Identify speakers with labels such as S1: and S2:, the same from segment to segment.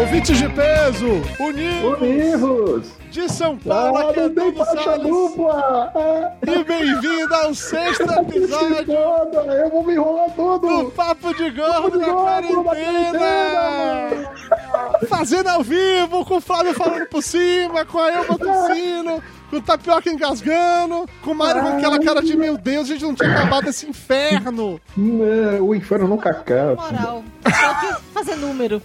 S1: Ouvintes de peso, unidos
S2: Univos!
S1: de São Paulo,
S2: Ah,
S1: aqui é
S2: não tem
S1: Douglas
S2: faixa
S1: Salles.
S2: dupla! Ah,
S1: E bem-vindo ao sexto
S2: se
S1: episódio é um.
S2: foda, eu vou me enrolar
S1: do
S2: todo!
S1: Papo de Gordo
S2: Papo de
S1: na
S2: Gordo na
S1: Quarentena. Fazendo ao vivo, com o Flávio falando por cima, com a Elba tossindo, com o Tapioca engasgando, com o Mário com aquela cara de meu Deus, a gente não tinha acabado esse inferno.
S2: Hum, é, o inferno nunca acaba.
S3: Moral. Só que fazer número.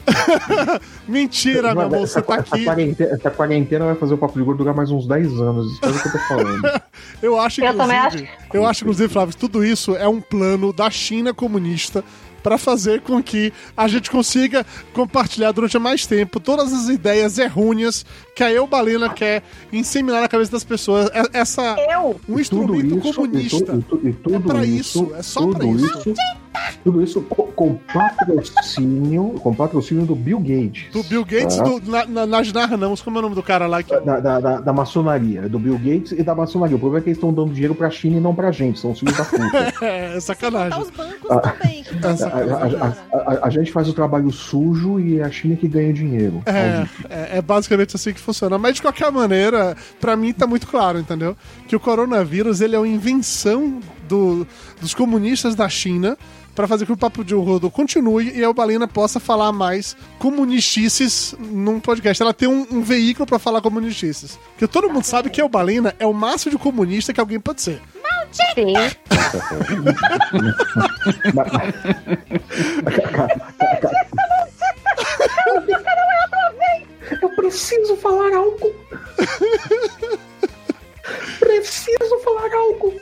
S1: Mentira, meu amor, você tá
S2: essa,
S1: aqui.
S2: quarentena, essa quarentena vai fazer o Papo de Gordo durar mais uns 10 anos. Isso é o que eu tô falando.
S1: Eu acho,
S4: Eu também
S1: inclusive, eu acho, inclusive, Flávio, tudo isso é um plano da China comunista para fazer com que a gente consiga compartilhar durante mais tempo todas as ideias errôneas que a Eubalena quer inseminar na cabeça das pessoas. É- Essa
S4: Eu?
S1: um
S2: E tudo
S1: instrumento
S2: isso-
S1: comunista.
S2: E, tu, e, tu, e tudo
S1: É pra
S2: isso,
S1: isso, é só
S2: tudo
S1: pra isso.
S2: isso. Tudo isso co- com patrocínio, com patrocínio do Bill Gates.
S1: Do Bill Gates,
S2: tá?
S1: do, na, na, nas Narnãos, como é o nome do cara lá? Que...
S2: Da, da, da, da maçonaria, do Bill Gates e da maçonaria. O problema é que eles estão dando dinheiro pra China e não pra gente, são os filhos da puta.
S1: É, é
S3: Tá
S1: sacanagem.
S3: os bancos também. que tá assim,
S2: A,
S3: tão
S2: a-
S3: fazendo,
S2: a-
S3: cara.
S2: a- a- a gente faz o trabalho sujo e é a China que ganha dinheiro.
S1: É, é, é basicamente assim que funciona. Mas de qualquer maneira, pra mim tá muito claro, entendeu? Que o coronavírus ele é uma invenção do- dos comunistas da China pra fazer com que o Papo de Rodo continue e a Balena possa falar mais comunistices num podcast. Ela tem um, um veículo pra falar comunistices. Porque todo mundo sabe que a Balena é o máximo de comunista que alguém pode ser.
S4: Sim.
S2: Mas- mas- Eu preciso falar algo. Preciso falar algo.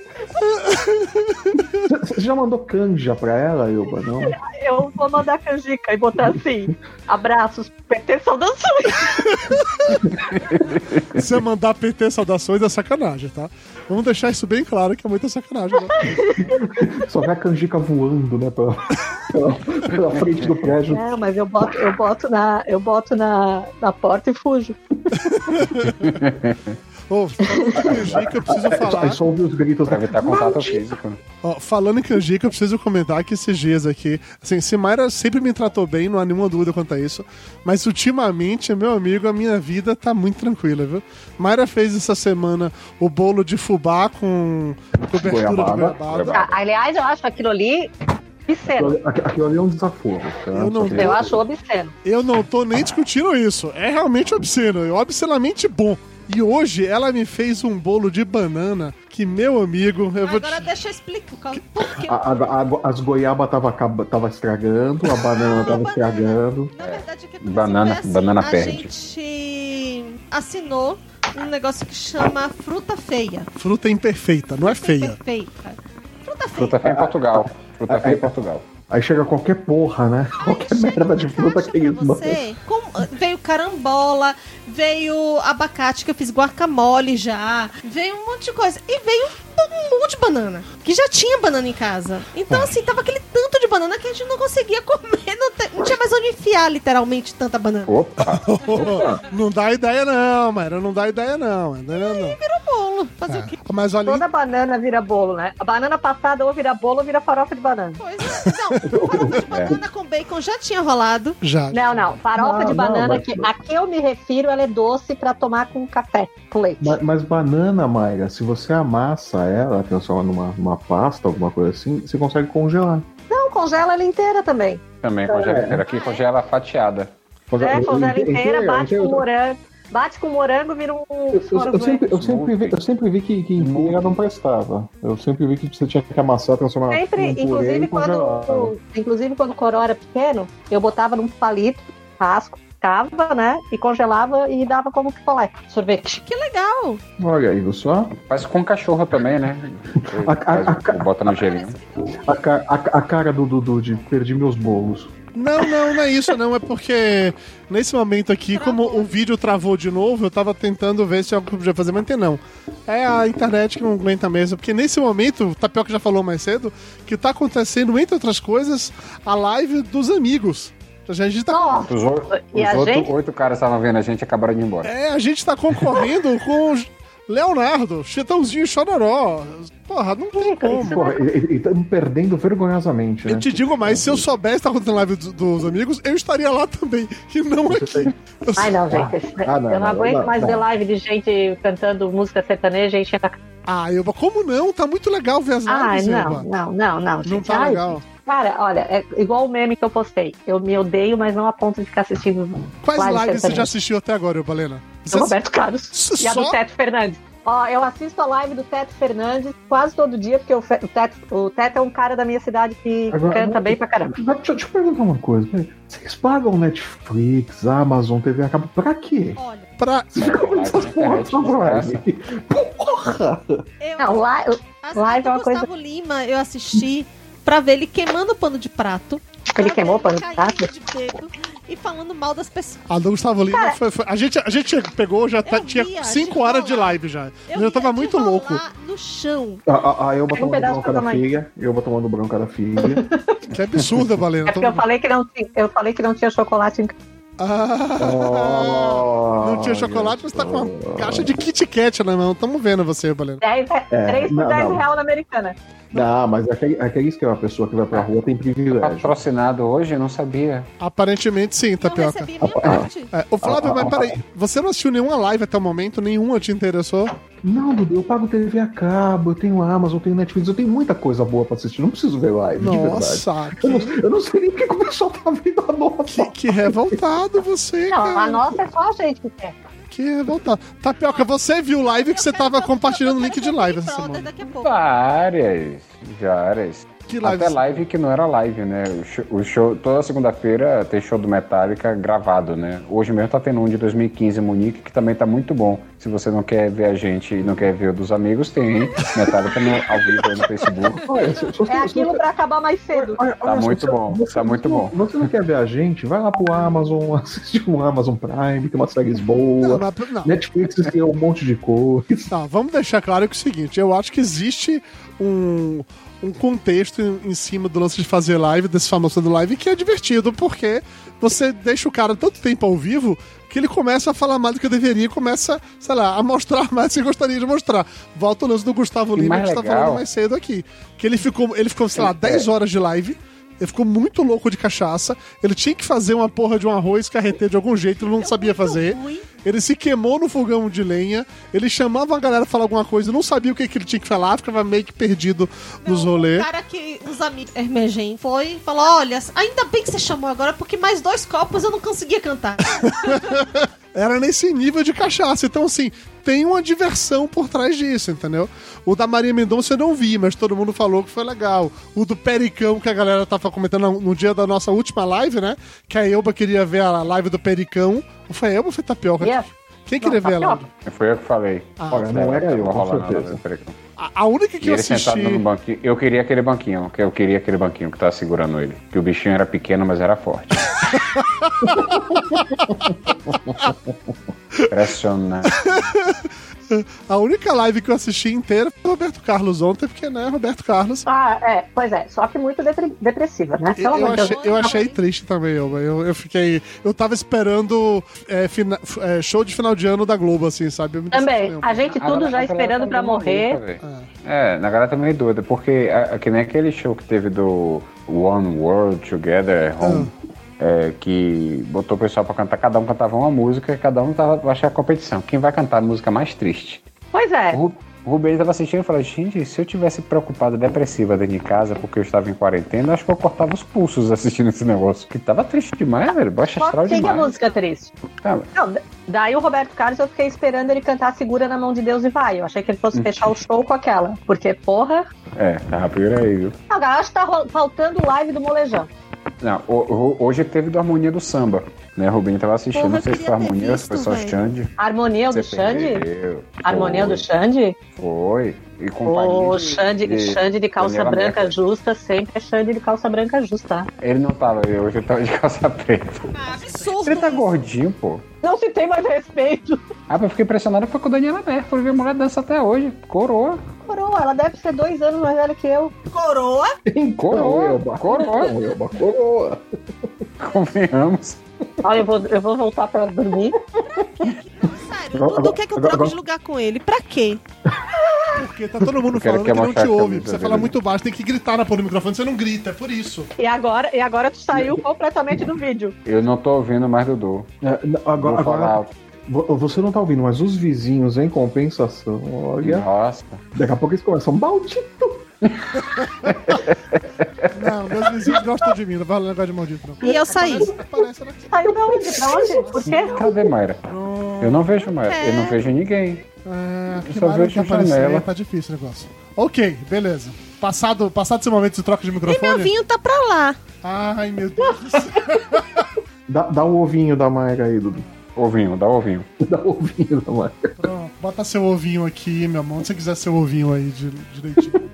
S2: Você já mandou canja pra ela, Ilba? Não?
S4: Eu vou mandar canjica e botar assim: abraços, PT, saudações.
S1: Se eu mandar PT saudações é sacanagem, tá? Vamos deixar isso bem claro que é muita sacanagem. Né?
S2: Só vê a canjica voando, né? Pela, pela, pela frente do prédio.
S4: Não, mas eu boto, eu boto, na, eu boto na, na porta e fujo.
S1: Ô, tá falando de canjica, eu preciso falar.
S2: Aí só ouve os gritos.
S5: Pra
S2: Né?
S5: evitar contato físico.
S1: Ó, falando em canjica, eu preciso comentar que esses dias aqui, assim, Simaira sempre me tratou bem, não há nenhuma dúvida quanto a isso, mas ultimamente, meu amigo, a minha vida tá muito tranquila, viu? Mayra fez essa semana o bolo de fubá com cobertura
S2: Goiabada.
S1: de goiabada.
S5: Goiabada.
S4: Ah, aliás, eu acho aquilo ali obsceno.
S2: Aquilo- Aquilo ali é um desaforo. Tá?
S1: Eu não-
S2: Só que-
S4: Eu acho obsceno.
S1: Eu não tô nem discutindo isso, é realmente obsceno, é obscenamente bom. E hoje ela me fez um bolo de banana que, meu amigo, eu vou te...
S3: Agora deixa eu explicar o causa- por quê.
S2: A- a- a- as goiabas tava, acaba- tava estragando, a banana tava
S3: Banana.
S2: estragando.
S3: Na verdade, o que aconteceu
S5: Banana-
S3: foi assim,
S5: banana
S3: a
S5: perde.
S3: gente assinou um negócio que chama fruta feia.
S1: Fruta imperfeita, não é
S3: Fruta
S1: feia.
S3: Perfeita. Fruta feia.
S5: Fruta feia em Portugal. Fruta feia em Portugal.
S2: Aí chega qualquer porra, né? Qualquer
S3: Chega
S2: merda de
S3: uma
S2: fruta
S3: caixa
S2: que eles
S3: pra
S2: mandam.
S3: você, com- veio carambola, veio abacate que eu fiz guacamole já, veio um monte de coisa. E veio um monte de banana. Que já tinha banana em casa. Então, assim, tava aquele tanto de banana que a gente não conseguia comer. Não, te- não tinha mais onde enfiar, literalmente, tanta banana.
S5: Opa!
S1: Não dá ideia não, Mayra, não dá ideia não, não dá ideia não.
S3: Virou bolo. Fazer o quê?
S1: Mas olha,
S4: Toda banana vira bolo, né? A banana passada ou vira bolo ou vira farofa de banana.
S3: Pois é. Não,
S1: né?
S3: farofa de banana com bacon já tinha rolado.
S1: já.
S4: Não, não.
S2: Não,
S4: Farofa de
S2: não,
S4: banana,
S2: mas-
S4: que a que eu me refiro, ela é doce pra tomar com café, com leite.
S2: Mas, mas banana, Mayra, se você amassa ela, transforma numa, numa pasta, alguma coisa assim, você consegue congelar.
S4: Não, congela ela inteira também.
S5: Também congela inteira. Aqui congela fatiada.
S4: É, congela
S2: Entende-
S4: inteira,
S2: entende-
S4: bate com
S2: entende-
S4: morango. Bate com morango, vira um.
S2: é? Eu, eu- eu sempre, eu, sempre vi, eu sempre vi que, que inteira
S5: Smoothie.
S2: não prestava. Eu sempre vi que você tinha que amassar, transformar
S4: Sempre,
S2: num purê
S4: inclusive
S2: e congelar.
S4: quando, inclusive quando o Coró era pequeno, eu botava num palito, casco, ficava, né? E congelava e dava como picolé, sorvete.
S3: Que legal.
S2: Olha aí, viu só?
S5: Faz com cachorro também, né?
S2: A- a-
S5: Faz- Bota no gelinho.
S2: A, ca- a- a cara do Dudu de perdi meus bolos.
S1: Não, não, não é isso, não. É porque nesse momento aqui, como o vídeo travou de novo, eu tava tentando ver se algo podia fazer, mas não tem não. É a internet que não aguenta mesmo. Porque nesse momento, o Tapioca já falou mais cedo, que tá acontecendo, entre outras coisas, a live dos amigos. A gente tá.
S4: Nossa,
S5: Os, o-
S4: E
S5: os
S4: a
S5: outro-
S4: gente?
S5: oito caras estavam vendo a gente e acabaram de ir embora.
S1: É, a gente tá concorrendo com. os- Leonardo, Chitãozinho e Chororó. Porra, não tem
S4: Fica,
S1: como.
S4: isso
S2: Porra, e- e- e tamo tá perdendo vergonhosamente, né?
S1: Eu te digo mais, se eu soubesse estar acontecendo live do- dos amigos, eu estaria lá também. E não aqui. Eu
S4: Ai, não, gente.
S2: Ah, não,
S4: eu não
S2: não,
S4: aguento
S2: não,
S4: mais
S2: não.
S4: ver live de gente cantando música sertaneja e enchendo a
S1: Ah, Elba, como não? Tá muito legal ver as
S4: Ai,
S1: lives,
S4: não,
S1: Elba.
S4: não, não, não,
S1: Não
S4: gente.
S1: tá
S4: Ai,
S1: legal.
S4: Cara, olha, é igual o meme que eu postei. Eu me odeio, mas não a ponto de ficar assistindo
S1: Quais
S4: live
S1: lives você
S4: sertaneja.
S1: já assistiu até agora, Elba Lena?
S4: do Roberto Carlos
S1: Você
S4: e a do
S1: só-
S4: Teto Fernandes. Ó, eu assisto a live do Teto Fernandes quase todo dia, porque o, Fe- o Teto, o Teto é um cara da minha cidade que
S2: Agora-
S4: canta bem pra caramba.
S2: Agora, Deixa, deixa eu perguntar uma coisa. peraí. Vocês pagam Netflix, Amazon, TV a cabo pra quê?
S3: Olha,
S1: Pra...
S2: Vocês ficam com essas porras toda hora. Porra!
S3: eu
S4: Não, lá, eu-
S3: assisti
S4: live é
S3: do
S4: uma coisa-
S3: Gustavo Lima, eu assisti pra ver ele queimando o pano de prato.
S4: ele
S3: pra
S4: queimou o
S3: ver
S4: pano
S3: ele
S4: de
S3: caindo
S4: prato?
S3: de dedo E falando mal das pessoas.
S1: A do Gustavo Lima foi, foi- A, gente, a gente pegou, já tá-
S3: Eu
S1: tinha
S3: vi,
S1: 5
S3: acho
S1: horas
S3: que
S1: de
S3: rolar.
S1: live já. Eu,
S3: ia
S1: já tava
S3: te
S1: muito
S3: rolar
S1: louco.
S3: no chão.
S2: A, a, a Elba
S4: Pega um
S2: tomando
S4: pedaço
S2: bronca
S4: pra
S2: da
S4: tamanho.
S2: filha. Eu vou tomando bronca da filha.
S1: Que absurdo, Elba Lena.
S4: É porque eu falei que não tinha, eu falei que não tinha chocolate em casa.
S1: Ah,
S2: Oh,
S1: não tinha chocolate, mas tá com uma caixa de Kit Kat na mão. Tamo vendo você, Elba Lena.
S4: 10,
S2: É,
S4: 3 por
S2: não,
S4: 10
S2: não.
S4: real na americana.
S2: Não, mas aquele, aquele que é uma pessoa que vai pra rua tem privilégio.
S5: Patrocinado hoje, eu não sabia.
S1: Aparentemente sim,
S3: Não
S1: Tapioca.
S3: recebi minha parte.
S1: É, ô Flávio,
S2: Ah,
S1: mas peraí, você não assistiu nenhuma live até o momento? Nenhuma te interessou?
S2: Não, Dudu, eu pago TV a cabo, eu tenho Amazon, eu tenho Netflix, eu tenho muita coisa boa pra assistir. Não preciso ver live,
S1: Nossa,
S2: de verdade. Eu
S1: que,
S2: não, eu não sei nem porque que o pessoal tá vendo a nossa.
S1: que, que revoltado você,
S4: Não, a
S1: cara.
S4: nossa é só a gente que quer.
S1: Que revoltado. Tapioca, você viu live que
S3: Eu
S1: você
S3: quero
S1: tava
S3: ver-
S1: compartilhando
S3: eu
S1: o
S3: quero
S1: link de
S3: ver
S1: live
S3: Big
S1: essa
S3: Brother
S1: semana.
S3: Daqui a pouco.
S5: Várias, várias.
S1: Que live?
S5: Até live que não era live, né? O show, o show- toda segunda-feira tem show do Metallica gravado, né? Hoje mesmo tá tendo um de 2015 em Munique, que também tá muito bom. Se você não quer ver a gente e não quer ver o dos amigos, tem Metallica no, ao vivo aí no Facebook.
S2: Olha, se- se- se-
S4: É aquilo pra acabar mais cedo.
S2: Olha,
S5: Tá
S2: olha,
S5: muito bom, tá muito
S2: não-
S5: bom.
S2: Você não quer ver a gente? Vai lá pro Amazon, assiste um Amazon Prime, tem umas séries boas.
S1: Não, mas- não,
S2: Netflix tem um monte de coisa.
S1: Tá, vamos deixar claro que é o seguinte, eu acho que existe um, um contexto em, em cima do lance de fazer live, desse famoso do live, que é divertido, porque você deixa o cara tanto tempo ao vivo que ele começa a falar mais do que deveria e começa, sei lá, a mostrar mais do que gostaria de mostrar. Volta o lance do Gustavo
S5: E
S1: Lima, que a
S5: mais
S1: gente tá
S5: legal-
S1: falando mais cedo aqui. Que ele ficou, ele ficou sei lá, 10 horas de live. Ele ficou muito louco de cachaça. Ele tinha que fazer uma porra de um arroz carreteiro de algum jeito, ele não
S3: Deu
S1: sabia
S3: É muito
S1: fazer.
S3: ruim.
S1: Ele se queimou no fogão de lenha, ele chamava a galera pra falar alguma coisa, não sabia o que, que ele tinha que falar, ficava meio que perdido nos
S3: Não, O
S1: rolês.
S3: cara que os amigos Hermegem foi e falou: Olha, ainda bem que você chamou agora, porque mais dois copos eu não conseguia cantar.
S1: Era nesse nível de cachaça. Então, assim, tem uma diversão por trás disso, entendeu? O da Maria Mendonça eu não vi, mas todo mundo falou que foi legal. O do Pericão, que a galera tava comentando no dia da nossa última live, né? Que a Elba queria ver a live do Pericão. Foi a Elba ou foi Tapioca?
S4: E é-
S1: Quem queria ver a
S4: Tapioca.
S1: live?
S5: Foi eu que falei.
S2: Olha, Ah, não era eu,
S5: Tava
S2: com
S5: rolando,
S2: certeza.
S5: peraí.
S1: A, a única que
S5: E
S1: eu
S5: ele
S1: assisti.
S5: sentado no banquinho. Eu queria aquele banquinho, que eu queria aquele banquinho que tava segurando ele. Que o bichinho era pequeno, mas era forte. Impressionante.
S1: A única live que eu assisti inteira foi o Roberto Carlos ontem, porque, né, Roberto Carlos.
S4: Ah, é, pois é, só que muito depre- depressiva, né? Pelo
S1: Eu,
S4: amor de Deus.
S1: achei, eu achei triste também, Elba. Eu, eu fiquei. Eu tava esperando é, fina- f- é, show de final de ano da Globo, assim, sabe? Eu me
S4: Também,
S1: decepcionei.
S4: a gente tudo
S5: tá
S4: já esperando pra morrer.
S5: É, na galera tá meio doida, porque a, a- que nem aquele show que teve do One World Together Home, é, que botou o pessoal pra cantar, cada um cantava uma música e cada um tava achar a competição. Quem vai cantar a música mais triste?
S4: Pois é,
S5: O Ru- o Rubens tava assistindo e falou, gente, se eu tivesse preocupada, depressiva dentro de casa porque eu estava em quarentena, acho que eu cortava os pulsos assistindo esse negócio. Que tava triste demais, velho. Baixa
S4: só
S5: astral
S4: que tem a
S5: demais.
S4: música triste.
S5: Tá,
S4: Não, da- daí o Roberto Carlos eu fiquei esperando ele cantar Segura na Mão de Deus e Vai. Eu achei que ele fosse fechar o show com aquela. Porque, porra,
S5: é, tava pior aí, viu?
S4: não, eu acho que tá ro- faltando live do Molejão.
S5: Não, ho- ho- hoje teve do Harmonia do Samba, né? Rubinho tava assistindo,
S3: Porra,
S5: não sei
S3: eu
S5: se foi
S3: queria ter
S5: Harmonia, se foi
S3: visto,
S5: só
S3: velho.
S5: Xande.
S4: Harmonia É do
S5: Você
S4: Xande?
S5: perdeu.
S4: Harmonia
S5: Foi,
S4: do Xande?
S5: Foi. E com
S4: O
S5: farinha
S4: Xande,
S5: de-
S4: Xande de calça
S5: Daniela
S4: branca
S5: Mercury.
S4: justa, sempre é Xande de calça branca justa.
S5: Ele não tava, eu- hoje ele tava de calça preta.
S3: Ah, absurdo.
S5: Ele tá
S3: isso.
S5: gordinho, pô.
S4: Não se tem mais respeito.
S5: Ah, eu fiquei impressionado foi com o Daniela Mercury, ver a mulher dança até hoje. Coroa.
S4: Coroa, ela deve ser dois anos mais velha que eu.
S3: Coroa?
S5: Coroa,
S2: Elba,
S5: coroa.
S2: então, Elba, coroa.
S5: Convenhamos.
S4: Olha, eu vou, eu vou voltar pra dormir.
S3: Nossa, pergunta o que é que eu troco de lugar com ele. Pra quê?
S1: Porque tá todo mundo
S5: Eu quero
S1: falando
S5: que
S1: que
S5: eu
S1: não
S5: mostrar
S1: te
S5: a
S1: ouve.
S5: camisa
S1: Você
S5: dele.
S1: fala muito baixo, tem que gritar na porra do microfone, você não grita, é por isso.
S4: E agora, e agora tu saiu completamente do vídeo.
S5: Eu não tô ouvindo mais Dudu.
S2: É, n-
S5: Vou
S2: Agora,
S5: falar
S2: agora
S5: alto.
S2: vo- você não tá ouvindo, mas os vizinhos, em compensação, olha.
S5: Nossa.
S2: Daqui a pouco eles começam. Maldito!
S1: Não, meus vizinhos gostam de mim, não fala negócio de maldito, não.
S3: E eu
S1: é
S3: saí.
S1: Aparece né? ela aqui.
S4: Saiu da onde? Da onde? Por quê?
S5: Cadê Mayra? Eu não vejo Mayra. Eu não vejo ninguém.
S1: Ah, que
S5: só
S1: barulho
S5: vejo
S1: tá aparecendo,
S5: janela.
S1: aí, tá difícil o negócio. Ok, beleza. Passado, passado esse momento de troca de
S3: E meu
S1: microfone.
S3: vinho tá pra lá.
S1: Ai, meu Deus do céu.
S2: Dá, dá o ovinho da Mayra aí, Dudu.
S5: Ovinho, dá um ovinho.
S2: Dá o ovinho da Mayra.
S1: Pronto, Então, bota seu ovinho aqui, meu amor. Onde você quiser seu ovinho aí de- direitinho.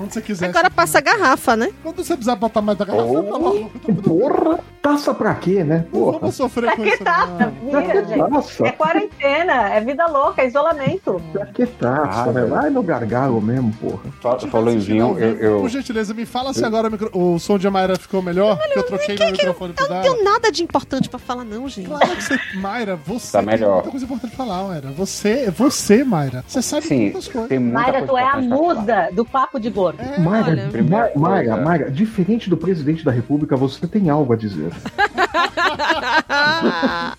S1: Onde você quiser.
S3: Agora passa a garrafa, né?
S1: Quando você precisar botar mais da garrafa, tá bom.
S2: Porra! Taça pra quê, né?
S1: Não
S2: Porra!
S1: vamos sofrer
S4: Pra
S1: com
S4: que
S1: isso.
S4: taça?
S1: Não.
S4: Menina, gente. É
S2: Taça!
S4: quarentena, é vida louca, é isolamento.
S2: Pra que taça,
S5: Ah,
S2: né?
S5: velho.
S2: Vai no gargalo mesmo, porra.
S5: Fa- Falou em vinho, eu, eu-
S1: um Por gentileza, me fala se agora o, micro- o som de Mayra ficou melhor, que eu troquei meu microfone pro
S3: Eu não
S1: Dara.
S3: tenho nada de importante pra falar, não, gente.
S1: Claro que você, Mayra, você
S5: Tá
S1: tem
S5: melhor.
S1: muita coisa importante pra falar, Mayra. Você, é você, Mayra. Você sabe
S5: Sim,
S1: muitas coisas.
S5: tem muita coisa
S4: Mayra, tu é
S5: pra
S4: a
S5: contar.
S4: musa do papo de gordo.
S1: É,
S2: Mayra,
S3: olha.
S2: Ma-
S5: Primeira
S2: Mayra,
S5: coisa.
S2: Mayra, diferente do presidente da república, você tem algo a dizer.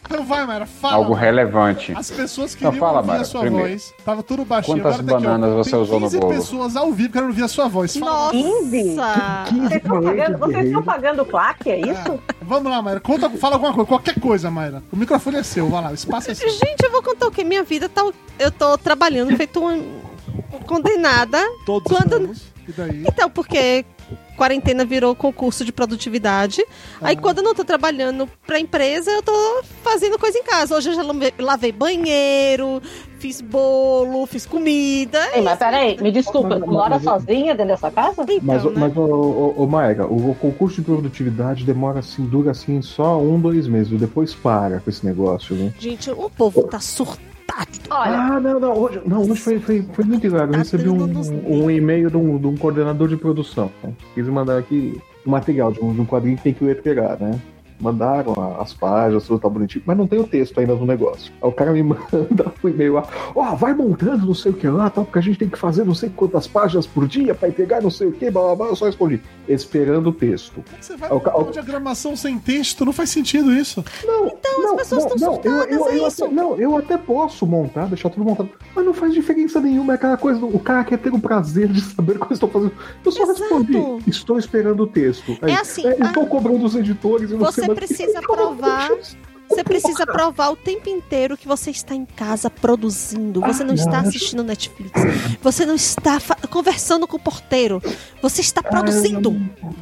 S1: Então vai, Mayra, fala.
S5: Algo relevante.
S1: As pessoas
S5: Não,
S1: queriam
S5: Então fala,
S1: ouvir a
S5: Mara,
S1: sua
S5: primeiro.
S1: voz. Tava tudo baixinho.
S5: Quantas
S1: Agora tá aqui, ó,
S5: bananas você
S1: tem
S5: usou no
S1: 15
S5: bolo?
S1: pessoas ao vivo querendo ouvir a sua voz. Fala, Mara.
S3: Nossa!
S2: 15
S4: Ah. Vocês
S2: valentes
S4: estão pagando, vocês estão
S2: guerreiros.
S4: pagando claque, é isso?
S1: Vamos lá, Mayra. Conta, fala alguma coisa. Qualquer coisa, Mayra. O microfone é seu. Vai lá, o espaço é seu.
S3: Gente, eu vou contar o que? Minha vida tá. Eu tô trabalhando feito uma condenada.
S1: Todos
S3: Quando-
S1: estamos. E daí?
S3: Então, porque quarentena virou concurso de produtividade. Aí
S1: Ah.
S3: quando eu não tô trabalhando pra empresa, eu tô fazendo coisa em casa. Hoje eu já lame- lavei banheiro, fiz bolo, fiz comida.
S4: Ei, mas peraí, me desculpa,
S2: Mas-
S4: tu
S2: mas-
S4: mora
S2: mas-
S4: sozinha dentro dessa casa?
S3: Então,
S2: Mas, o-
S3: né?
S2: mas ô, ô, ô, Mayra, o, o concurso de produtividade demora assim, dura assim só um, dois meses, e depois para com esse negócio, né?
S3: Gente, o povo tá surtado.
S4: Olha,
S2: Ah, não, não, hoje, não, hoje foi, foi, foi muito engraçado. Eu recebi um, um e-mail de um, de um coordenador de produção. né? Quis mandar aqui o material de um, de um quadrinho que tem que recuperar, né? Mandaram a- as páginas, tudo tá bonitinho, mas não tem o texto ainda do negócio. Aí o cara me manda o e-mail lá, ó, vai montando não sei o que lá, tal, porque a gente tem que fazer não sei quantas páginas por dia pra entregar não sei o que, blá blá blá, eu só respondi, esperando o texto.
S1: Como Você vai
S2: o ca-
S1: fazer uma
S2: o-
S1: diagramação sem texto? Não faz sentido isso.
S2: Não,
S3: Então, as pessoas estão surtadas, é
S2: eu
S3: isso.
S2: Até, não, eu até posso montar, deixar tudo montado, mas não faz diferença nenhuma. É aquela coisa, do- o cara quer ter o prazer de saber o que eu estou fazendo. Eu só
S3: Exato.
S2: respondi, estou esperando o texto.
S3: É assim,
S2: eu estou cobrando os editores e não
S3: você
S2: sei mais.
S3: precisa
S2: Então,
S3: provar- Você precisa
S2: tá-
S3: provar o tempo inteiro que você está em casa produzindo. Você não
S2: Ah,
S3: está
S2: não.
S3: assistindo Netflix. Você não está fa- conversando com o porteiro. Você está produzindo.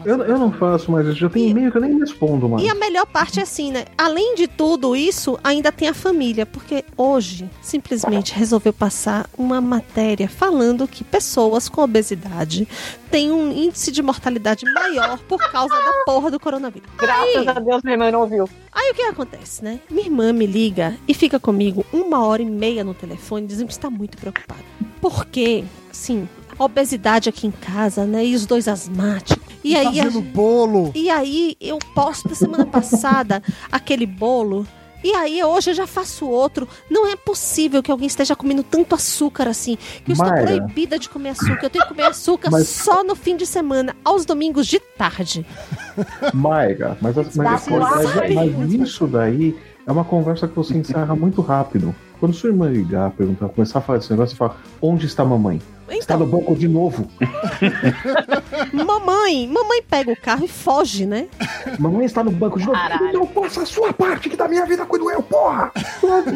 S2: é, Eu, eu Ah, não faço mais isso, já tem
S3: E-
S2: e-mail que eu nem respondo mais.
S3: E a melhor parte é assim, né? Além de tudo isso, ainda tem a família, porque hoje simplesmente resolveu passar uma matéria falando que pessoas com obesidade têm um índice de mortalidade maior por causa da porra do coronavírus.
S4: graças a Deus minha irmã não ouviu.
S3: Aí o que acontece, né? Minha irmã me liga e fica comigo uma hora e meia no telefone dizendo que está muito preocupada. Porque, assim, a obesidade aqui em casa, né? E os dois asmáticos. E
S2: tá
S3: aí a
S1: Fazendo Tá bolo.
S3: e aí eu posto da semana passada aquele bolo. E aí hoje eu já faço outro. Não é possível que alguém esteja comendo tanto açúcar assim. Que eu
S2: Mayra.
S3: estou proibida de comer açúcar. Eu tenho que comer açúcar
S2: Mas-
S3: só no fim de semana, aos domingos de tarde.
S2: Maiga, mas, mas, mas,
S4: Dá pra
S2: mas-
S4: saber.
S2: mas isso daí é uma conversa que você encerra muito rápido. Quando sua irmã ligar, perguntar, começar a falar desse negócio, você fala: onde está mamãe? Está no
S3: Então,
S2: banco de novo.
S3: mamãe, mamãe pega o carro e foge, né?
S2: Mamãe está no banco de novo.
S4: Caralho.
S2: Então faça a sua parte, que da minha vida cuido eu, porra!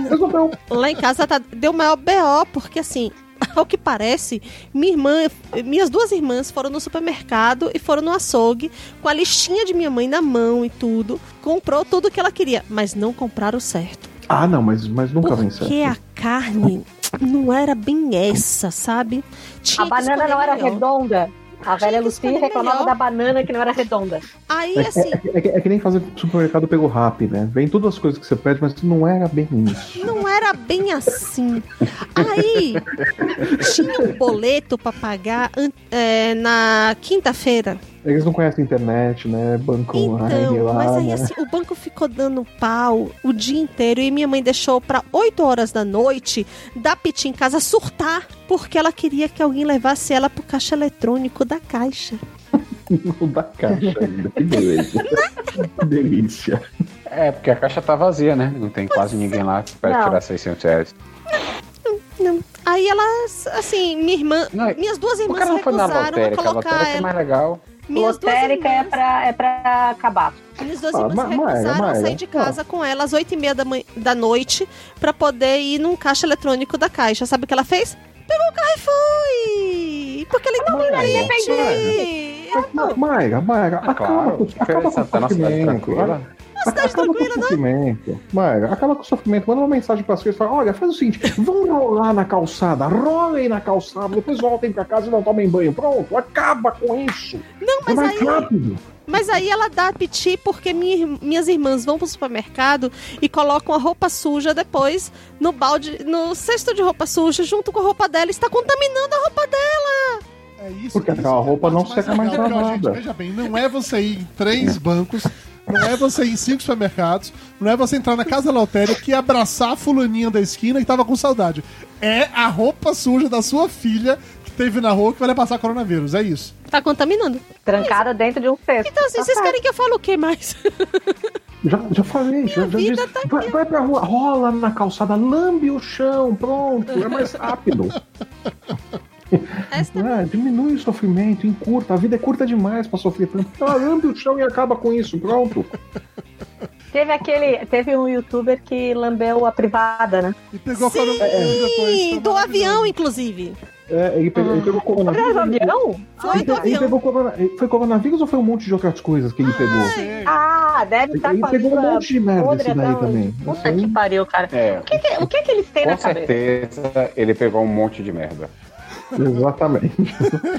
S2: Resolveu.
S3: Lá em casa tá, deu maior BO, porque assim, ao que parece, minha irmã, minhas duas irmãs foram no supermercado e foram no açougue com a listinha de minha mãe na mão e tudo. Comprou tudo que ela queria, mas não compraram certo.
S2: Ah, não, mas, mas nunca vem certo.
S3: Porque a carne não era bem essa, sabe? Tinha
S4: A
S3: que
S4: banana
S3: escolher
S4: não era
S3: melhor.
S4: redonda. A velha
S3: que
S4: Lucy
S3: escolher
S4: reclamava
S3: melhor.
S4: da banana que não era redonda.
S3: Aí
S2: É,
S3: assim,
S2: é- é que- é que nem fazer supermercado pelo rap, né? Vem todas as coisas que você pede, mas não era bem isso.
S3: não era bem assim. Aí tinha um boleto pra pagar an- é, na quinta-feira
S2: Eles não conhecem internet, né? Banco online
S3: Então,
S2: lá.
S3: mas aí
S2: né?
S3: assim, o banco ficou dando pau o dia inteiro e minha mãe deixou pra 8 horas da noite da Piti em casa surtar porque ela queria que alguém levasse ela pro caixa eletrônico da Caixa.
S2: Não dá caixa ainda. Que beleza. que delícia.
S5: É, porque a caixa tá vazia, né? Não tem quase ninguém lá pra
S4: Não.
S5: tirar 600 reais.
S3: Não. Aí elas, assim, minha irmã,
S5: Não,
S3: minhas duas
S5: O
S3: irmãs
S5: cara não foi na
S3: recusaram a
S5: lotérica. A
S3: colocar
S5: lotérica é
S3: ela.
S5: mais legal.
S3: Minhas duas
S4: Lotérica é
S3: irmãs,
S4: pra, é pra cabaço.
S3: minhas duas
S2: Ah,
S3: irmãs
S2: Ma- Maera,
S3: recusaram
S2: Maera.
S3: sair de casa com ela às 8 e meia da, manhã- da noite pra poder ir num caixa eletrônico da Caixa. Sabe o que ela fez? Pegou o carro e foi! Porque ela não
S2: Maera,
S3: queria
S2: Maera.
S3: ir.
S2: Ma- Mayra, Mayra,
S5: Ah,
S2: acaba,
S5: claro.
S2: com- acaba com o
S5: Tá na cidade
S2: sofrimento.
S5: tranquila.
S3: cidade
S2: acaba com o
S3: tranquila, né?
S2: sofrimento. Mayra, acaba com o sofrimento. Manda uma mensagem para as pessoas e fala: olha, faz o seguinte, vão rolar na calçada, rolem na calçada, depois voltem para casa e não tomem banho. Pronto, acaba com isso.
S3: Não,
S2: É
S3: mas
S2: mais
S3: aí,
S2: rápido.
S3: mas aí ela dá piti porque minha ir- minhas irmãs vão pro supermercado e colocam a roupa suja depois no balde, no cesto de roupa suja junto com a roupa dela. Está contaminando a roupa dela.
S1: É isso.
S2: Porque
S1: isso
S2: aquela
S1: é a
S2: roupa não
S1: parte
S2: seca mais
S1: legal, porque, ó, gente,
S2: lavada.
S1: Veja bem, não é você ir em três bancos, não é você ir em cinco supermercados, não é você entrar na casa lotérica e abraçar a fulaninha da esquina que tava com saudade. É a roupa suja da sua filha que teve na rua que vai lhe passar coronavírus. É isso.
S3: Tá contaminando.
S4: Trancada dentro de um cesto.
S3: Então, assim,
S4: Tá
S3: vocês
S4: certo.
S3: querem que eu fale o que mais?
S2: Já, já falei, já, já
S3: vida tá
S2: disse. vai, vai pra rua, rola na calçada, lambe o chão, pronto, é mais rápido.
S3: Esta
S2: né? Diminui o sofrimento, encurta. A vida é curta demais pra sofrer tanto. Então lambe o chão e acaba com isso, pronto.
S4: Teve aquele. Teve um youtuber que lambeu a privada, né?
S1: E pegou
S3: Sim,
S1: coronavírus depois. foi
S3: do
S1: maravilhoso.
S3: avião, inclusive.
S2: É, ele, pegou, ele
S4: Ah.
S2: pegou
S4: Atrás do
S2: coronavírus.
S4: avião?
S3: Foi
S2: Ele,
S3: do
S2: pe- ele
S3: avião.
S2: pegou corona- foi coronavírus ou foi um monte de outras coisas que ele pegou?
S1: Sei.
S4: Ah, deve estar
S2: Ele
S4: com a
S2: pegou um
S4: língua
S2: monte de merda
S4: podre
S2: esse daí
S4: até hoje.
S2: também. Assim,
S4: Puta
S2: Isso aí-
S4: que pariu, cara.
S5: É.
S4: O que, que- o que, que eles têm
S5: Com
S4: na cabeça?
S5: certeza ele pegou um monte de merda.
S2: Exatamente.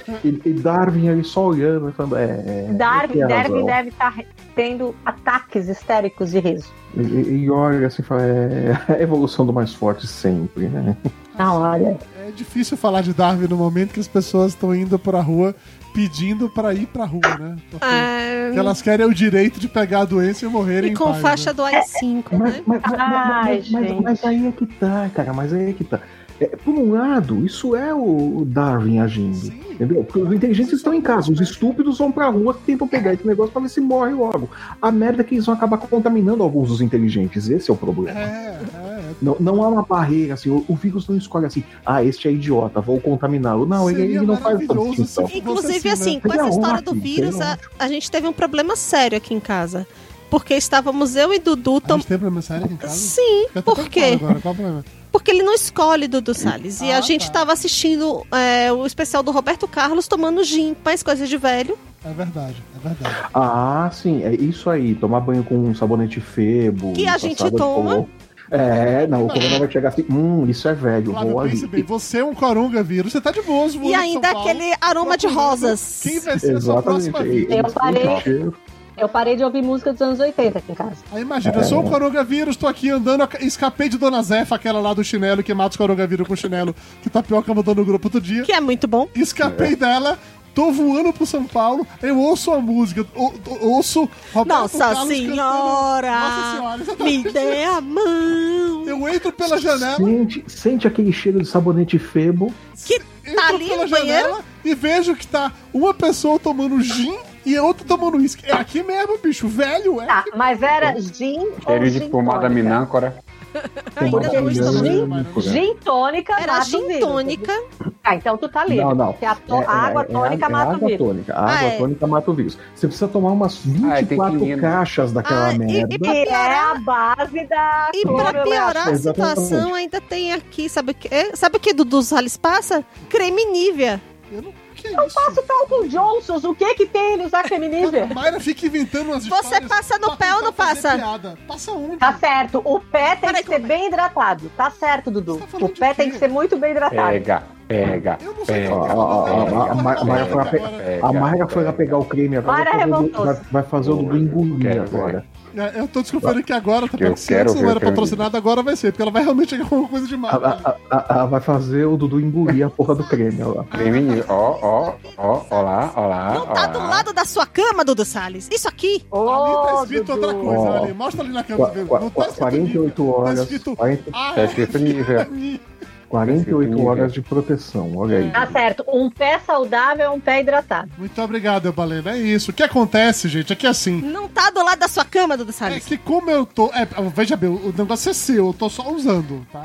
S2: e, e Darwin ali só olhando e falando. É, é,
S4: Darwin,
S2: tem
S4: Darwin
S2: razão.
S4: deve estar tendo ataques histéricos de riso.
S2: E, e olha assim, e fala, é, é a evolução do mais forte sempre, né?
S4: Na hora.
S1: É difícil falar de Darwin no momento que as pessoas estão indo pra rua pedindo pra ir pra rua, né? Porque O que elas querem é o direito de pegar a doença e morrerem
S3: Ah, E
S1: em
S3: com
S1: paz, né?
S3: faixa do AI-5,
S2: Mas,
S3: né?
S2: mas, mas-
S4: Uhum. Ai,
S2: mas- mas-
S4: gente.
S2: mas aí é que tá, cara, mas aí é que tá. É, por um lado, isso é o o Darwin agindo.
S1: Sim.
S2: Entendeu? Porque os inteligentes estão em casa, os estúpidos vão pra rua que tentam pegar esse negócio pra ver se morre logo. A merda é que eles vão acabar contaminando alguns dos inteligentes, esse é o problema.
S1: É, é.
S2: Não, não há uma barreira assim, o, o vírus não escolhe assim, ah, este é idiota, vou contaminá-lo. Não, ele,
S1: Seria
S2: ele não faz então. essa
S1: maravilhoso
S2: distinção.
S1: se-
S3: Inclusive,
S1: Você sim,
S3: assim,
S1: né?
S3: com essa
S2: Seria
S3: história do
S2: ótimo,
S3: vírus,
S2: seria
S3: a, a gente teve um problema sério aqui em casa. Porque estávamos eu e Dudu
S1: A
S3: tom...
S1: gente tem problema sério aqui Ah, em casa?
S3: Então, Sim,
S1: Eu tô
S3: por
S1: preocupado
S3: quê?
S1: Agora, qual o problema?
S3: Porque ele não escolhe Dudu Salles. E
S1: Ah,
S3: a gente
S1: tá.
S3: estava assistindo é, o especial do Roberto Carlos tomando gin, mais coisas de velho.
S1: É verdade, é verdade.
S2: Ah, sim, é isso aí. Tomar banho com um sabonete febo.
S3: Que a
S2: passada
S3: gente
S2: de
S3: toma.
S2: colo- É, não, o coronel vai chegar assim, hum, isso é velho,
S1: Flávio,
S2: vou ali.
S1: pense bem, você é um coronga vírus, você tá de boas voando
S3: E
S1: em São
S3: ainda
S1: Paulo,
S3: aquele aroma de
S1: procurando
S3: rosas.
S1: Quem vai ser é a sua
S2: Exatamente. é
S1: próxima vida?
S4: Eu parei.
S2: Cheiro.
S4: Eu parei de ouvir música dos anos 80 aqui em casa.
S1: Aí imagina, eu sou
S2: É.
S1: um coronavírus, tô aqui andando, escapei de Dona Zefa, aquela lá do chinelo, que mata os coronavírus com chinelo, que tapioca mandou no grupo outro dia.
S3: Que é muito bom.
S2: É.
S1: Escapei dela, tô voando pro São Paulo, eu ouço a música, ou- ou- ouço Roberto
S3: Nossa
S1: Carlos cantando Nossa
S3: Senhora!
S1: Senhora, exatamente.
S3: Me dê a mão!
S1: Eu entro pela janela,
S2: Sente, sente aquele cheiro de sabonete febo.
S3: Que
S1: entro
S3: tá ali
S1: pela
S3: no banheiro?
S1: janela e vejo que tá uma pessoa tomando gin e a outra tomando uísque. É aqui mesmo, bicho, velho, é.
S4: Tá, mas era gin ou
S5: Cheiro de
S4: gin
S5: pomada
S4: tônica?
S5: minâncora.
S3: Tá, Ainda
S2: Tomara
S3: hoje
S2: que não,
S3: também.
S2: né, cara?
S4: Gin tônica
S3: Era
S4: mata o
S3: gin
S4: vírus.
S3: tônica.
S4: Ah, então tu tá livre.
S2: Não, não.
S4: Porque a, to-
S2: É,
S4: a água
S2: é, é
S4: tônica
S2: a- é
S4: mata
S2: a
S4: o
S2: água
S4: vírus.
S2: tônica. A água
S3: Ah, é.
S2: tônica mata o vírus. Você precisa tomar umas
S5: Ah, e tem
S2: 24
S5: quinino.
S2: caixas daquela
S3: Ah, e- e
S2: merda.
S4: Que é a base da.
S3: E pra
S4: clorofila.
S3: piorar a
S2: Exatamente.
S3: situação, ainda tem aqui, sabe o que? é? Sabe o que Dudu Salles passa? Creme Nivea.
S1: Eu não. Que
S4: Eu
S1: isso?
S4: faço Calvin Johnsons, o que que tem ele usar feminível?
S1: Mayra fica inventando umas
S3: Você
S1: histórias
S3: passa no
S1: pra
S3: pé ou
S1: tentar
S3: não
S1: fazer
S3: passa?
S1: piada. Passa onde?
S4: Tá certo, o pé tem
S3: Peraí,
S4: que ser bem hidratado. Tá certo, Dudu.
S1: é? Você tá falando
S4: o pé
S1: de quê?
S2: É.
S4: tem que ser muito bem hidratado.
S5: Pega, pega.
S1: Eu não sei
S5: pega.
S1: como é que
S2: ó, ó,
S1: ela vai
S2: ó, a Ma- a Mayra foi lá pegar-
S3: É,
S5: pega,
S2: A Mayra foi lá
S5: pega.
S2: pegar o creme agora.
S4: Mayra
S2: vai fazer o-
S4: revoltou-se.
S2: vai- Vai fazer o do engolir
S5: Quero ver.
S2: agora.
S1: É, Eu tô desconfiando que agora, tá vendo?
S5: Eu
S1: Se
S5: quero
S1: antes não
S5: ver
S1: era
S5: o creme.
S1: patrocinado, agora vai ser, porque ela vai realmente chegar com alguma coisa de
S2: A-
S1: marca.
S2: a- a- a- a- vai fazer o Dudu engolir a porra do creme, ó. lá.
S5: Creme, ó, ó, ó, ó lá, ó lá.
S3: Não
S5: ó
S3: tá
S5: lá.
S3: do lado da sua cama, Dudu Salles. Isso aqui.
S1: ali tá
S4: Ô,
S1: escrito
S4: Dudu.
S1: outra coisa,
S2: Ó.
S1: ali. Mostra ali na câmera.
S2: Qua-
S1: pra ver.
S2: qua- um,
S1: Não tá
S2: qua-
S1: escrito
S2: 48
S1: nível,
S2: horas.
S1: Tá escrito
S2: 40
S1: Ah,
S5: Tá escrito nível.
S1: Ni-
S3: Tá
S2: 48 horas de proteção, olha aí.
S4: Tá certo. Um pé saudável é um pé hidratado.
S1: Muito obrigado, Balena. É isso. O que acontece, gente, é que assim.
S3: Não tá do lado da sua cama, Dudu
S1: É
S3: Salles.
S1: que como eu tô. É, veja bem, o negócio é seu, eu tô só usando, tá?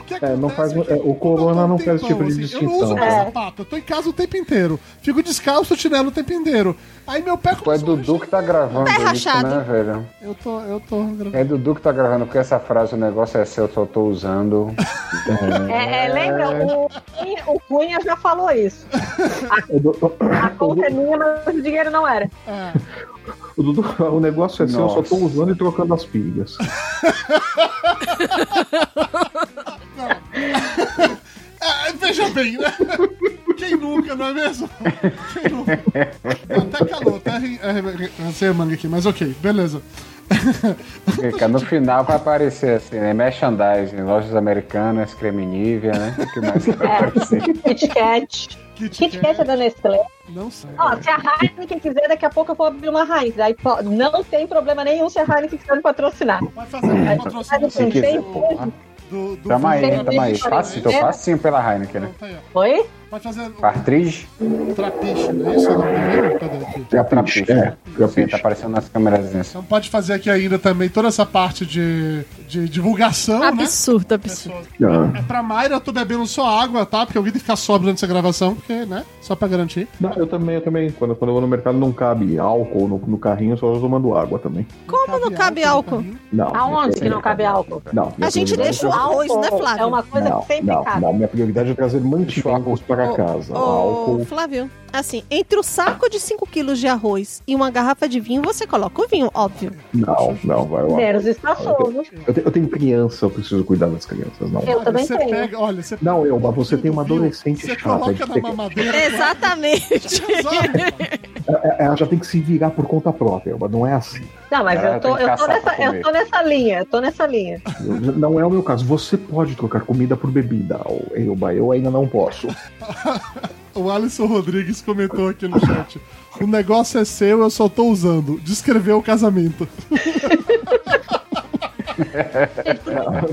S1: O que
S2: É, não
S1: acontece
S2: faz-
S1: que
S2: é, o
S1: eu tô
S2: corona
S1: há um
S2: não faz esse
S1: Eu
S2: tipo de
S1: não uso
S2: distinção.
S1: mais
S4: É.
S1: sapato, eu tô em casa o tempo inteiro. Fico descalço, chinelo o tempo inteiro. Aí meu pé
S5: Pô, é
S1: começou a
S5: Dudu que tá gravando
S3: Pé
S5: isso,
S3: rachado.
S5: né, velho?
S1: mexer. Eu tô, eu tô.
S5: É Dudu que tá gravando, porque essa frase, o negócio é seu, eu só tô usando.
S2: né?
S4: É, é, lembra? O, Cunha- o Cunha já falou isso.
S2: O Dudu-
S4: A conta é minha, mas o dinheiro não era.
S1: É.
S2: O, Dudu, o negócio é seu, eu só tô
S5: Nossa.
S2: usando e trocando as pilhas.
S1: Ah, veja bem, né? Quem nunca, não é mesmo? Quem nunca? Até calou, até ri- é, ri- lancei a manga aqui, mas ok, beleza.
S5: Fica, no final vai aparecer assim, né? Merchandising, lojas americanas, creme Nivea, né? O que mais vai aparecer?
S4: Kit Kat.
S1: Kit
S4: Kit Kat é da Nestlé.
S1: Não sei.
S4: Ó, se a Heineken quiser, daqui a pouco eu vou abrir uma Heineken. Aí, pô, não tem problema nenhum se a Heineken quiser me patrocinar.
S1: Vai fazer
S5: Hum.
S1: um patrocínio
S4: Se
S5: Se quiser,
S1: do-
S5: pô. lá.
S1: do, do
S5: Tamo aí,
S1: Fernando
S5: tamo aí.
S1: Henrique, né?
S5: Fácil, tô facinho pela Heineken, né?
S1: Então tá aí, ó.
S4: Oi?
S1: Vai fazer um
S5: Partridge,
S1: trapiche, não é isso? Eu não lembro. Cadê aqui?
S2: É a
S5: trapiche. Sim, tá aparecendo nas câmeras. assim.
S1: Então pode fazer aqui ainda também toda essa parte de, de divulgação, né?
S3: Absurdo, absurdo.
S1: Pessoas. É pra Mayra, eu tô bebendo só água, tá? Porque eu vim ficar sóbrio durante essa gravação, porque, né? Só pra garantir.
S2: Não, eu também, eu também. Quando, quando eu vou no mercado não cabe álcool no, no carrinho, só tomando água também.
S1: É
S3: Como não cabe álcool?
S2: Não.
S4: Aonde que não cabe álcool?
S2: Não.
S3: A
S2: minha
S3: gente
S2: prioridade
S3: deixa o
S2: é-
S3: arroz, né, Flávio?
S4: É uma coisa
S2: não,
S4: que sempre
S2: não,
S4: cabe.
S2: não, minha prioridade é trazer mantimento para casa.
S3: Ô,
S2: álcool.
S3: Flávio, assim, entre o saco de 5 quilos de arroz e uma garrafa de vinho, você coloca o vinho, óbvio.
S2: Não, não, vai lá.
S4: Menos tá espaçoso.
S2: Eu, te- eu tenho criança, eu preciso cuidar das crianças, não.
S4: Eu também
S1: você
S4: tenho.
S1: pega, olha, você
S2: Não, eu, mas você tem uma
S1: Viu?
S2: adolescente
S1: Você
S2: chata.
S1: coloca
S2: de
S1: na
S2: ter-
S1: mamadeira.
S3: Exatamente.
S1: Exato.
S2: é- ela já tem que se virar por conta própria, mas não é assim.
S4: Não, mas
S5: Ela
S4: eu tô,
S5: tem que
S4: eu, tô
S5: caçar pra
S4: nessa, eu
S5: comer.
S4: tô nessa linha, eu tô nessa linha.
S2: Eu- Não é o meu caso. Você pode trocar comida por bebida, ô, Elba. Eu ainda não posso.
S1: O Alisson Rodrigues comentou aqui no chat. O negócio é seu, eu só tô usando. Descreveu o casamento.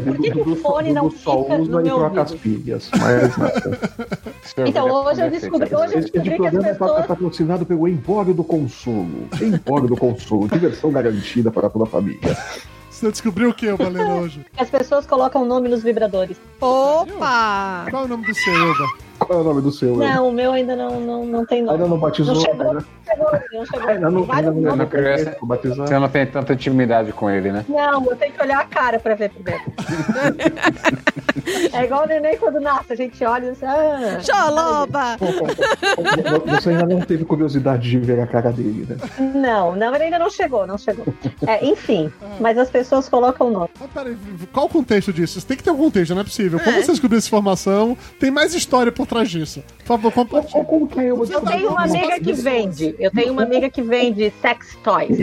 S2: Por
S4: que o fone não fica no meu
S2: troca as
S4: ouvido?
S2: pilhas. Mas nada.
S5: Seu
S4: Então,
S5: vídeo é
S4: hoje eu
S5: perfeito,
S4: descobri-
S5: seu
S4: hoje eu
S5: vídeo.
S2: Esse, esse
S4: descobri que as
S2: programa é pa-
S4: pessoas-
S2: é patrocinado pelo Empório do Consumo. Empório do Consumo. Diversão garantida para toda a família.
S1: Você descobriu o que, Valena, hoje?
S4: As pessoas colocam o nome nos vibradores.
S3: Opa!
S1: Qual é o nome do seu, Eva?
S2: Qual é o nome do seu? Elba?
S4: Não, o meu ainda não, não, não tem nome.
S2: Ainda não batizou?
S4: Não chegou.
S2: né?
S4: Chegou, não chegou.
S2: Ainda não,
S4: Vários
S2: ainda
S5: Eu
S2: não,
S5: não
S4: nomes.
S5: quero essa-
S2: não batizar.
S5: Você não tem tanta intimidade com ele, né?
S4: Não, eu tenho que olhar a cara pra ver primeiro. é igual o neném quando nasce, a gente olha e diz, ah,
S3: Xoloba!
S2: Você ainda não teve curiosidade de ver a cara dele, né?
S4: não, não, ele ainda não chegou, não chegou. É, enfim, mas as pessoas colocam o nome.
S1: Mas Ah, peraí, qual o contexto disso? Tem que ter um contexto, não é possível. Como você descobriu essa informação? Tem mais história por trás disso. Por favor, compartilhe.
S2: Como que é eu?
S4: Eu tenho uma
S2: é.
S4: amiga que vende, eu tenho uma amiga que vende sex toys.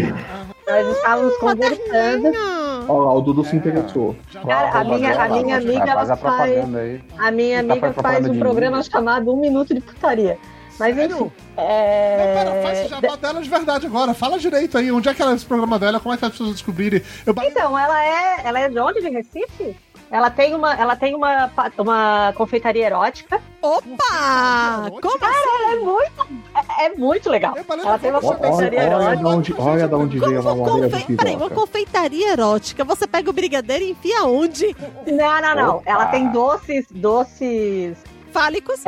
S4: Nós estávamos conversando,
S3: Hum,
S2: Olha lá, o Dudu se interessou.
S4: cara, a minha, a minha amiga,
S5: Faz
S4: ela
S5: a
S4: faz,
S5: propaganda aí.
S4: a minha
S5: Tá
S4: amiga
S5: fazendo
S4: faz
S5: propaganda
S4: um
S5: de
S4: programa
S5: mim.
S4: chamado Um Minuto de Putaria. Mas enfim,
S1: Sério? Não, pera, faz esse
S4: é...
S1: jabá dela de verdade agora. Fala direito aí. Onde é que ela é esse programa dela? Como é que as pessoas descobrirem? Eu ba-
S4: Então, ela é, ela é de onde? De Recife? Ela tem uma, ela tem uma, pa- uma confeitaria erótica. Ah,
S3: Opa! Como assim?
S4: É muito, é, é muito legal.
S1: Eu falei pra
S4: Ela tem uma
S1: você,
S2: Olha,
S4: confeitaria
S2: olha, olha,
S4: erótica.
S2: de onde, olha de onde
S3: Como
S2: veio a
S3: uma,
S2: mamadeira
S3: confe...
S2: do
S3: Peraí, uma
S2: piroca.
S3: confeitaria erótica. Você pega o brigadeiro e enfia onde?
S4: Não, não, não.
S5: Opa.
S4: Ela tem doces, doces, é,
S3: Fálicos?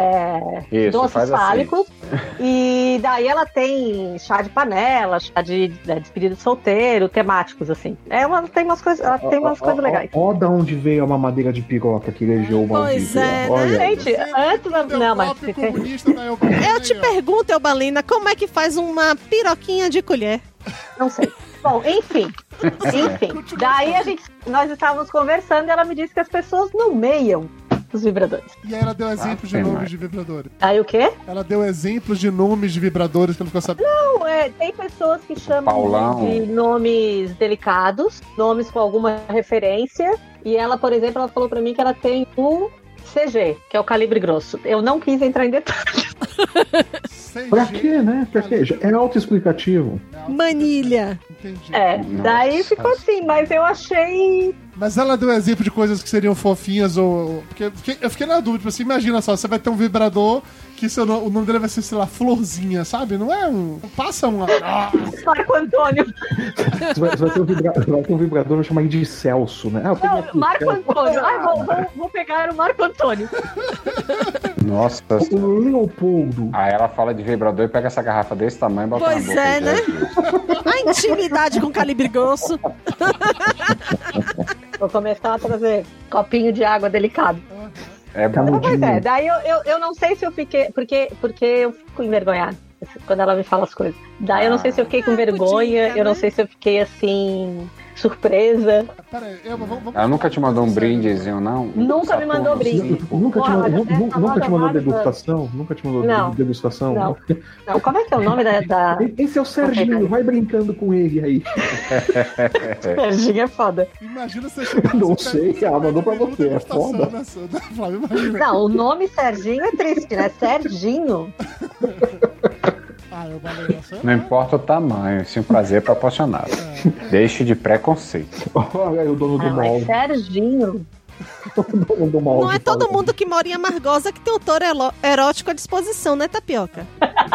S5: Isso,
S4: doces
S5: faz assim.
S4: fálicos. E daí ela tem chá de panela, chá de né, de despedida de solteiro, temáticos assim. É uma, tem umas coisas, ela tem umas coisas legais.
S2: Olha da onde veio a mamadeira de piroca que elegeu o
S3: Pois
S2: maldito.
S3: é, né?
S2: Olha.
S4: Gente, antes não, assim? não mas
S1: Você é o próprio comunista da Elba
S3: Eu te
S1: Rainha.
S3: pergunto, Eubalina, como é que faz uma piroquinha de colher?
S4: Não sei. Bom, enfim. Enfim. Daí a gente, nós estávamos conversando e ela me disse que as pessoas nomeiam dos vibradores.
S1: E aí ela deu exemplos de
S5: Ah, tem
S1: nomes
S5: mais.
S1: de vibradores.
S4: Aí o quê?
S1: Ela deu exemplos de nomes de vibradores que ela ficou sabendo.
S4: Não, é, tem pessoas que chamam
S5: Paulão.
S4: de nomes delicados, nomes com alguma referência. E ela, por exemplo, ela falou pra mim que ela tem o CG, que é o calibre grosso. Eu não quis entrar em detalhes.
S1: Sei
S2: Pra
S1: gente,
S2: quê, né? Pra quê? É autoexplicativo.
S3: Manilha.
S1: Entendi.
S4: É, daí ficou assim, mas eu achei.
S1: Mas ela deu exemplo de coisas que seriam fofinhas ou. ou- Porque, porque eu fiquei na dúvida, tipo assim, imagina só, você vai ter um vibrador que seu no- o nome dele vai ser, sei lá, florzinha, sabe? Não é um. não Passa um. Ah,
S4: Marco Antônio.
S2: Você vai, você vai ter um vibra- vai ter um vibrador, vai chamar ele de Celso, né? Ah, eu tenho
S4: Não,
S2: aqui,
S4: Marco
S2: Celso.
S4: Antônio. Ai, vou, vou- vou pegar o Marco Antônio.
S5: Nossa.
S2: é O Leopoldo.
S5: Aí ela fala de vibrador e pega essa garrafa desse tamanho e bota
S3: Pois
S5: na boca.
S3: é,
S5: de
S3: né?
S5: Jesus.
S3: A intimidade com calibre grosso.
S4: Vou começar a trazer copinho de água delicado.
S5: É
S2: Tá
S5: bom.
S4: Então, pois
S2: Camudinho.
S4: é, daí eu, eu, eu não sei se eu fiquei. Porque, porque eu fico envergonhada quando ela me fala as coisas. Daí eu não sei se eu fiquei com
S3: Ah,
S4: vergonha,
S3: pudica,
S4: eu não
S3: né?
S4: sei se eu fiquei assim. Surpresa.
S1: pera aí, eu, vamos, vamos-
S5: Ela nunca te mandou um brindezinho, não?
S4: Nunca me mandou brinde.
S2: Nunca te,
S4: Porra,
S2: mandou-
S4: mas
S2: nu-
S4: é, essa
S2: nunca te mandou
S4: roda
S2: degustação? Nunca te mandou
S4: Não.
S2: degustação?
S4: Não. Não, como é que é o nome da. da...
S2: Esse é o Serginho, vai brincando com ele aí.
S4: Serginho é foda.
S1: Imagina você chegar assim,
S2: Não
S1: você pega
S2: sei,
S1: esse
S2: ela mandou pra
S1: minuto
S2: você,
S1: de
S2: é
S1: estação né,
S2: foda.
S1: nessa- da Flávia, imagina.
S4: Não, o nome Serginho é triste, né? Serginho.
S1: Ah, eu falei essa.
S5: Não importa o tamanho, se o prazer é proporcionado.
S4: É.
S5: Deixe de preconceito.
S2: Olha aí o dono do
S4: Ah,
S2: mal.
S4: mas Serginho.
S2: o dono do mal
S3: Não é
S2: que fala
S3: todo
S2: assim.
S3: mundo que mora em Amargosa que tem um touro elo- erótico à disposição, né, Tapioca?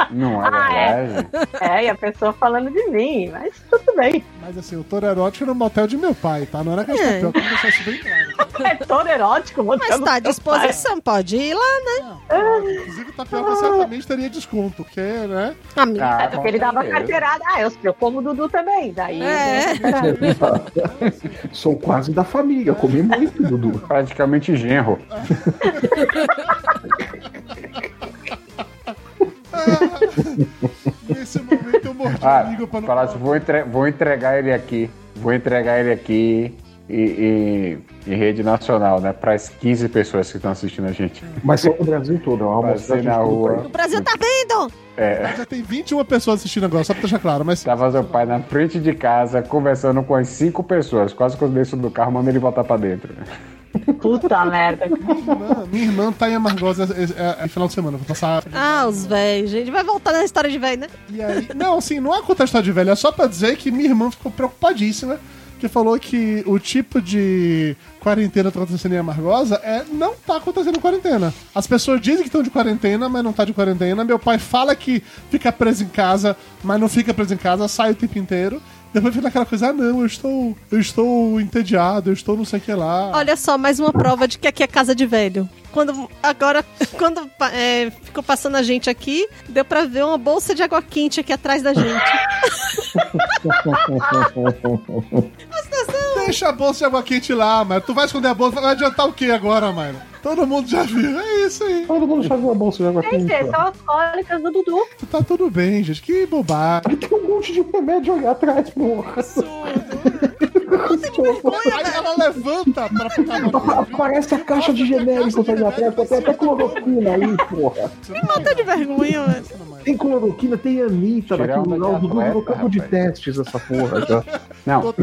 S5: Não é
S4: Ah, é?
S5: verdade?
S4: É, e a pessoa falando de mim, mas tudo bem.
S1: Mas assim, o touro erótico era um motel de meu pai, tá? Não era que a
S3: É.
S1: gente que deixou isso bem claro.
S4: É todo erótico,
S3: Mas
S4: mostrando.
S3: tá à disposição, pode ir lá,
S1: Não, Inclusive, o Tapioca certamente teria desconto, porque, né?
S3: amigo.
S5: Ah,
S4: É porque ele dava carteirada. Ah, eu, eu como o Dudu também. Daí. né?
S3: É.
S2: Sou quase da família, comi muito, Dudu.
S5: Praticamente genro.
S1: Nesse momento eu mordi o
S5: Ah,
S1: amigo pra não
S5: falasse, vou, entre- vou entregar ele aqui, vou entregar ele aqui e, e- em rede nacional, né? Para as 15 pessoas que estão assistindo a gente.
S2: Mas só no Brasil todo, é uma
S5: Passei
S2: amostra
S5: na rua,
S3: O Brasil tá vendo!
S1: Já tem 21 pessoas assistindo agora, só pra deixar claro, mas.
S5: tava seu pai na frente de casa, conversando com as cinco pessoas, quase que eu desço do carro, mando ele voltar pra dentro. né?
S4: Puta merda.
S1: Minha irmã, minha irmã tá em Amargosa é, é, é final de semana, vou passar.
S3: Ah, os velhos, gente. Vai voltar na história de velho, né?
S1: E aí. Não, assim, não é contar a história de velho, é só pra dizer que minha irmã ficou preocupadíssima. Que falou que o tipo de quarentena que tá acontecendo em Amargosa é, não tá acontecendo quarentena. As pessoas dizem que estão de quarentena, mas não tá de quarentena. Meu pai fala que fica preso em casa, mas não fica preso em casa, sai o tempo inteiro. Depois fica aquela coisa, ah não, eu estou. Eu estou entediado, eu estou não sei o que lá.
S3: Olha só, mais uma prova de que aqui é casa de velho. Quando agora, quando pa- é, ficou passando a gente aqui, deu pra ver uma bolsa de água quente aqui atrás da gente.
S1: Deixa a bolsa de água quente lá, mano. Tu vai esconder a bolsa, vai adiantar o que agora, mano? Todo mundo já viu. É isso aí.
S2: Todo mundo já viu a bolsa de água
S4: Gente, é
S2: quente.
S4: essas
S2: ó.
S4: são as cólicas do Dudu.
S1: Tá tudo bem, gente. Que bobagem.
S2: Tem um monte de remédio ali atrás, porra.
S1: Aí ela levanta pra ficar na
S2: Aparece a caixa de genéricos ali atrás, tem até cloroquina aí, porra.
S3: Tá de vergonha, velho.
S2: Tem cloroquina, tem anitta
S5: Tirar
S2: naquilo
S5: onda
S2: lá, o
S5: de
S2: Dudu virou
S5: atleta,
S2: campo de
S5: rapaz.
S2: testes essa porra já.
S5: Não,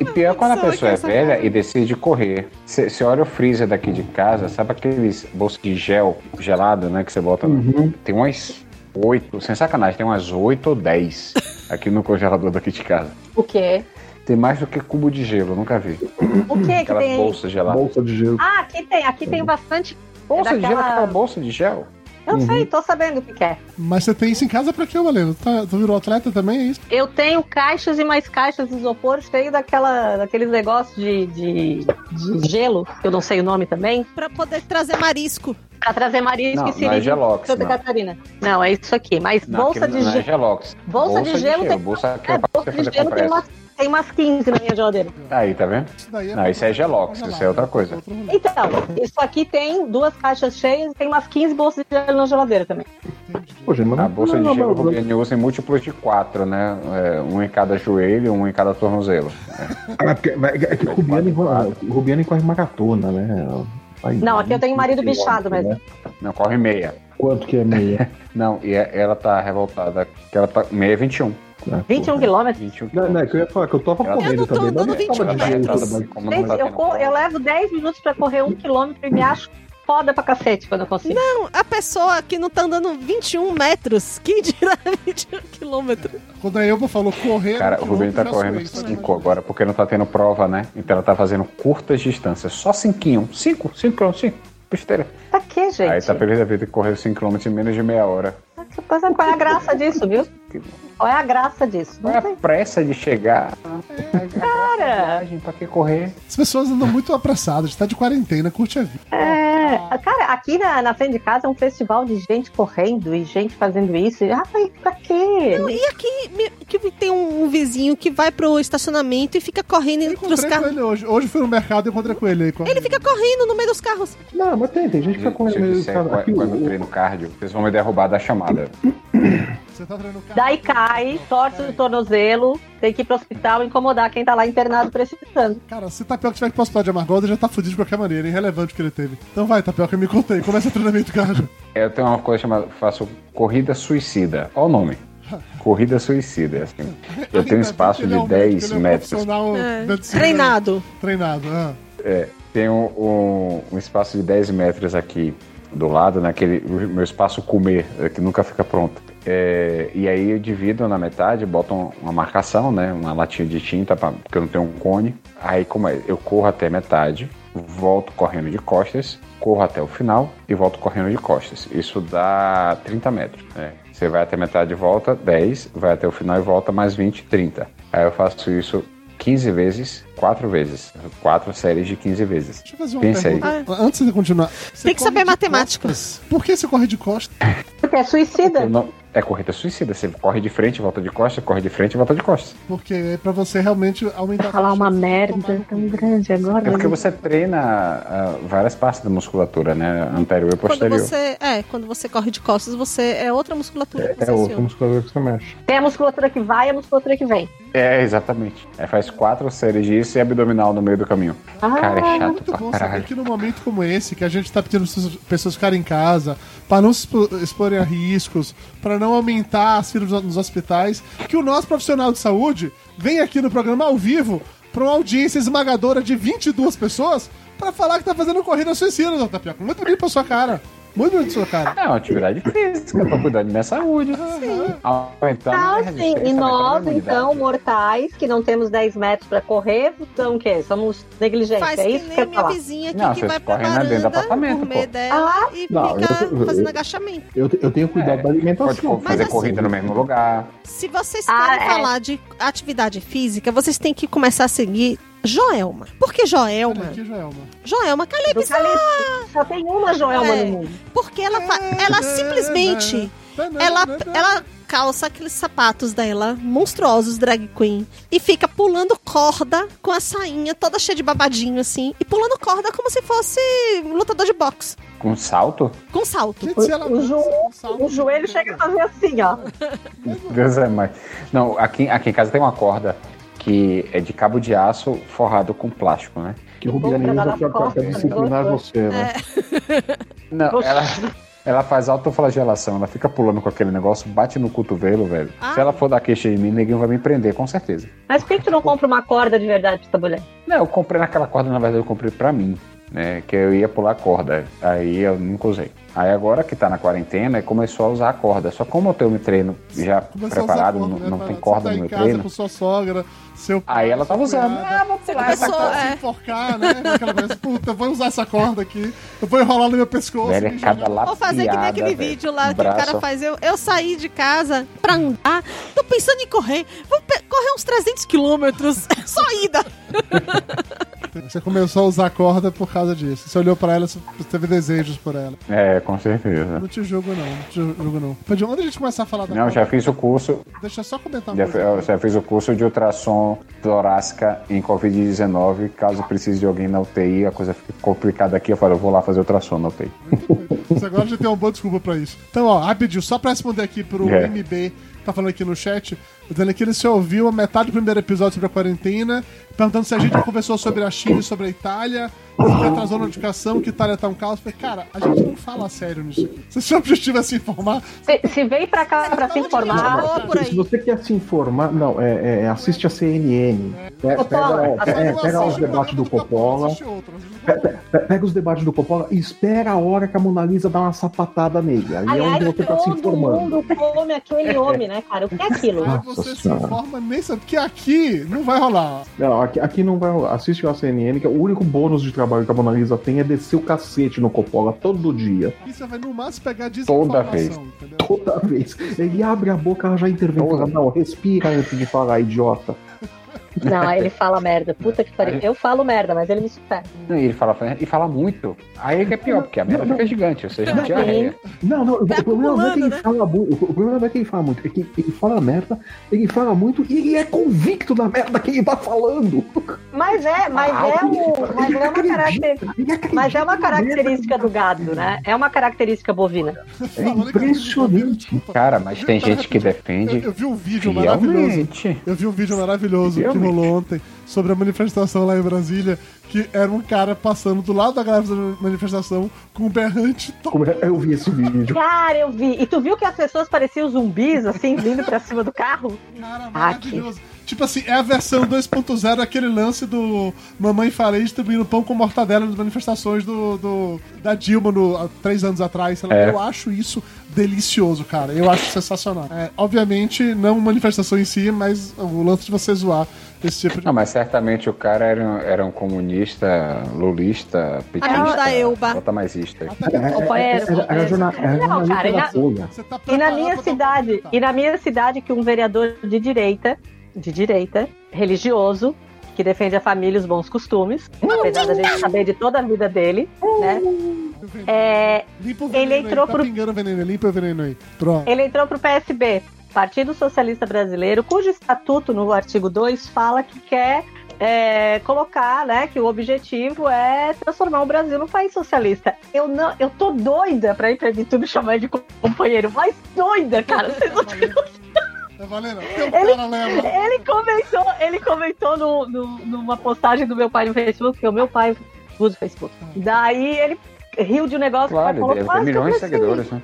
S5: E pior quando a
S3: Só
S5: pessoa
S3: que
S5: é
S3: essa
S5: velha
S3: cara-
S5: e decide correr. Você olha o freezer daqui de casa, sabe aqueles bolsos de gel gelado, né? Que você bota.
S4: Uhum.
S5: no-
S2: Uhum.
S5: Tem umas oito, sem sacanagem, tem umas oito ou dez aqui no congelador daqui de casa.
S4: O quê?
S5: Tem mais do que cubo de gelo, eu nunca vi.
S4: O quê É que
S5: Aquelas
S4: tem aí?
S5: bolsas geladas.
S2: Bolsa de gelo.
S4: Ah, aqui tem, aqui tem bastante.
S5: Bolsa de gelo, é
S4: daquela-
S5: aquela bolsa de gel?
S4: Eu sei, tô sabendo o que que é.
S1: Mas você tem isso em casa pra quê, Valendo? Tá, tu virou atleta também, é isso?
S4: Eu tenho caixas e mais caixas de isopor cheio daquela, daqueles negócios de, de, de gelo, que eu não sei o nome também,
S3: Pra poder trazer marisco.
S4: pra trazer marisco
S5: Não,
S4: e
S5: não é
S4: siri
S5: Gelox,
S4: Santa
S5: não.
S4: Catarina. Não, é isso aqui. Mas
S5: Não,
S4: bolsa
S5: aquele
S4: de
S5: não é
S4: gelo.
S5: gelox.
S4: Bolsa de gelo tem-
S5: Bolsa que
S4: É,
S5: eu faço
S4: bolsa
S5: você
S4: de
S5: fazer
S4: gelo tem
S5: compressa.
S4: umas, tem umas 15 na minha geladeira.
S5: Aí, tá vendo?
S1: Isso daí
S5: Não, isso é gelox, isso é outra coisa.
S1: né? Outro rolê.
S4: Então, isso aqui tem duas caixas cheias e tem umas 15 bolsas de gelo na geladeira também.
S2: Pô, gente, mas
S5: A
S2: não-
S5: bolsa
S2: não, é
S5: de gelo
S2: não, não,
S5: Rubiane usa em múltiplos de quatro, né? É, um em cada joelho, um em cada tornozelo.
S2: Ah, mas porque- mas é que Rubiane, Rubiane corre maratona, né? Aí,
S4: Não, aqui eu tenho um marido
S5: Quilômetro,
S4: bichado mesmo.
S5: né? Não, corre meia.
S2: Quanto que é meia?
S5: Não, e é- ela tá revoltada. Que ela tá. Meia é 21.
S2: Ah,
S4: 21
S2: porra.
S4: quilômetros?
S5: 21
S2: Não, não, é que eu ia falar que eu tava
S5: Eu não
S2: correndo
S3: tô
S2: também, mas
S3: andando
S2: não é tava de
S3: 20
S2: tá jeito,
S5: um quilômetros.
S2: mas
S5: tá Como não tá
S4: Gente,
S5: vai ter
S4: eu,
S5: no
S4: co-
S5: colo.
S4: eu levo 10 minutos pra correr um quilômetro e me acho foda pra cacete quando eu consigo.
S3: A pessoa que não tá andando 21 metros, quem dirá 21 quilômetros?
S1: Quando a Elba falou
S4: é
S1: correr.
S5: Cara, o
S1: eu um
S5: Rubinho tá
S1: já
S5: correndo
S1: suei, sabe?
S5: 5 agora, porque não tá tendo prova, né? Então ela tá fazendo curtas distâncias. Só 5. 5, 5 km, 5. Besteira.
S4: Pra quê, gente?
S5: Aí tá perdendo a vida que correu 5 km em menos de meia hora.
S4: Qual é a graça disso, viu? Qual é a graça disso?
S5: Qual é
S4: Não
S5: a
S4: tem.
S5: pressa de chegar?
S4: Cara,
S5: Viagem, pra que correr?
S1: As pessoas andam muito apressadas, tá de quarentena, curte a vida. Ah,
S4: é, cara, aqui na, na frente de casa é um festival de gente correndo e gente fazendo isso. E, Ah, mas pra quê?
S3: E aqui me- que tem um, um vizinho que vai pro estacionamento e fica correndo
S1: Eu
S3: entre os
S1: encontrei com
S3: carros.
S1: ele hoje. Hoje fui no mercado e encontrei com ele aí. com-
S3: Ele fica correndo no meio dos carros.
S2: Não, mas tem, tem gente
S5: Hum,
S2: que
S5: Se
S2: tá correndo
S5: eu
S2: meio
S5: disser
S2: cara,
S5: qual-
S2: aqui,
S5: quando
S2: o-
S5: eu treino cardio, vocês vão me derrubar da chamada.
S1: Você tá treinando carro?
S4: Daí cai, torce o tornozelo, tem que ir pro hospital incomodar quem tá lá internado precisando.
S1: Cara, se Tapioca tiver que ir pro hospital de Amargosa, já tá fudido de qualquer maneira, é irrelevante o que ele teve. Então vai, Tapioca, me conta aí, começa o treinamento cardio.
S5: É, Eu tenho uma coisa chamada. Faço corrida suicida. Olha o nome. Corrida suicida. assim. Eu tenho um espaço
S1: Ele é
S5: de
S1: um médico,
S5: 10
S1: ele é um
S5: metros.
S1: profissional
S3: É,
S1: medicina-
S3: Treinado.
S1: Treinado, ah.
S5: Tenho um, um espaço de 10 metros aqui do lado, naquele o meu espaço comer, eh, que nunca fica pronto. É, e aí eu divido na metade, boto um- uma marcação, né? Uma latinha de tinta, pra, porque eu não tenho um cone. Aí como é? Eu corro até metade, volto correndo de costas, corro até o final e volto correndo de costas. Isso dá 30 metros. né? Você vai até metade e volta, 10, vai até o final e volta mais 20, 30. Aí eu faço isso 15 vezes, 4 vezes. 4 séries de 15 vezes.
S1: Deixa eu fazer uma
S5: Pensa aí.
S1: pergunta. Antes de continuar. você
S3: Ah. Tem que
S1: corre
S3: saber
S1: de
S3: matemática.
S1: costas? Por que você corre de costas?
S4: Porque é
S5: Eu
S4: suicida.
S5: não- É corrida suicida. Você corre de frente, volta de costas, corre de frente, volta de costas.
S1: Porque é pra você realmente aumentar...
S4: Falar
S1: Tomar
S4: uma merda tá
S1: no cu.
S4: tão grande agora.
S5: É porque
S4: né?
S5: você treina ah, várias partes da musculatura, né? Anterior e
S3: Quando
S5: posterior.
S3: você, é, quando você corre de costas, você é outra musculatura que você
S2: É, outro
S3: aciona.
S2: musculador que você mexe.
S4: Tem a musculatura que vai e a musculatura que vem.
S5: É, exatamente. Aí faz quatro séries disso e abdominal no meio do caminho.
S4: Ah,
S5: Cara,
S4: tá
S5: é chato
S1: Muito bom
S5: pra
S1: saber
S5: caralho.
S1: que num momento como esse, que a gente tá pedindo para pessoas ficarem em casa, para não se expo- exporem a riscos, para não aumentar as filas nos hospitais, que o nosso profissional de saúde vem aqui no programa ao vivo para uma audiência esmagadora de 22 pessoas para falar que tá fazendo corrida suicida, doutor Tapioca. Muito bonito pra sua cara. Muito bonito pra sua cara.
S5: É uma atividade física pra cuidar da minha saúde. né? Aumentar
S4: Ah,
S5: né?
S4: sim.
S5: Tá
S4: E nós, então,
S5: então,
S4: mortais, que não temos 10 metros pra correr, são o quê? Somos negligentes.
S3: Faz
S4: é
S3: que
S4: isso que,
S3: nem
S4: eu ia
S3: minha
S4: falar. Ah,
S3: vizinha aqui
S5: Não,
S3: que
S5: vocês
S3: vai pra
S5: correm lá dentro do
S3: varanda
S5: apartamento,
S3: comer
S5: pô.
S3: dela e
S2: Ah, não,
S3: fica
S2: eu- eu-
S3: fazendo agachamento.
S2: Eu, te- eu tenho cuidado
S5: É,
S2: da
S5: Pode
S2: alimentação.
S5: co- fazer
S3: assim-
S5: corrida no mesmo lugar.
S3: Se vocês
S4: Ah,
S3: querem
S4: é.
S3: falar de atividade física, vocês têm que começar a seguir Joelma. Porque
S1: Olha
S3: Joelma,
S1: aqui, Joelma.
S3: Joelma
S4: Do
S3: Calypso,
S4: Calixto. Só tem uma Joelma
S3: É.
S4: no mundo.
S3: porque ela, fa- ela simplesmente
S1: Tá,
S3: Ela, ela calça aqueles sapatos dela, monstruosos, drag queen, e fica pulando corda com a sainha toda cheia de babadinho, assim, e pulando corda como se fosse lutador de boxe,
S5: Com um salto?
S3: com salto.
S1: Gente, se ela- um
S4: O jo-
S3: um
S1: salto-
S4: O joelho chega a fazer assim, ó.
S5: Deus é mais. Não, aqui, aqui em casa tem uma corda que é de cabo de aço forrado com plástico, né?
S2: Que Rubiane
S4: Bom,
S2: já
S4: pra dar na
S2: tinha
S4: costa,
S2: pra disciplinar
S4: né?
S2: você, né?
S5: Não,
S4: Oxi.
S5: ela, ela faz autoflagelação, ela fica pulando com aquele negócio, bate no cotovelo, velho.
S3: Ah.
S5: Se ela for dar queixa em mim, ninguém vai me prender, com certeza.
S4: Mas por que que tu não compra uma corda de verdade pra essa mulher?
S5: Não, eu comprei naquela corda, na verdade, eu comprei pra mim, né? Que eu ia pular a corda. Aí eu nunca usei. Aí agora que tá na quarentena, começou a usar a corda. Só como eu tenho meu treino já
S1: Começar a usar
S5: preparado,
S1: corda,
S5: não,
S1: né,
S5: não
S1: pra-
S5: tem
S1: você
S5: corda
S1: tá
S5: no
S1: em
S5: meu
S1: casa
S5: treino.
S1: com sua sogra, seu
S5: Aí ela tava
S1: sua
S5: usando.
S1: cunhada.
S5: Ah, vou pular essa
S3: começou,
S5: corda.
S1: Se enforcar, né? Aquela coisa, puta, eu vou usar essa corda aqui, eu vou enrolar no meu pescoço.
S5: Velho,
S1: me
S5: é cada
S1: jogar.
S5: lá.
S3: Vou fazer que nem aquele vídeo lá que o cara faz. Eu, eu saí de casa pra andar, tô pensando em correr, vou pe- correr uns 300 quilômetros, só ida.
S1: Você começou a usar a corda por causa disso. Você olhou pra ela, você teve desejos por ela.
S5: É, com certeza.
S1: Não te julgo, não. Não te julgo, não. Pô, de onde a gente começar a falar da
S5: Não,
S1: corda?
S5: já fiz o curso,
S1: Deixa eu só comentar uma
S5: já,
S1: coisa.
S5: fe- eu já fiz o curso de ultrassom torácica em Covid-19. Caso precise de alguém na UTI, a coisa fica complicada aqui. Eu falo, eu vou lá fazer ultrassom na UTI.
S1: Isso agora já tem uma boa desculpa pra isso. Então, ó, rapidinho, só pra responder aqui pro
S5: É.
S1: MB, que tá falando aqui no chat, dizendo que ele se ouviu a metade do primeiro episódio sobre a quarentena, perguntando se a gente já conversou sobre a China e sobre a Itália, vai entrar zona de educação, que Itália tá um caos. Eu Falei, cara, a gente não fala sério nisso aqui. Se o seu objetivo é se informar,
S4: Se, se vem pra cá
S3: tá
S4: pra se
S3: Não,
S4: informar,
S3: não. Ah, por aí.
S2: Se você quer se informar, não, é, é, assiste a CNN. Pe-
S4: Coppola,
S2: Pega,
S4: assiste
S2: é,
S1: não
S2: pega
S1: assiste
S2: os
S1: o programa
S2: debates do Coppola.
S1: assiste outro, assiste
S2: Pe- pe- Pega os debates do Coppola e espera a hora que a Mona Lisa dá uma sapatada nele. Aí é onde
S4: aliás,
S2: você tá se
S4: todo
S2: informando.
S4: mundo come aquele homem, né, cara? O que é aquilo?
S1: Lá
S2: Nossa
S1: você se
S2: Senhora.
S1: informa nem sabe, porque aqui não vai rolar.
S2: Não, aqui, aqui não vai. rolar. Assiste a CNN, que é o único bônus de trabalho que a Mona Lisa tem é descer o cacete no Coppola todo dia,
S1: Aqui você vai no máximo
S5: Toda
S1: pegar desinformação,
S5: vez.
S1: entendeu?
S2: toda vez. Ele abre a boca, ela já intervém.
S5: Porra.
S2: fala, Não, respira antes de falar, idiota.
S4: Não, ele fala merda. Puta que pariu. Eu falo merda, mas ele me supera.
S5: E ele fala, e fala muito. Aí é que é pior, porque a merda fica gigante, ou seja,
S4: Tá
S5: diarreia.
S2: Não, não, o
S3: Tá
S2: problema não é que ele
S4: né?
S3: acumulando,
S2: fala muito. O problema não é que ele fala muito, é que ele fala merda, ele fala muito e ele é convicto da merda que ele tá falando.
S4: Mas é, mas é o. Mas é uma característica.
S2: Ele acredita
S4: Mas é uma
S2: na merda
S4: característica
S2: que
S4: do gado, né? É uma característica bovina.
S2: É
S1: Falando que a gente tá ouvindo,
S2: impressionante.
S1: desculpa.
S5: Cara, mas tem gente que
S1: Eu,
S5: defende
S1: eu vi um vídeo maravilhoso.
S5: fielmente.
S1: Eu vi um vídeo maravilhoso que
S5: Realmente.
S1: rolou ontem sobre a manifestação lá em Brasília, que era um cara passando do lado da grávida da manifestação com um berrante top.
S2: Como é- Eu vi esse vídeo.
S4: Cara, eu vi. E tu viu que as pessoas pareciam zumbis, assim, vindo pra cima do carro?
S1: Cara,
S5: Ah,
S1: maravilhoso. Tipo assim, é a versão 2.0 daquele lance do Mamãe Falei distribuindo pão com mortadela nas manifestações do, do- da Dilma no, há três anos atrás. sei lá.
S5: É.
S1: Eu acho isso delicioso, cara. Eu acho sensacional. É, obviamente, não manifestação em si, mas o lance de você zoar esse tipo de.
S5: Não, mas certamente o cara era, um- era um comunista, lulista, petista.
S3: Amigo da Elba.
S2: É,
S5: Botamazista.
S4: Companheiro,
S2: Era, era, jorna- era
S4: Não,
S2: jornalista
S4: cara, e
S2: da
S4: na-
S2: Folha.
S1: Você tá
S4: E na
S1: preparado
S4: minha
S1: pra
S4: cidade,
S1: tomar um
S4: e na minha cidade, que um vereador de direita, de direita, religioso, que defende a família e os bons costumes, apesar da gente saber de toda a vida dele, né?
S1: tapa.
S4: É,
S1: Limpa o
S4: ele
S1: veneno aí,
S4: entrou um-
S1: tá
S4: pro-
S1: pingando o veneno, limpa o veneno aí. Pronto.
S4: Ele entrou pro PSB, Partido Socialista Brasileiro, cujo estatuto no artigo 2 fala que quer é, colocar, né, que o objetivo é transformar o Brasil num país socialista. Eu não, eu tô doida pra ir pra YouTube chamar de companheiro, mas doida, cara. Vocês não têm
S1: Tá valendo? Tem um cara leva.
S4: ele comentou, ele comentou no, no- numa postagem do meu pai no Facebook, porque o meu pai usa o Facebook. Daí ele riu de um negócio
S5: Hum. Claro,
S4: que o pai
S5: ele deve
S4: falou,
S5: ter
S4: "Nossa,
S5: milhões de
S4: Francine,
S5: seguidores, né?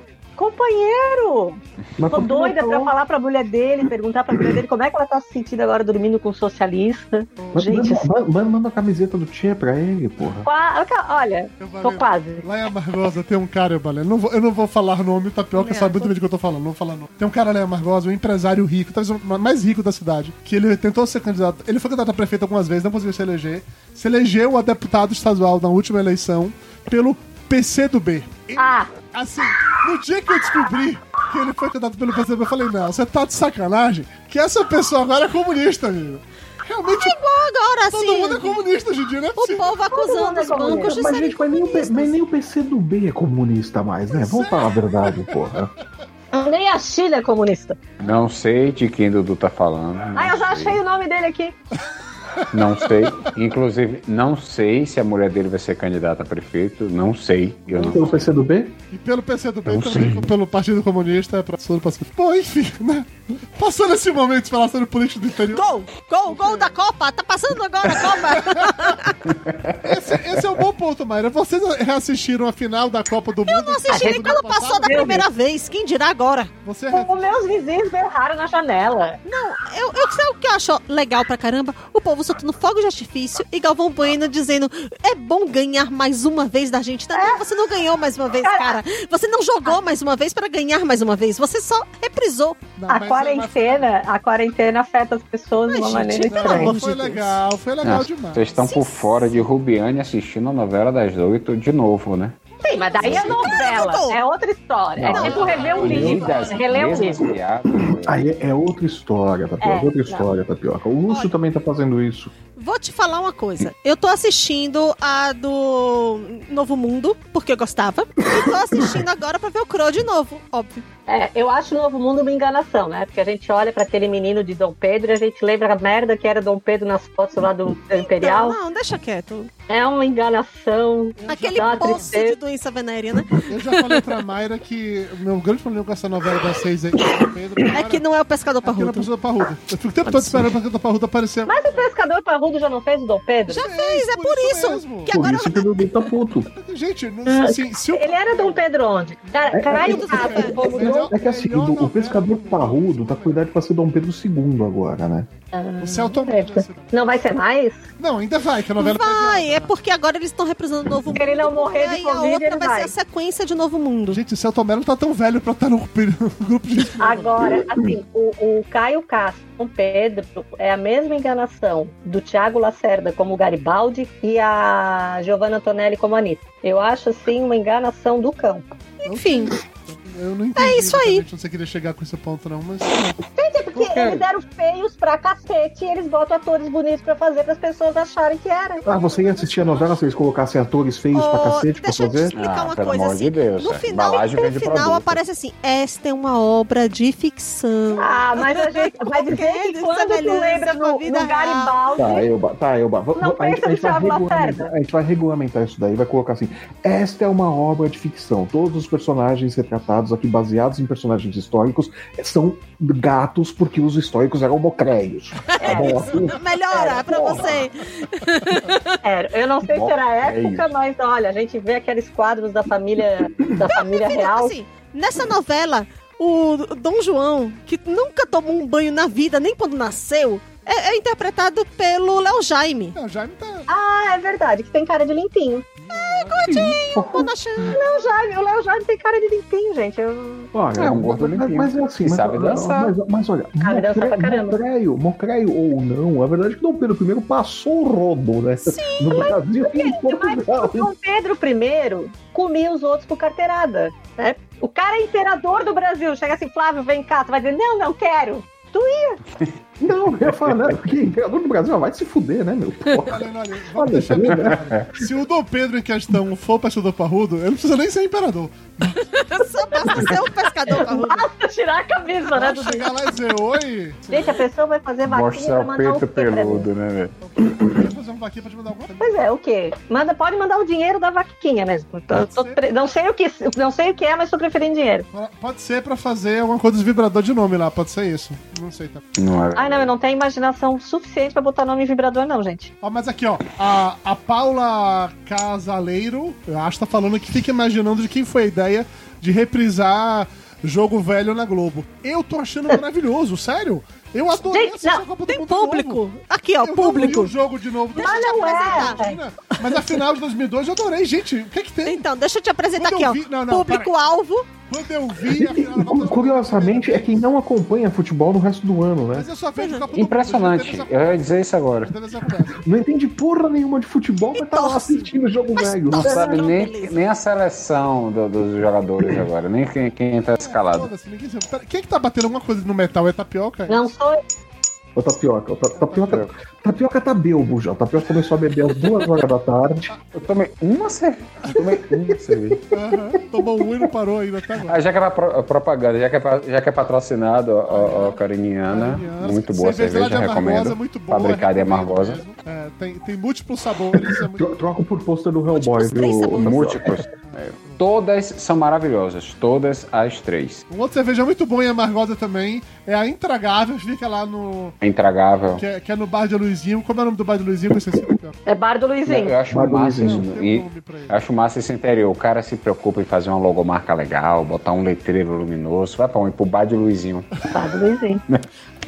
S4: Companheiro!
S2: Mas
S4: Tô
S2: por que não
S4: doida pra
S2: falou?
S4: falar pra mulher dele, perguntar pra mulher dele como é que ela tá se sentindo agora dormindo com um socialista.
S2: Mas-
S4: Gente,
S2: mas- mas- Manda, manda a camiseta do Tchê pra ele, porra.
S4: qua- olha,
S1: Tá
S4: tô
S1: valendo.
S4: quase.
S1: Lá em Amargosa tem um cara, Balé. Não vou, eu não vou falar nome, tá pior que
S4: É.
S1: eu
S3: Não,
S1: sabe muito
S3: vou-
S1: bem do que eu tô falando. Não vou falar nome. Tem um cara lá em Amargosa, um empresário rico, talvez o mais rico da cidade, que ele tentou ser candidato. Ele foi candidato a prefeito algumas vezes, não conseguiu se eleger. Se elegeu a deputado estadual na última eleição pelo PC do B.
S4: Ah,
S1: Assim, no dia que eu descobri que ele foi candidato pelo PCB, eu falei, não, você tá de sacanagem que essa pessoa agora é comunista, amigo. Realmente,
S3: Agora
S1: todo mundo é
S3: sim,
S1: comunista hoje em dia, né?
S3: o povo acusando os bancos de
S2: mas,
S3: serem
S2: gente, mas, nem um o, P- mas nem o PCdoB é comunista mais, né? Vamos falar a verdade, porra.
S4: nem a Chile é comunista.
S5: Não sei de quem Dudu tá falando. não
S4: Ah, eu já
S5: sei.
S4: achei o nome dele aqui.
S5: Não sei. Inclusive, não sei se a mulher dele vai ser candidata a prefeito. Não sei. Eu não
S2: Pelo PCdoB?
S1: E pelo PCdoB
S5: Eu
S1: também,
S5: sei.
S1: pelo Partido Comunista, é pra todo o Pacífico. Bom, enfim, né? Passando esse momento de falar sobre política do interior.
S3: Gol! Gol! Gol da Copa! Tá passando agora a Copa!
S1: Esse, esse é um bom ponto, Mayra. Vocês reassistiram a final da Copa do Mundo? Eu
S3: Não assisti nem quando passou da
S4: Meu
S3: primeira vez. Quem dirá agora?
S1: Você
S4: Os meus vizinhos berraram na janela.
S3: Não, eu, eu sei o que eu acho legal pra caramba. O povo soltando fogo de artifício e Galvão Bueno dizendo é bom ganhar mais uma vez da gente. Não, não, você não ganhou mais uma vez, cara. Você não jogou mais uma vez pra ganhar mais uma vez. Você só reprisou.
S1: Não,
S4: A
S1: mas-
S4: quarentena, a quarentena afeta as pessoas de uma
S3: Ai,
S4: maneira
S3: gente,
S1: Não,
S3: pelo
S4: estranha.
S3: amor de
S1: foi
S3: Deus.
S1: legal, foi legal
S5: Ah,
S1: demais.
S5: Vocês estão por fora de Rubiane assistindo a novela das oito de novo, né?
S4: Sim, mas daí é novela,
S3: Dudu.
S4: é outra história.
S5: Não.
S4: é tipo rever um livro,
S5: das
S4: reler um
S5: mesmas
S4: livro.
S5: piadas, né?
S2: Aí é, é outra história, Tapioca.
S4: É,
S2: outra
S4: não.
S2: história, Tapioca. O Lúcio
S3: Olha.
S2: também tá fazendo isso.
S3: Vou te falar uma coisa. Eu tô assistindo a do Novo Mundo, porque eu gostava. E tô assistindo agora pra ver o Crow de novo, óbvio.
S4: É, eu acho o Novo Mundo uma enganação, né? Porque a gente olha pra aquele menino de Dom Pedro e a gente lembra a merda que era Dom Pedro nas fotos lá do Imperial.
S3: Não, não, deixa quieto.
S4: É uma enganação.
S3: Aquele
S4: Dá uma
S3: poço de
S4: tristeza.
S3: doença venérea, né?
S1: Eu já falei pra Mayra que o meu grande problema com essa novela das seis aí, Pedro,
S3: É que não é o pescador
S1: é que não é
S3: parrudo.
S1: pessoa parruda. Eu fico o tempo todo esperando a pessoa parruda aparecer.
S4: Mas o pescador Barbudo já não fez o Dom Pedro?
S3: Já fez, é por isso.
S1: mesmo.
S3: Que
S2: Por
S3: agora
S2: isso que o Dudu tá puto.
S1: Gente, não,
S4: Ah,
S1: assim, se o
S4: Ele era Dom Pedro onde? Car-
S2: É-
S4: Caralho,
S3: é-
S4: cara,
S3: é-
S4: como
S1: é-
S4: Dom-
S2: É que assim, o, do- o pescador parrudo tá com idade pra ser Dom Pedro II agora, né?
S1: o céu tomou. né?
S4: Não vai ser mais?
S1: Não, ainda vai, que a novela né?
S3: Vai, é porque agora eles estão representando o Novo
S4: Se ele não morrer de
S3: e a
S4: Covid,
S3: outra
S4: ele
S3: vai
S4: vai.
S3: ser a sequência de Novo Mundo.
S1: Gente, o Celton Mello tá tão velho pra estar no grupo de gente.
S4: Agora, assim, o, o Caio Castro com Pedro é a mesma enganação do Tiago Lacerda como Garibaldi e a Giovanna Antonelli como Anitta. Eu acho, assim, uma enganação do cão.
S3: Enfim,
S1: Eu não entendi.
S3: É isso aí.
S1: exatamente onde você queria chegar com esse ponto, não, mas.
S4: Gente, porque
S2: Por quê?
S4: eles eram feios pra cacete e eles botam atores bonitos pra fazer as pessoas acharem que era.
S2: Ah, você ia assistir a novela se eles colocassem atores feios pra
S3: Ô,
S2: cacete pra
S3: deixa eu te
S2: fazer?
S3: explicar
S5: Ah,
S3: uma
S5: pelo
S3: coisa
S5: amor
S3: assim.
S5: de Deus,
S3: no
S5: é.
S3: final,
S5: Embalagem
S3: no
S5: vende
S3: final
S5: produto.
S3: aparece assim: esta é uma obra de ficção.
S4: Ah, mas a gente vai dizer que
S3: Eles
S4: quando tu
S3: semelhança
S4: lembra
S3: com a
S4: do,
S3: vida
S4: do Garibaldi,
S2: Tá, Elba, tá, Elba. v-
S4: Não
S2: v- a, gente,
S4: pensa
S2: a, gente vai
S4: no Thiago
S2: regulamentar,
S4: Lacerda.
S2: a gente vai regulamentar isso daí, vai colocar assim: esta é uma obra de ficção. Todos os personagens retratados aqui, baseados em personagens históricos, são gatos porque os históricos eram mocreios.
S4: É,
S2: Tá bom? Assim,
S3: Melhora pra
S2: porra.
S3: você.
S4: era. eu não sei se era a
S5: Nossa, é
S4: época,
S5: isso.
S4: mas olha, a gente vê aqueles quadros da família, da família
S3: Filho,
S4: é real.
S3: assim, nessa novela, o Dom João, que nunca tomou um banho na vida, nem quando nasceu, é, é interpretado pelo Léo Jaime.
S1: Não, o Jaime tá.
S4: Ah, é verdade, que tem cara de limpinho.
S3: Quando achando-
S4: É O Jaime- o Léo Jaime tem cara de limpinho, gente. Eu-
S2: Olha,
S5: É, um gordo
S2: mas,
S5: limpinho.
S2: mas é assim,
S5: E
S2: mas,
S5: sabe dançar.
S2: Mas, mas olha,
S4: Sabe dançar pra caramba.
S2: mocreio, mocreio ou não, a verdade é que Dom Pedro I passou o rodo, né? no Brasil e em
S4: é
S2: Portugal.
S4: Dom Pedro I comia os outros por carteirada. Né? O cara é imperador do Brasil. Chega assim, Flávio, vem cá. Tu vai dizer, não, não quero.
S2: Não, eu ia falar, né? Porque imperador do Brasil ah, vai se fuder, né, meu? Porra.
S1: Olha, olha, vamos
S2: Olha,
S1: deixar
S2: tá
S1: bem
S2: vendo?
S1: claro. Se o Dom Pedro em questão for pescador parrudo, ele não precisa nem ser imperador.
S3: só basta ser um pescador parrudo.
S4: Basta tirar a camisa, né,
S1: Pode
S4: Dudu?
S1: chegar lá e dizer oi.
S4: Gente, a pessoa vai fazer vaquinha
S5: Mostra
S4: pra
S5: o
S4: mandar
S5: peito
S4: um quê pra mim?
S5: peludo, né, velho?
S1: Pode fazer um vaquinha pra te mandar alguma coisa.
S4: Pois é, o quê? Manda, pode mandar o dinheiro da vaquinha mesmo. Tô- tô pre- não, sei o que, não sei o que é, mas tô preferindo dinheiro.
S1: Pode ser pra fazer alguma coisa dos vibrador de nome lá, pode ser isso. Não sei, tá?
S5: Não é.
S4: Ai, não, eu não tenho imaginação suficiente pra botar nome em vibrador, não, gente.
S1: Ó, mas aqui, ó, a, a Paula Casaleiro, eu acho, tá falando que fica imaginando de quem foi a ideia de reprisar jogo velho na Globo. Eu tô achando maravilhoso, sério. Eu adorei
S4: Gente,
S1: assistir
S4: não,
S1: a Copa do
S3: Tem
S1: Mundo de novo.
S3: público. Aqui, ó,
S1: Eu
S3: público.
S1: amo o jogo de novo.
S3: Deixa eu te
S4: não é.
S3: apresentar.
S1: Imagina, Mas a final de 2002 eu adorei, gente. O que é que tem?
S3: Então, deixa eu te apresentar
S1: Quando
S3: aqui,
S1: eu
S3: ó.
S1: vi- não, não,
S3: Público-alvo.
S1: Quando eu vi a
S2: E,
S1: final da Copa
S2: e,
S1: do
S2: curiosamente, é quem não acompanha futebol no resto do ano, né?
S1: Mas eu só vejo Copa do Mundo,
S5: Impressionante.
S1: eu
S5: Eu ia dizer isso agora.
S1: não tenho essa conversa.
S2: Não entende porra nenhuma de futebol, mas tá lá
S3: torce.
S2: assistindo o jogo
S3: Mas
S2: velho.
S5: Não
S3: torce.
S5: sabe
S3: não,
S5: nem,
S3: beleza.
S5: nem a seleção do- dos jogadores agora, nem quem, quem tá escalado.
S1: Foda-se, ninguém sabe. Pera, Quem é que tá batendo alguma coisa no metal? É tapioca?
S4: Não sou eu.
S2: O tapioca, o ta- tapioca, tapioca tá belbo já. O tapioca começou a beber às duas horas da tarde.
S5: Eu tomei uma cerveja. Eu tomei uma cerveja.
S1: Aham, Tomou um e não parou ainda até agora.
S5: Ah, já que é pra pro- propaganda, já que é, pra- já que é patrocinado, ó, ó, ó Cariniana,
S1: Cariniana.
S5: muito boa a
S1: lá de
S5: cerveja,
S1: Amargosa,
S5: recomendo.
S1: muito boa,
S5: Fabricada em
S1: recomendo
S5: Amargosa.
S1: mesmo. É, tem, tem múltiplos sabores. É muito...
S2: Tro- Troco por pôster do Hellboy,
S3: Múltiplos Tipo, três
S2: viu?
S3: sabores.
S5: Múltiplos. É, Todas são maravilhosas, todas as três.
S1: Um outro cerveja muito bom em Amargosa também é a Intragável, fica lá no.
S5: É intragável.
S1: Que é, que é no bar de Luizinho. Como é o nome do bar de Luizinho? Eu esqueci. aqui, ó.
S4: É Bar do Luizinho.
S5: Eu acho
S2: Mas
S5: massa isso.
S2: Luizinho.
S1: Tem um
S5: E
S1: nome pra ele.
S5: acho massa esse interior. O cara se preocupa em fazer uma logomarca legal, botar um letreiro luminoso. Vai pra onde? Pro bar de Luizinho.
S4: Bar do Luizinho.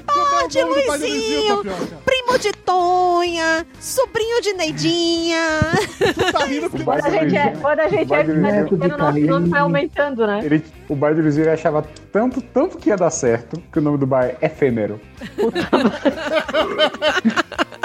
S1: Como
S3: de
S1: é o nome do bar de
S3: Luizinho.
S1: Tapioca?
S3: Primo de Tonha. Sobrinho de Neidinha.
S1: Tu tá rindo porque
S5: Bar
S4: Quando a
S5: de
S4: gente é,
S5: Luizinho.
S4: quando a gente é,
S5: Bar do Luizinho.
S4: pequeno, o nosso nome vai aumentando, né?
S5: Ele- o bar de Luizinho ele achava tanto, tanto que ia dar certo, que o nome do bar é efêmero.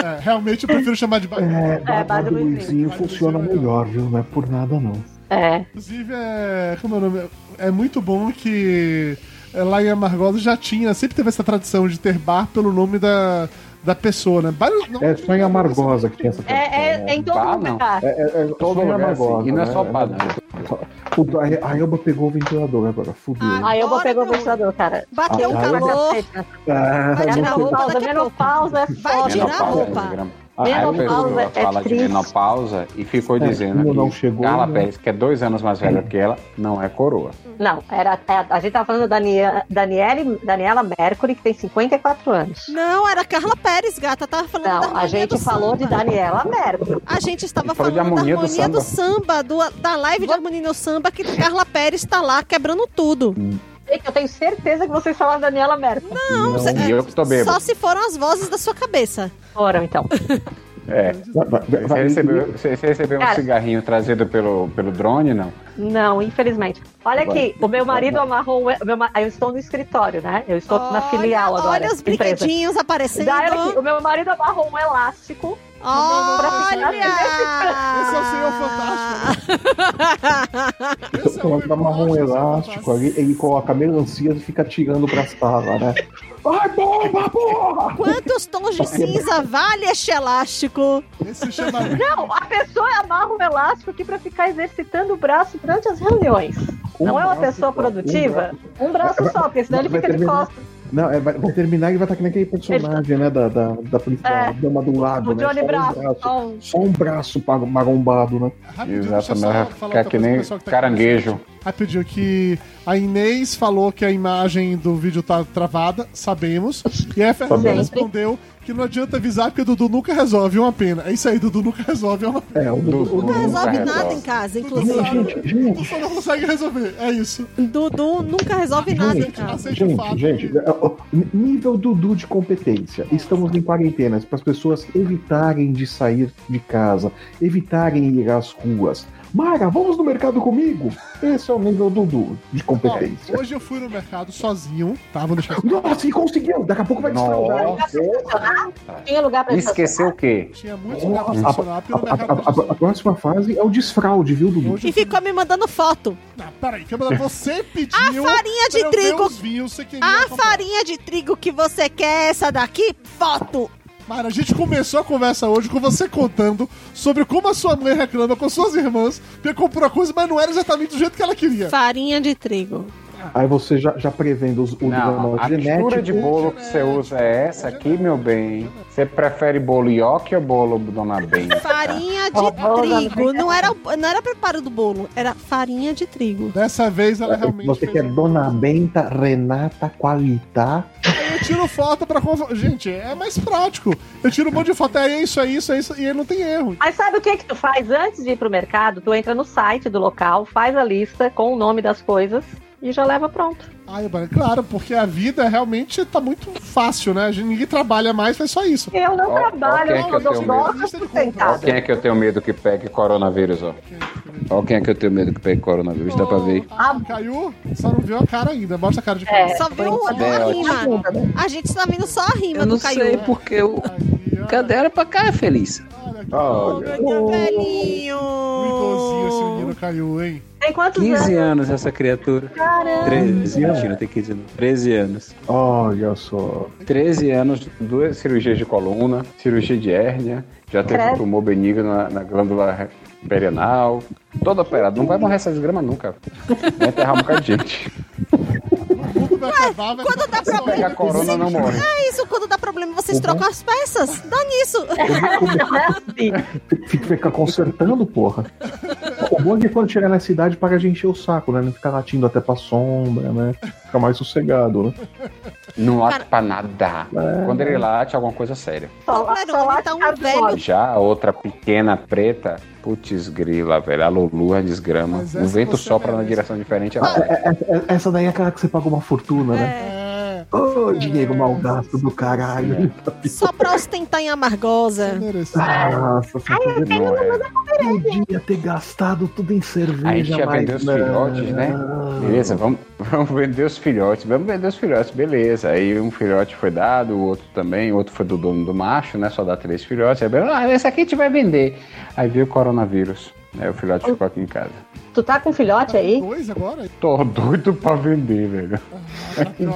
S1: É, realmente eu prefiro chamar de bar.
S2: É,
S4: É,
S2: Bárbara do Luizinho funciona melhor, viu? Não é por nada, não.
S4: É.
S1: Inclusive, é. Como é o nome? É muito bom que é, lá em Amargosa já tinha, sempre teve essa tradição de ter bar pelo nome da, da pessoa, né? Bar, não,
S2: É só em Amargosa que tem essa
S4: É, é, é em todo
S5: Bar, não.
S4: lugar.
S2: É, é, é
S5: Todo
S2: só em
S5: lugar, assim.
S2: Amargosa,
S5: E não é
S2: né?
S5: só bar, não.
S2: Puta, A a Elba pegou o ventilador né, agora, fudeu.
S3: Ah,
S4: Aí eu vou
S3: Bora,
S4: pegar o
S3: Bruno.
S4: ventilador, cara.
S3: Bateu um
S2: Ah,
S3: calor.
S4: Vai
S2: Ah,
S3: Vai
S4: tirar
S3: tirar
S4: a
S3: a roupa
S4: roupa,
S3: daqui a pouco.
S4: menopausa é
S3: Vai
S4: foda.
S3: tirar a
S5: Menopausa, né?
S3: roupa.
S5: gram-
S2: Ah,
S5: Aí a pessoa
S4: Menopausa é
S5: fala de
S4: triste.
S5: menopausa e ficou
S2: É,
S5: dizendo
S2: como
S5: que
S2: não chegou,
S5: Carla
S2: né?
S5: Pérez, que é dois anos mais velha que ela, não é coroa.
S4: Não, era, é, a gente tava falando da Danie- Daniele, Daniela Mercury, que tem 54 anos.
S3: Não, era Carla Pérez, gata. Tava falando da
S4: Não,
S3: harmonia
S4: a gente
S3: do
S4: falou de
S3: samba.
S4: Daniela Mercury.
S3: A gente estava
S5: Ele falou
S3: falando
S5: de
S3: da harmonia
S5: harmonia
S3: do
S5: do
S3: samba, do- da live de harmonia do samba, que Carla Pérez tá lá quebrando tudo.
S4: Gente, Eu tenho certeza que vocês falaram da Daniela Mercury.
S3: Não, cê-
S5: E eu que tô bêbado.
S3: Só se foram as vozes da sua cabeça.
S4: Foram, então.
S5: É.
S2: Vai- vai- vai-
S5: Você
S2: vai-
S5: recebeu, você- você recebeu um
S4: Cara.
S5: cigarrinho trazido pelo, pelo drone, não?
S4: Não, infelizmente. Olha aqui, o meu marido amarrou. o Meu, ma- eu estou no escritório, né? Eu estou na filial agora.
S3: Olha os
S4: empresa.
S3: brinquedinhos aparecendo.
S4: Daí, olha aqui, o meu marido amarrou um elástico. assim,
S3: Olha!
S4: né?
S1: Esse é o Senhor Fantástico. Esse é o
S2: Coloca marrom
S1: Senhor
S2: elástico
S1: Fantástico.
S2: ali, ele coloca melancia e fica tirando pra sala, né? Ai, bomba, porra!
S3: Quantos tons de cinza vale este elástico?
S1: Esse chama
S4: Não, a pessoa amarra um elástico aqui pra ficar exercitando o braço durante as reuniões.
S2: Um
S4: não é uma
S2: braço só,
S4: pessoa produtiva? Um braço, só, porque senão ele
S2: Vai
S4: fica de
S2: terminar.
S4: costas.
S2: Não, é, vai, vai terminar e vai estar que nem aquele personagem, né? Da, da, da, principal,
S4: É.
S2: a dama do lado,
S4: O
S2: né?
S4: Johnny
S2: só
S4: Bravo.
S2: Um braço,
S4: Ó,
S2: só um braço pa- marombado, né?
S1: Rapidinho, deixa eu só
S5: Exatamente.
S1: falar
S5: Ficar
S1: outra
S5: que
S1: coisa pro
S5: nem
S1: pessoal que tá aqui.
S5: caranguejo.
S1: Rapidinho, que a Inês falou que a imagem do vídeo tá travada, sabemos. E a Fernanda
S4: Sabemos.
S1: respondeu que não adianta avisar porque o Dudu nunca resolve, é uma pena. É isso aí, Dudu nunca resolve, é uma pena.
S2: É, o do.
S5: Dudu.
S2: o-
S3: Não resolve
S5: resolve.
S3: nada em casa,
S2: Não,
S3: inclusive.
S2: gente, gente,
S1: Só não consegue resolver, é isso.
S3: Dudu nunca resolve nada em
S1: Aceite,
S3: casa.
S1: aceite o fato.
S2: gente, gente, é, ó, n- nível Dudu de competência.
S5: É,
S2: Estamos em quarentenas para as pessoas evitarem de sair de casa, evitarem ir às ruas. Mara, vamos no mercado comigo? Esse é o nível Dudu de
S5: É
S2: competência.
S1: Ó, hoje eu fui no mercado sozinho, tá? Vou deixar
S2: Nossa, e conseguiu! Daqui a pouco vai desfraldar.
S5: Nossa.
S1: é
S2: Tá.
S4: Tinha lugar pra
S5: Esqueceu o quê?
S1: Tinha muito lugar pra funcionar, porque
S2: A,
S1: no mercado.
S2: a- a- a próxima fase é o desfraude, viu, Dudu?
S1: hoje
S3: E ficou me mandando foto.
S1: Não, Ah, peraí, Câmara, você pediu.
S3: farinha de
S1: pra eu ver
S3: trigo.
S1: Os vinhos, você queria
S3: A
S1: comprar.
S3: farinha de trigo que você quer, é essa daqui, foto.
S1: Mara, a gente começou a conversa hoje com você contando sobre como a sua mãe reclama com suas irmãs, porque comprou a coisa, mas não era exatamente do jeito que ela queria.
S3: Farinha de trigo.
S2: Aí você já, já prevendo os, o
S5: Não,
S1: é
S2: desfraude
S5: a mistura de bolo que você usa é essa aqui, meu bem. Você prefere bolo ioki ou bolo Dona Bem?
S3: Farinha de trigo. Não era, o- não era preparo do bolo, era farinha de trigo.
S1: Dessa vez ela realmente.
S2: É, Você
S1: fez
S2: quer
S1: um-
S2: Dona Benta, Renata, Qualitá.
S1: Aí eu tiro foto pra. conf- Gente, é mais prático. Eu tiro um monte de foto, é isso, é isso, é isso, e aí não tem erro.
S4: Aí sabe o que que tu faz antes de ir pro mercado? Tu entra no site do local, faz a lista com o nome das coisas e já leva pronto.
S1: Ai, Mara, claro, porque a vida realmente tá muito fácil, né? A gente, ninguém trabalha mais, faz só isso.
S4: Eu não
S5: Ó, ó
S4: trabalho,
S5: quem
S4: eu
S5: é que
S4: não
S5: eu
S4: dou
S5: tenho medo.
S4: notas sustentadas.
S5: Quem é que eu tenho medo que pegue coronavírus, ó? Ó quem é que eu tenho medo que pegue coronavírus, dá pra ver.
S1: Ah, caiu, só não viu a cara ainda. Mostra a cara de
S4: É.
S1: Caio.
S3: Só viu a,
S5: É,
S3: a rima. A gente tá vendo só a rima
S6: Eu não
S3: do
S6: sei
S3: Caiu.
S6: porque eu.
S1: Aí, ó.
S6: Cadê era pra cá, Feliz?
S1: Olha que
S5: Ó,
S3: Olha, velhinho.
S1: muito idosinho esse menino caiu, hein?
S4: Tem quantos
S6: 15
S4: anos?
S6: anos essa criatura.
S4: Caramba.
S6: 13, mentira, tem 15 anos. 13 anos.
S2: Olha só.
S5: 13 anos, duas cirurgias de coluna, cirurgia de hérnia, já teve
S4: Credo.
S5: um tumor benigno na, na glândula perianal. Todo operado. Não vai morrer essas gramas nunca. Vai enterrar um bocado de gente.
S1: Tudo vai acabar, vai
S3: Quando dá
S1: acabar.
S5: Se pegar
S3: problema.
S5: corona, não morre.
S3: É isso, quando dá problema, vocês trocam as peças. Dá nisso.
S4: é assim.
S2: Fica, fica consertando, porra. O bom é que quando chegar nessa idade para de encher o saco, né? Não ficar latindo até pra sombra, né? Fica mais sossegado, né?
S5: Não
S3: Cara.
S5: late pra nada. Quando ele late, é alguma coisa séria.
S4: Só,
S3: Não,
S4: só
S3: Verônica,
S4: lá
S3: tá um
S4: ficar
S3: velho.
S4: fora.
S5: Já a outra pequena preta, putz grila, velho. A Lulu é desgrama.
S1: Mas
S5: O
S1: essa
S5: vento
S1: você
S5: sopra na
S1: merece.
S5: direção diferente.
S2: É- é- é- Essa daí é aquela que você paga uma fortuna, né?
S1: É,
S2: Ô, dinheiro mal gasto do caralho. Tá
S3: Só pra ostentar em amargosa.
S1: merecido.
S2: Nossa, você poderia,
S5: Não é.
S2: podia ter gastado tudo em cerveja.
S5: A gente ia
S2: mas
S5: vender os
S2: não.
S5: filhotes, né? Beleza, vamos, vamos vender os filhotes. Vamos vender os filhotes, beleza. Aí um filhote foi dado, o outro também, o outro foi do dono do macho, né? Só dá três filhotes. Aí, beleza, ah, esse aqui a gente vai vender. Aí veio o coronavírus. Aí o filhote ficou aqui em casa.
S4: Tu tá com filhote aí?
S1: Dois agora?
S5: Tô doido pra vender, velho.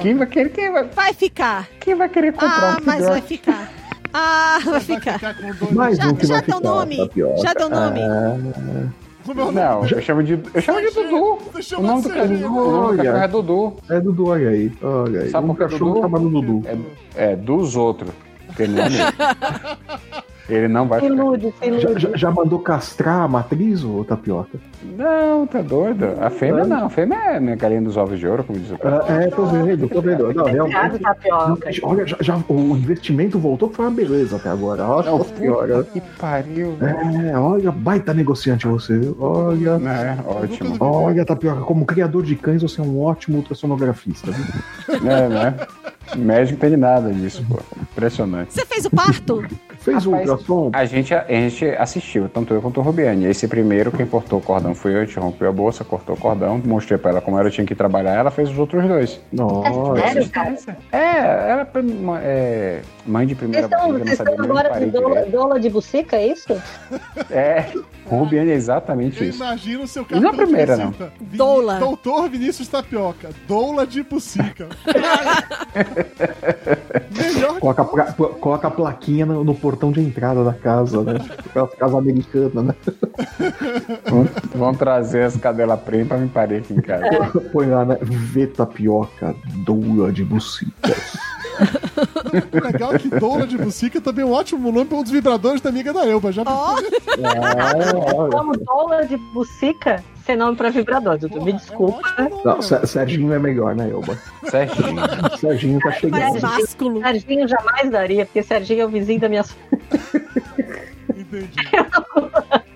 S5: Quem vai querer, quem vai,
S3: Vai ficar.
S5: quem vai querer comprar
S3: Ah,
S5: um
S3: mas
S5: filhote?
S3: vai ficar. Ah, vai ficar.
S1: com dois.
S2: Mais
S3: Já-
S2: um que
S3: já
S2: vai
S3: deu
S2: ficar,
S3: nome?
S2: tapioca.
S3: Já deu nome?
S2: Ah,
S1: Como é o nome
S5: Não,
S1: dele?
S5: eu chamo de. Eu chamo de Dudu.
S1: Você
S5: O
S1: chama
S5: nome
S1: de
S5: do cachorro,
S1: Serginho.
S5: o nome do cachorro é Dudu.
S2: é Dudu, olha aí. Olha aí.
S5: Sabe
S2: um
S5: por que é
S2: cachorro
S5: Dudu?
S2: chamado Dudu.
S5: É, é dos outros. Porque não é meu. Ele não vai
S4: Se
S5: ficar.
S4: ilude, se ilude.
S2: Já, já- já mandou castrar a matriz, ô tapioca?
S5: Não, tá doido. A fêmea não. A fêmea é minha galinha dos ovos de ouro, como diz o cara.
S2: Ah, é, tô vendo, tô vendo. Não,
S4: Obrigado,
S2: realmente.
S4: tapioca.
S2: realmente, Olha, já, já- o investimento voltou que foi uma beleza até agora.
S5: Não,
S2: Nossa senhora.
S5: puta que pariu.
S2: É, olha, baita negociante você. Olha,
S5: É, ótimo.
S2: olha, Tapioca, como criador de cães, você é um ótimo ultrassonografista. viu?
S5: É, né? Médico não entende nada disso, pô. Impressionante.
S3: Você fez o parto?
S2: Fez o
S5: Rapaz, é
S2: ultrassom?
S5: A gente, a gente assistiu, tanto eu quanto o Rubiane. Esse primeiro, quem cortou o cordão fui eu, a gente rompeu a bolsa, cortou o cordão, mostrei pra ela como era, eu tinha que trabalhar, ela fez os outros dois.
S2: Nossa.
S4: Sério, cara?
S5: É, ela é prim- é, mãe de
S4: Vocês
S5: primeira
S4: estão,
S5: barriga, não
S4: vocês
S5: sabia
S4: estão
S5: nem onde
S4: agora de
S5: parei direito.
S4: dola, dola de bucica, é isso?
S5: É, o Rubiane é exatamente
S1: Eu
S5: isso.
S1: imagino o seu
S5: Não é
S1: cartão
S5: a primeira,
S1: de
S5: não.
S1: visita. Vini-
S3: Doula.
S1: Doutor Vinícius Tapioca. Doula de Bucica. Melhor
S2: Coloca, a pla- pla- coloca a plaquinha no, no portão de entrada da casa, né? Aquela casa americana, né?
S5: Vão trazer as cadelas pretas pra me parir aqui em casa.
S2: Põe lá, né? Vê tapioca, doula de bucita.
S1: que é legal que Doula de Bucica também é um ótimo nome para um dos vibradores da amiga da Elba. Já
S3: Ó,
S2: É,
S4: Como dola de bucica, sem nome pra vibrador, Dudu.
S1: Porra,
S4: Me desculpa.
S1: É um ótimo nome,
S2: Não,
S1: né?
S2: Ser- Serginho é melhor, né, Elba?
S5: Serginho.
S2: Serginho tá chegando.
S3: parece másculo.
S4: Serginho jamais daria, porque Serginho é o vizinho da minha. so-
S1: Entendi.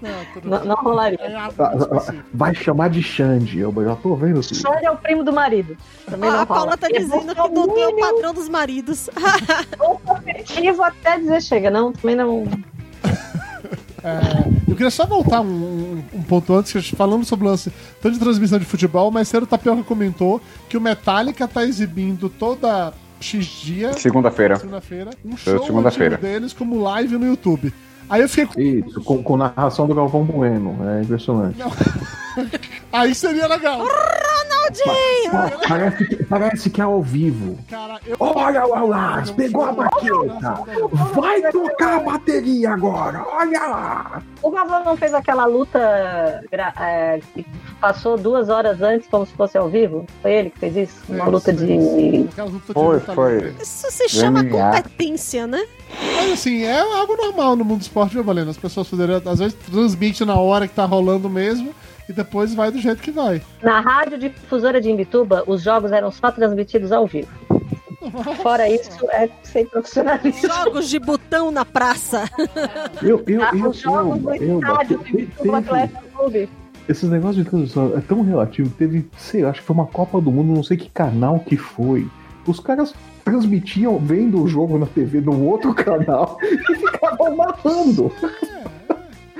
S1: Não, tudo
S4: Não,
S1: bem.
S4: não rolaria.
S1: É a
S2: Tá, vai-
S1: Bucica.
S2: Vai chamar de Xande, Elba. Já tô vendo. filho.
S4: Xande é o primo do marido. Também não
S3: a
S4: rola.
S3: Paula tá dizendo que Dudu é o padrão dos maridos. Ah,
S4: Positivo até dizer chega. Não, também não.
S1: é, Eu queria só voltar um, um ponto antes, que eu- falando sobre o lance tanto de transmissão de futebol, mas cedo o Tapioca comentou que o Metallica tá exibindo toda X dia,
S5: Segunda-feira.
S1: segunda-feira, um
S5: Toda
S1: show
S5: segunda-feira.
S1: antigo deles como live no YouTube. Aí eu fiquei com...
S2: Isso, com, com narração do Galvão Bueno. É impressionante.
S1: Aí seria legal.
S2: Pa- parece, que, parece que é ao vivo.
S1: Cara, eu...
S2: Olha lá, o Lars, pegou a baqueta. Vai tocar a bateria agora. Olha lá.
S4: O Galvão não fez aquela luta gra- é, que passou duas horas antes, como se fosse ao vivo? Foi ele que fez isso? Uma
S1: Isso,
S4: luta de.
S1: isso. Aquelas lutas de
S5: Foi,
S1: luta
S5: foi.
S1: livre.
S3: Isso se chama
S5: MMA.
S3: competência, né?
S1: Mas assim, é algo normal no mundo do esporte, viu, Valendo? As pessoas poderiam, às vezes, transmite na hora que tá rolando mesmo e depois vai do jeito que vai.
S4: Na rádio difusora de Imbituba, os jogos eram só transmitidos ao vivo. Fora isso, é sem profissionalismo.
S3: Jogos de botão na praça.
S2: Eu, eu,
S4: Ah,
S2: eu,
S4: os jogos
S2: eu,
S4: do
S2: eu,
S4: estádio
S2: eu-
S4: do
S2: teve-
S4: Imbituba Atlético Clube.
S2: Esses negócios de transmissão é tão relativo. Teve, sei lá, acho que foi uma Copa do Mundo, não sei que canal que foi. Os caras transmitiam vendo o jogo na TV de um outro canal e ficavam matando.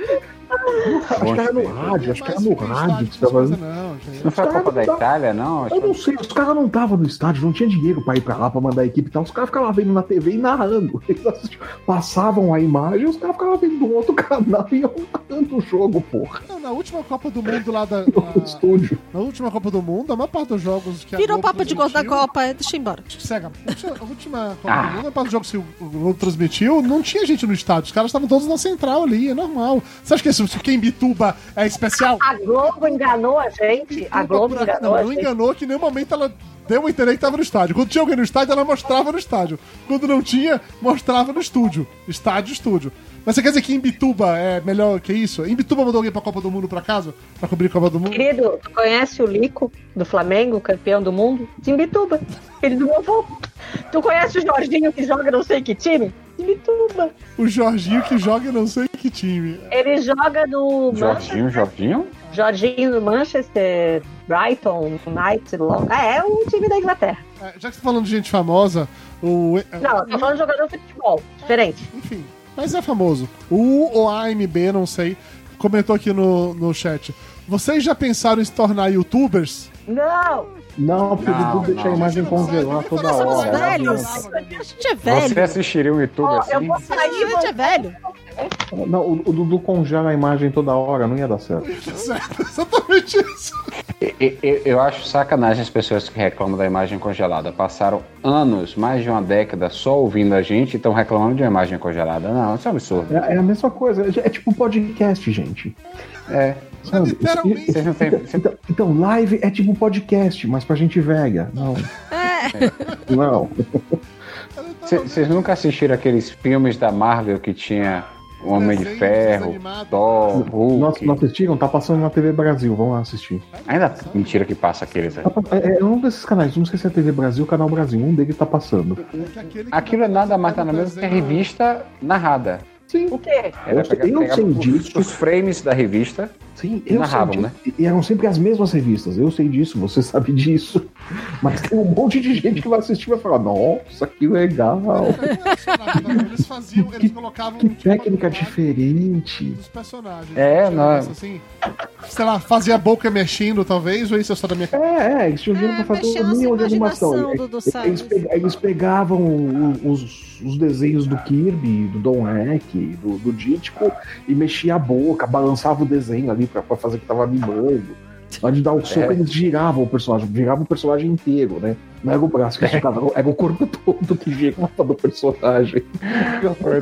S2: acho que era no
S5: Poxa,
S2: rádio, Ah, acho que é tá era
S1: Mas
S2: no
S1: fica em
S2: rádio
S1: estádio,
S2: que
S1: essas
S2: tava.
S1: coisas Não, gente.
S5: Não foi a
S4: um
S5: Copa da Itália, não?
S2: Eu não sei, os caras não estavam no estádio, não tinha dinheiro pra ir pra lá pra mandar a equipe e tal. Os caras ficavam vendo na TV e narrando. Eles assistiam, passavam a imagem, os caras ficavam vendo do outro canal e iam narrando o jogo, porra,
S1: Não, na última Copa do Mundo lá da.
S2: no
S1: Na,
S2: estúdio.
S1: na última Copa do Mundo, a maior parte dos jogos que a
S3: Virou
S1: Globo
S3: papo de gordo da
S1: transmitiu-
S3: Copa, é, deixa eu ir embora.
S1: Cega, a última- a última Copa
S2: Ah.
S1: do Mundo, a maior parte dos jogos que o o Globo transmitiu, não tinha gente no estádio. Os caras estavam todos na central ali, é normal. Você acha que isso, que em Bituba é especial?
S4: A Globo enganou a gente. A
S1: Bituba
S4: Globo
S1: por aqui-
S4: enganou
S1: não,
S4: a
S1: não
S4: gente.
S1: enganou que em nenhum momento ela deu a entender que tava no estádio. Quando tinha alguém no estádio, ela mostrava no estádio. Quando não tinha, mostrava no estúdio. Estádio, estúdio. Mas você quer dizer que em Bituba é melhor que isso? Em Bituba mandou alguém pra Copa do Mundo pra casa? Pra cobrir a Copa do Mundo?
S4: Querido, tu conhece o Lico do Flamengo, campeão do mundo? De Imbituba, filho do meu avô. Tu conhece o Jorginho que joga não sei que time? De Imbituba.
S1: O Jorginho que joga em não sei que time.
S4: Ele joga no Manchester,
S5: Jorginho, Jorginho?
S4: Jorginho no Manchester, Brighton, United, Lon- Ah, é um time da Inglaterra.
S1: É, já que você tá falando de gente famosa, o. é,
S4: Não, tô falando de jogador de futebol, diferente.
S1: Enfim, mas é famoso. O ou AMB, não sei, comentou aqui no, no chat. Vocês já pensaram em se tornar youtubers?
S4: Não,
S2: Não, porque
S5: Não,
S2: o Dudu deixa a
S5: não.
S2: imagem congelar toda
S3: Nós somos
S2: hora.
S3: velhos. A gente é velho.
S5: Você assistiria um YouTube
S4: ó, eu
S5: assim?
S4: vou
S3: A
S4: sair e
S3: gente é velho.
S2: Não, o, o Dudu congela a imagem toda hora, não ia dar certo.
S1: Tá certo, exatamente isso.
S5: Eu, eu- eu acho sacanagem as pessoas que reclamam da imagem congelada. Passaram anos, mais de uma década, só ouvindo a gente e estão reclamando de uma imagem congelada. Não, isso é um absurdo.
S2: É, é a mesma coisa, é, é tipo podcast, gente.
S5: É,
S2: Sabe?
S1: literalmente.
S5: vocês não têm. vocês-
S2: Então, então, live é tipo podcast, mas pra gente velha. Não. Não.
S1: Então,
S5: Vocês vocês nunca assistiram aqueles filmes da Marvel que tinha O Homem de
S1: Desenhos
S5: Ferro,
S1: desanimados.
S5: Thor,
S2: Nossa,
S5: Hulk.
S2: não assistiram? Tá passando na TV Brasil, vamos lá assistir.
S5: Ainda mentira que passa aqueles aí.
S2: Tá pa- É, é um desses canais, não sei se é TV Brasil ou Canal Brasil, um deles tá passando.
S1: Aquele que
S5: Aquilo é nada mais nada menos que a revista narrada.
S2: Sim,
S4: O quê?
S5: Ela
S2: Eu sei- eu
S5: pegava
S2: sei
S5: os-
S2: disso.
S5: os frames da revista
S2: sim,
S5: E narravam,
S2: sei disso. E eram sempre as mesmas revistas, eu sei disso, você sabe disso. Mas tem um monte de gente que vai assistir e vai falar, nossa, que legal,
S1: Eles faziam, eles colocavam.
S2: que
S1: tipo,
S2: técnica
S1: uma-
S2: diferente.
S1: dos personagens.
S5: É,
S1: Tinha um
S5: não.
S1: negócio Assim, sei lá, fazia a boca mexendo, talvez, ou isso é só da minha cara?
S2: É, é, eles tinham dinheiro
S3: É,
S2: pra fazer
S3: mexeu
S2: uma
S3: na
S2: linha
S3: sua
S2: de É, animação.
S3: imaginação, Dudu
S2: Eles,
S3: Salles.
S2: pega- eles pegavam o- o- os, os desenhos do Kirby, do Don Heck, do, do Ditko e mexia a boca, balançava o desenho ali pra, pra fazer que tava animando. Na hora de dar o soco,
S5: É.
S2: eles giravam o personagem, giravam o personagem inteiro, né? Não era o braço
S5: É.
S2: que ficava, era o corpo todo que girava do personagem.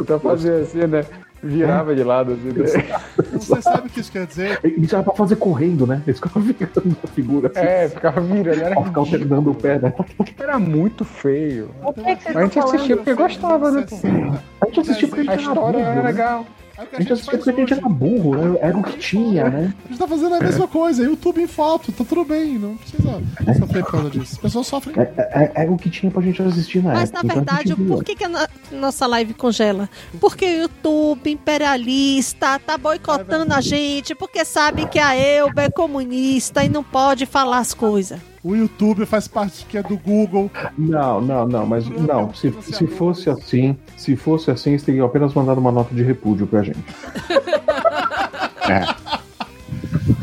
S5: Então fazia assim, né? Virava de lado assim. né?
S1: Você sabe o que isso quer dizer?
S2: Eles era pra fazer correndo, né? Eles ficavam virando a figura assim,
S5: É, ficava virando. Era,
S2: pra ficar alternando o pé, né?
S5: era muito feio.
S4: O que, que vocês
S5: Mas a gente
S4: estão
S5: assistia
S4: falando?
S5: porque gostava, né? pô?
S1: 60.
S2: A gente assistia porque a
S5: A
S2: gente era
S5: história era
S2: burro, né?
S5: legal.
S1: É o que
S2: A gente assistia porque a gente era burro, né? era o que tinha, né?
S1: A gente tá fazendo a mesma coisa, YouTube em foto, tá tudo bem, não precisa sofrer por causa disso. As pessoas sofrem.
S2: É, é, é o que tinha pra gente assistir
S5: É,
S2: na
S3: Mas na
S2: época. então a gente
S3: verdade,
S2: via.
S3: por que, que a no- nossa live congela? Porque o YouTube imperialista tá boicotando a gente, porque sabe que a Elba é comunista e não pode falar as coisas.
S1: O YouTube faz parte que é do Google.
S2: Não, não, não, mas não. Se, se fosse assim, se fosse assim, eles teriam apenas mandado uma nota de repúdio pra gente.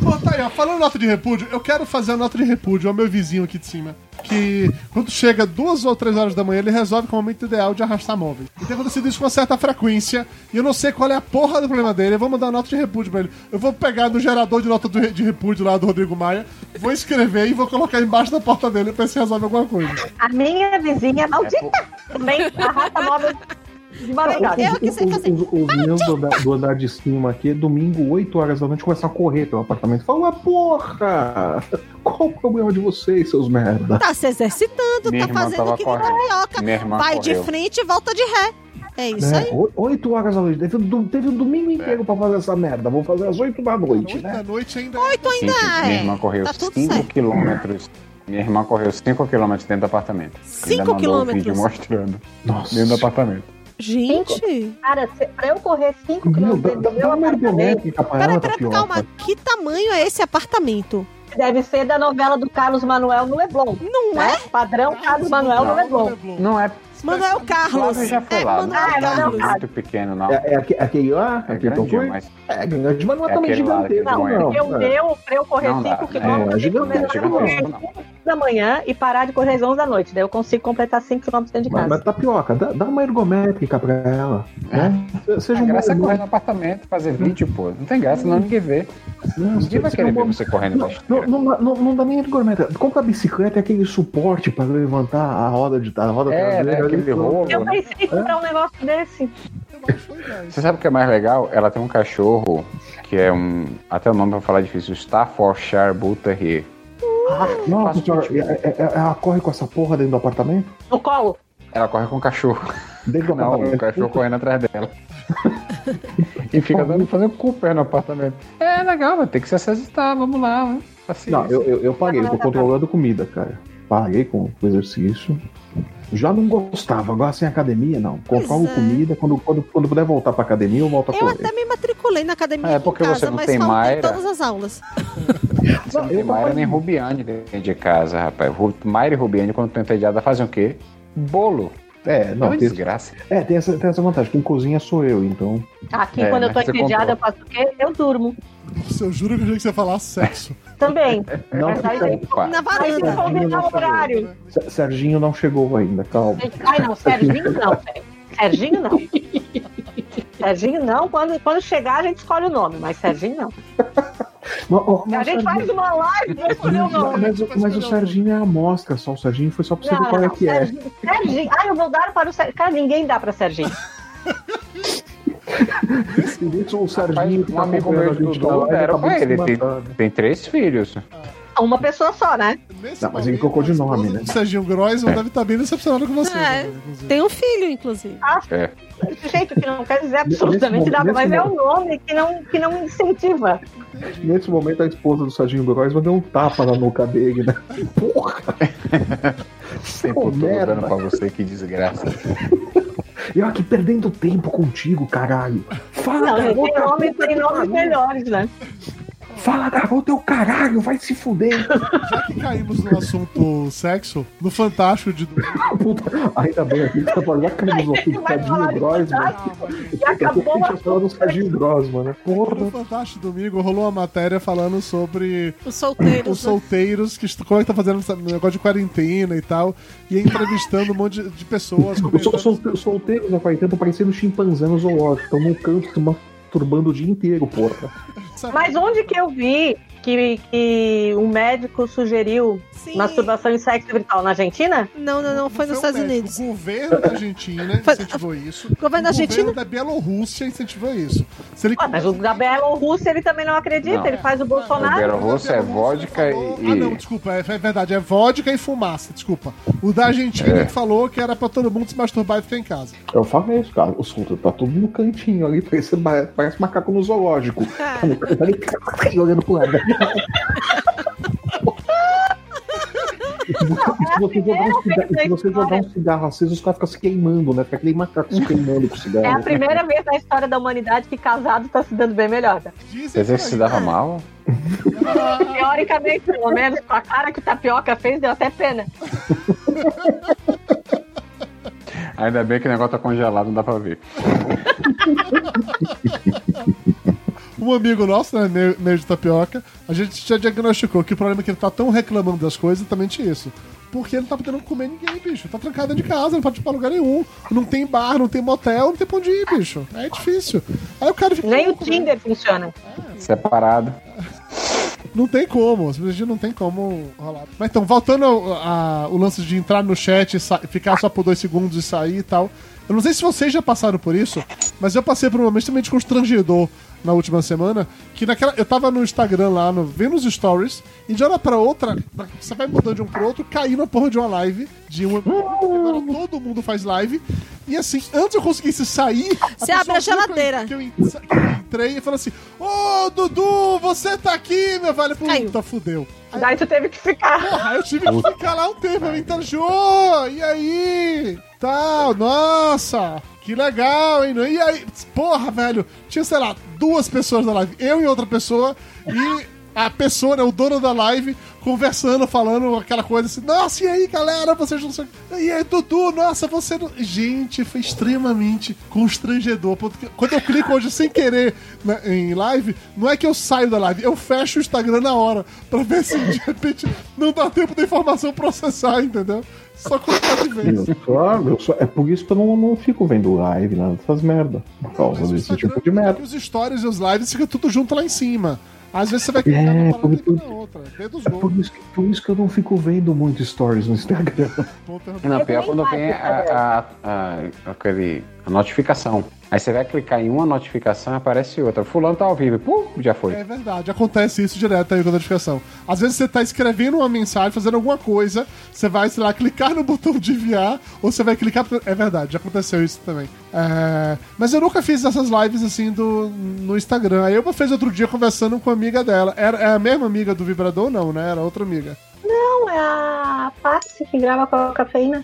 S1: Pô, tá aí, ó, falando nota de repúdio, eu quero fazer a nota de repúdio ao meu vizinho aqui de cima. Que quando chega duas ou três horas da manhã, ele resolve que é o momento ideal de arrastar móveis. E tem acontecido isso com uma certa frequência, e eu não sei qual é a porra do problema dele. Eu vou mandar uma nota de repúdio pra ele. Eu vou pegar no gerador de nota do re- de repúdio lá do Rodrigo Maia, vou escrever e vou colocar embaixo da porta dele pra ver se resolve alguma coisa.
S4: A minha vizinha maldita também arrasta móvel de madrugada.
S3: Eu que sei
S2: os,
S3: fazer.
S2: os- os meus do andar, do andar de cima aqui, domingo, 8 horas da noite, começam a correr pelo apartamento. Falam, "Mas, porra! Qual o problema de vocês, seus merda?
S3: Tá se exercitando,
S5: Minha
S3: tá
S5: irmã
S3: fazendo
S5: tava
S3: que nem
S5: correndo.
S3: carioca.
S5: Minha irmã
S3: Vai de
S5: correu.
S3: frente e volta de ré. É isso
S2: Né?
S3: aí.
S2: O- Oito horas da noite. Teve, do- teve um domingo inteiro pra fazer essa merda. Vou fazer às oito da noite,
S1: Oito
S2: né?
S1: da noite ainda.
S3: Oito ainda
S5: Cinco- minha irmã
S3: é.
S5: correu
S3: Tá tudo
S5: 5
S3: certo.
S5: quilômetros. Minha irmã correu 5 quilômetros dentro do apartamento.
S3: Cinco
S5: Ainda mandou um vídeo
S3: quilômetros?
S5: mostrando
S2: Nossa.
S5: dentro do apartamento.
S3: Gente.
S4: Cara, se- pra eu correr 5
S2: Meu,
S4: km
S2: dá, dá
S4: do meu
S2: uma
S4: apartamento,
S2: ergométrica pra
S3: Peraí,
S5: tá
S2: ela,
S3: peraí,
S2: tapioca.
S3: calma. Que tamanho é esse apartamento?
S4: deve ser da novela do Carlos Manuel no Leblon.
S3: Não é?
S4: Né?
S1: Ah,
S4: Padrão Carlos Manuel no Leblon.
S5: Não é.
S3: Manuel Carlos.
S5: já foi
S3: É,
S5: lá, né?
S3: Manuel
S4: Ah, é Manuel
S3: Carlos.
S4: Carlos.
S5: Muito pequeno, não.
S2: É, é aque- aquele lá?
S5: É
S2: aquele
S5: grande,
S2: tamanho?
S5: mas
S2: É grande, mas não é,
S5: É
S2: também
S5: aquele lá,
S2: gigantesco,
S4: Não,
S2: não.
S5: aquele
S4: porque o
S2: é.
S4: meu, pra eu correr
S5: Não dá,
S4: 5
S5: é,
S4: km,
S2: é
S4: eu tenho que
S2: gigantesco,
S4: começar a correr
S5: não.
S4: às 5 da manhã e parar de correr às 11 da noite. Daí eu consigo completar 5 km dentro de
S2: mas,
S4: casa.
S2: mas tapioca, dá, dá uma ergométrica pra ela. Né? Se- Seja
S5: A
S2: um
S5: graça é
S2: bom-
S5: correr no apartamento, fazer vídeo, pô. Não tem graça, não. Ninguém vê.
S2: não,
S5: Ninguém
S2: se-
S5: vai
S2: seja
S5: querer
S2: um
S5: ver
S2: bom-
S5: você correndo na
S2: Não,
S5: esteira.
S2: não, não, não- não dá nem ergométrica. Compra a bicicleta, é aquele suporte pra levantar a roda de a roda
S5: É, né?
S2: ali,
S5: Aquele
S2: pronto.
S5: rolo.
S4: Eu
S5: né?
S4: pensei em comprar um negócio desse.
S5: Você sabe o que é mais legal? Ela tem um cachorro que é um. Até o nome pra falar é difícil. Staffordshire Bull Terrier.
S2: Nossa,
S5: Faço
S2: senhora,
S5: pitbull.
S2: é- é- é- ela corre com essa porra dentro do apartamento?
S4: No colo.
S5: Ela corre com o cachorro.
S2: Dentro do
S5: Não,
S2: apartamento.
S5: o cachorro correndo atrás dela. e fica dando fazendo Cooper no apartamento. É legal, mas tem que se exercitar, vamos lá. né? Paciência.
S2: Não, eu, eu, eu parei, eu tô controlando comida, cara. Parei com o exercício. Já não gostava, agora sem academia, não. Controlo
S3: Pois é.
S2: comida, quando, quando, quando puder voltar pra academia, eu volto a
S3: Eu
S2: correr.
S3: até me matriculei na academia
S5: É,
S3: aqui em
S5: porque
S3: casa,
S5: você não
S3: mas
S5: tem
S3: faltei
S5: Mayra.
S3: todas as aulas.
S5: Você não
S2: Não,
S5: tem
S2: eu tô
S5: Mayra nem
S2: fazendo.
S5: Rubiane dentro de casa, rapaz. Ru- Mayra e Rubiane, quando estão entediadas, fazem o quê? Bolo.
S2: É,
S5: Não, é
S2: não,
S5: uma
S2: tem,
S5: desgraça.
S2: é, tem, essa, tem essa vantagem. Quem cozinha sou eu, então.
S4: Aqui,
S5: É,
S4: quando eu
S5: mas
S4: tô
S5: você
S4: entediada, eu faço o quê? Eu durmo.
S1: Nossa, eu juro que eu achei que você ia falar sexo.
S4: Também.
S2: Não,
S4: Mas aí tem que
S5: Opa.
S3: Na
S4: aí tem que
S3: varanda.
S4: combinar o horário.
S2: Ser- Serginho não chegou ainda, calma.
S4: Ai, não, Serginho não. Serginho não. Serginho não. Quando, quando chegar, a gente escolhe o nome, mas Serginho não.
S2: Mas, ó,
S4: A
S2: mas
S4: gente faz né,
S2: Serginho-
S4: uma live um e escolher o
S2: Mas,
S4: nome.
S2: o- mas o Serginho é a amostra só. O Serginho foi só pra você ver qual é que é.
S4: Ah, Serginho, Serginho. Ah, eu vou dar para o Serginho. Cara, ninguém dá para Serginho.
S2: Isso, O Serginho que
S5: um
S2: tá
S5: amigo
S2: acompanhando
S5: meu
S2: a
S5: de
S2: tá gente tá na
S5: Dudu
S2: live
S5: era
S2: acabou
S5: pra
S2: de se
S5: ele. Tem,
S2: matar, né?
S5: tem três filhos.
S4: Uma pessoa só, né?
S1: Nesse
S2: Não, mas ele colocou de
S1: a esposa
S2: nome, né?
S1: do Serginho Groisman deve estar bem decepcionado com você.
S3: É.
S1: né, inclusive.
S3: Tem um filho, inclusive.
S5: É.
S4: Gente, que não quer dizer absolutamente
S2: Nesse
S4: nada,
S2: momento-
S4: mas é um nome que não, que não incentiva.
S2: Nesse momento, a esposa do Serginho Groisman deu um tapa na nuca dele, né? Porra!
S5: Tempo
S2: Ô,
S5: todo
S2: merda.
S5: dando pra você, que desgraça.
S2: E eu aqui perdendo tempo contigo, caralho. Fala,
S4: Não, gente, tem
S2: garota,
S4: nome,
S2: Ah, puta
S4: tem
S2: que
S4: nomes
S2: pariu.
S4: melhores, né?
S2: Fala, garota, eu caralho, vai se fuder.
S1: Já que caímos no assunto sexo, no Fantástico de domingo.
S2: Puta, ainda bem aqui que tá falando, já caímos no assunto do
S4: Vai falar
S2: Serginho
S4: de
S2: Grossman. né?
S4: fantástico? E
S2: Daqui a pouco
S4: acabou
S2: a gente vai falar do Serginho Grossman, né?
S1: No
S2: Porra.
S1: Fantástico de domingo rolou uma matéria falando sobre
S3: Os solteiros.
S1: os
S3: né?
S1: solteiros que est- como é que tá fazendo esse negócio de quarentena e tal, e entrevistando um monte de- de pessoas.
S2: Os sol-
S1: comentando-
S2: sol- solteiros da quarentena estão parecendo chimpanzé no zoológico. Estão num canto se masturbando o dia inteiro, porra.
S1: sabe?
S4: Mas onde que eu vi que, que um médico sugeriu
S3: né? Sim.
S4: masturbação e sexo virtual? Na Argentina?
S3: Não, não, não. Foi
S1: Não
S3: nos
S1: foi um
S3: Estados
S1: médico,
S3: Unidos.
S1: O governo da Argentina
S3: Foi-
S1: incentivou isso.
S3: O governo da Argentina? Ah,
S1: O governo da Bielorrússia incentivou isso. Se ele
S4: Ué, mas o da Bielorrússia ele também não acredita,
S5: Não.
S4: ele faz o
S5: O
S4: Bolsonaro.
S5: Bielorrusso é
S1: Bielorrússia
S5: vodka
S1: falou-
S5: e.
S1: Ah, não, desculpa, é, é verdade, é vodka e fumaça, desculpa. O da Argentina
S5: É.
S1: que falou que era pra todo mundo se masturbar e ficar em casa.
S2: Eu falei isso, cara. O solteiro tá tudo no cantinho ali. Parece, parece macaco no zoológico. Tá no canto ali, olhando pro lado. Se
S4: É,
S2: você jogar um cigarro, se você jogar um cigarro aceso, os caras ficam se queimando, né? Fica aquele macaco se queimando com o cigarro.
S4: É a primeira vez na história da humanidade que casado tá se dando bem melhor. né?
S1: Dizem
S5: Você se dava mal?
S4: Teoricamente, pelo menos, com a cara que o Tapioca fez, deu até pena.
S5: Ainda bem que o negócio tá congelado, não dá pra ver.
S1: Um amigo nosso, né, meio, meio de tapioca, a gente já diagnosticou que o problema é que ele tá tão reclamando das coisas é exatamente isso. Porque ele não tá podendo comer ninguém, bicho. Tá trancado dentro de casa, não pode ir pra lugar nenhum. Não tem bar, não tem motel, não tem pra onde ir, bicho. É difícil. Aí o cara fica.
S4: Nem o
S1: louco, né?
S4: Tinder funciona.
S5: Separado.
S1: Não tem como, simplesmente não tem como rolar. Mas então, voltando ao a- o lance de entrar no chat e sa- ficar só por dois segundos e sair e tal. Eu não sei se vocês já passaram por isso, mas eu passei por um momento extremamente constrangedor na última semana, que naquela. Eu tava no Instagram lá, no, vendo os stories, e de hora pra outra, na- você vai mudando de um pro outro, caí na porra de uma live, de uma. Agora todo mundo faz live. E assim, antes eu conseguisse sair.
S3: Você abre
S1: pessoa viu
S3: a
S1: que eu-
S3: geladeira.
S1: que eu en- que eu entrei e falou assim: Ô, Dudu, você tá aqui, meu velho. Puta,
S3: Caiu.
S1: fudeu. Aí,
S4: Daí tu teve que ficar.
S1: porra, eu tive que ficar lá um tempo. Eu então, Jô, e aí? Tal, nossa, que legal, hein? é? E aí, porra, velho, tinha, sei lá, duas pessoas na live, eu e outra pessoa, e a pessoa, né, o dono da live, conversando, falando aquela coisa assim, nossa, e aí, galera, vocês não são... E aí, Dudu, nossa, você não... Gente, foi extremamente constrangedor. porque Quando eu clico hoje sem querer na- em live, não é que eu saio da live, eu fecho o Instagram na hora pra ver se de repente não dá tempo da informação processar, entendeu? Só cortar de vez.
S2: Eu só- eu só- é por isso que eu não, não fico vendo live, nada dessas merda. Por causa
S1: Mas o
S2: desse
S1: Instagram,
S2: tipo de merda.
S1: Os stories e os lives fica tudo junto lá em cima. Às vezes você vai clicar
S2: É,
S1: numa
S2: por-
S1: parada e na outra. Dedos
S2: É por
S1: gols.
S2: isso, que, por isso que eu não fico vendo muito stories no Instagram.
S1: ponto,
S5: Não,
S4: Eu
S5: pior
S4: também
S5: quando
S4: gosto
S5: vem
S4: de
S5: a, a- a- aquele, a notificação. Aí você vai clicar em uma notificação aparece outra. Fulano tá ao vivo. Pum, já foi.
S1: É verdade, acontece isso direto aí com a notificação. Às vezes você tá escrevendo uma mensagem, fazendo alguma coisa, você vai, sei lá, clicar no botão de enviar, ou você vai clicar. pro- É verdade, já aconteceu isso também. É, Mas eu nunca fiz essas lives assim do... no Instagram. Aí eu fez outro dia conversando com a amiga dela. Era é a mesma amiga do vibrador, não, né? Era outra amiga.
S4: Não, é a Patsy que grava com a cafeína.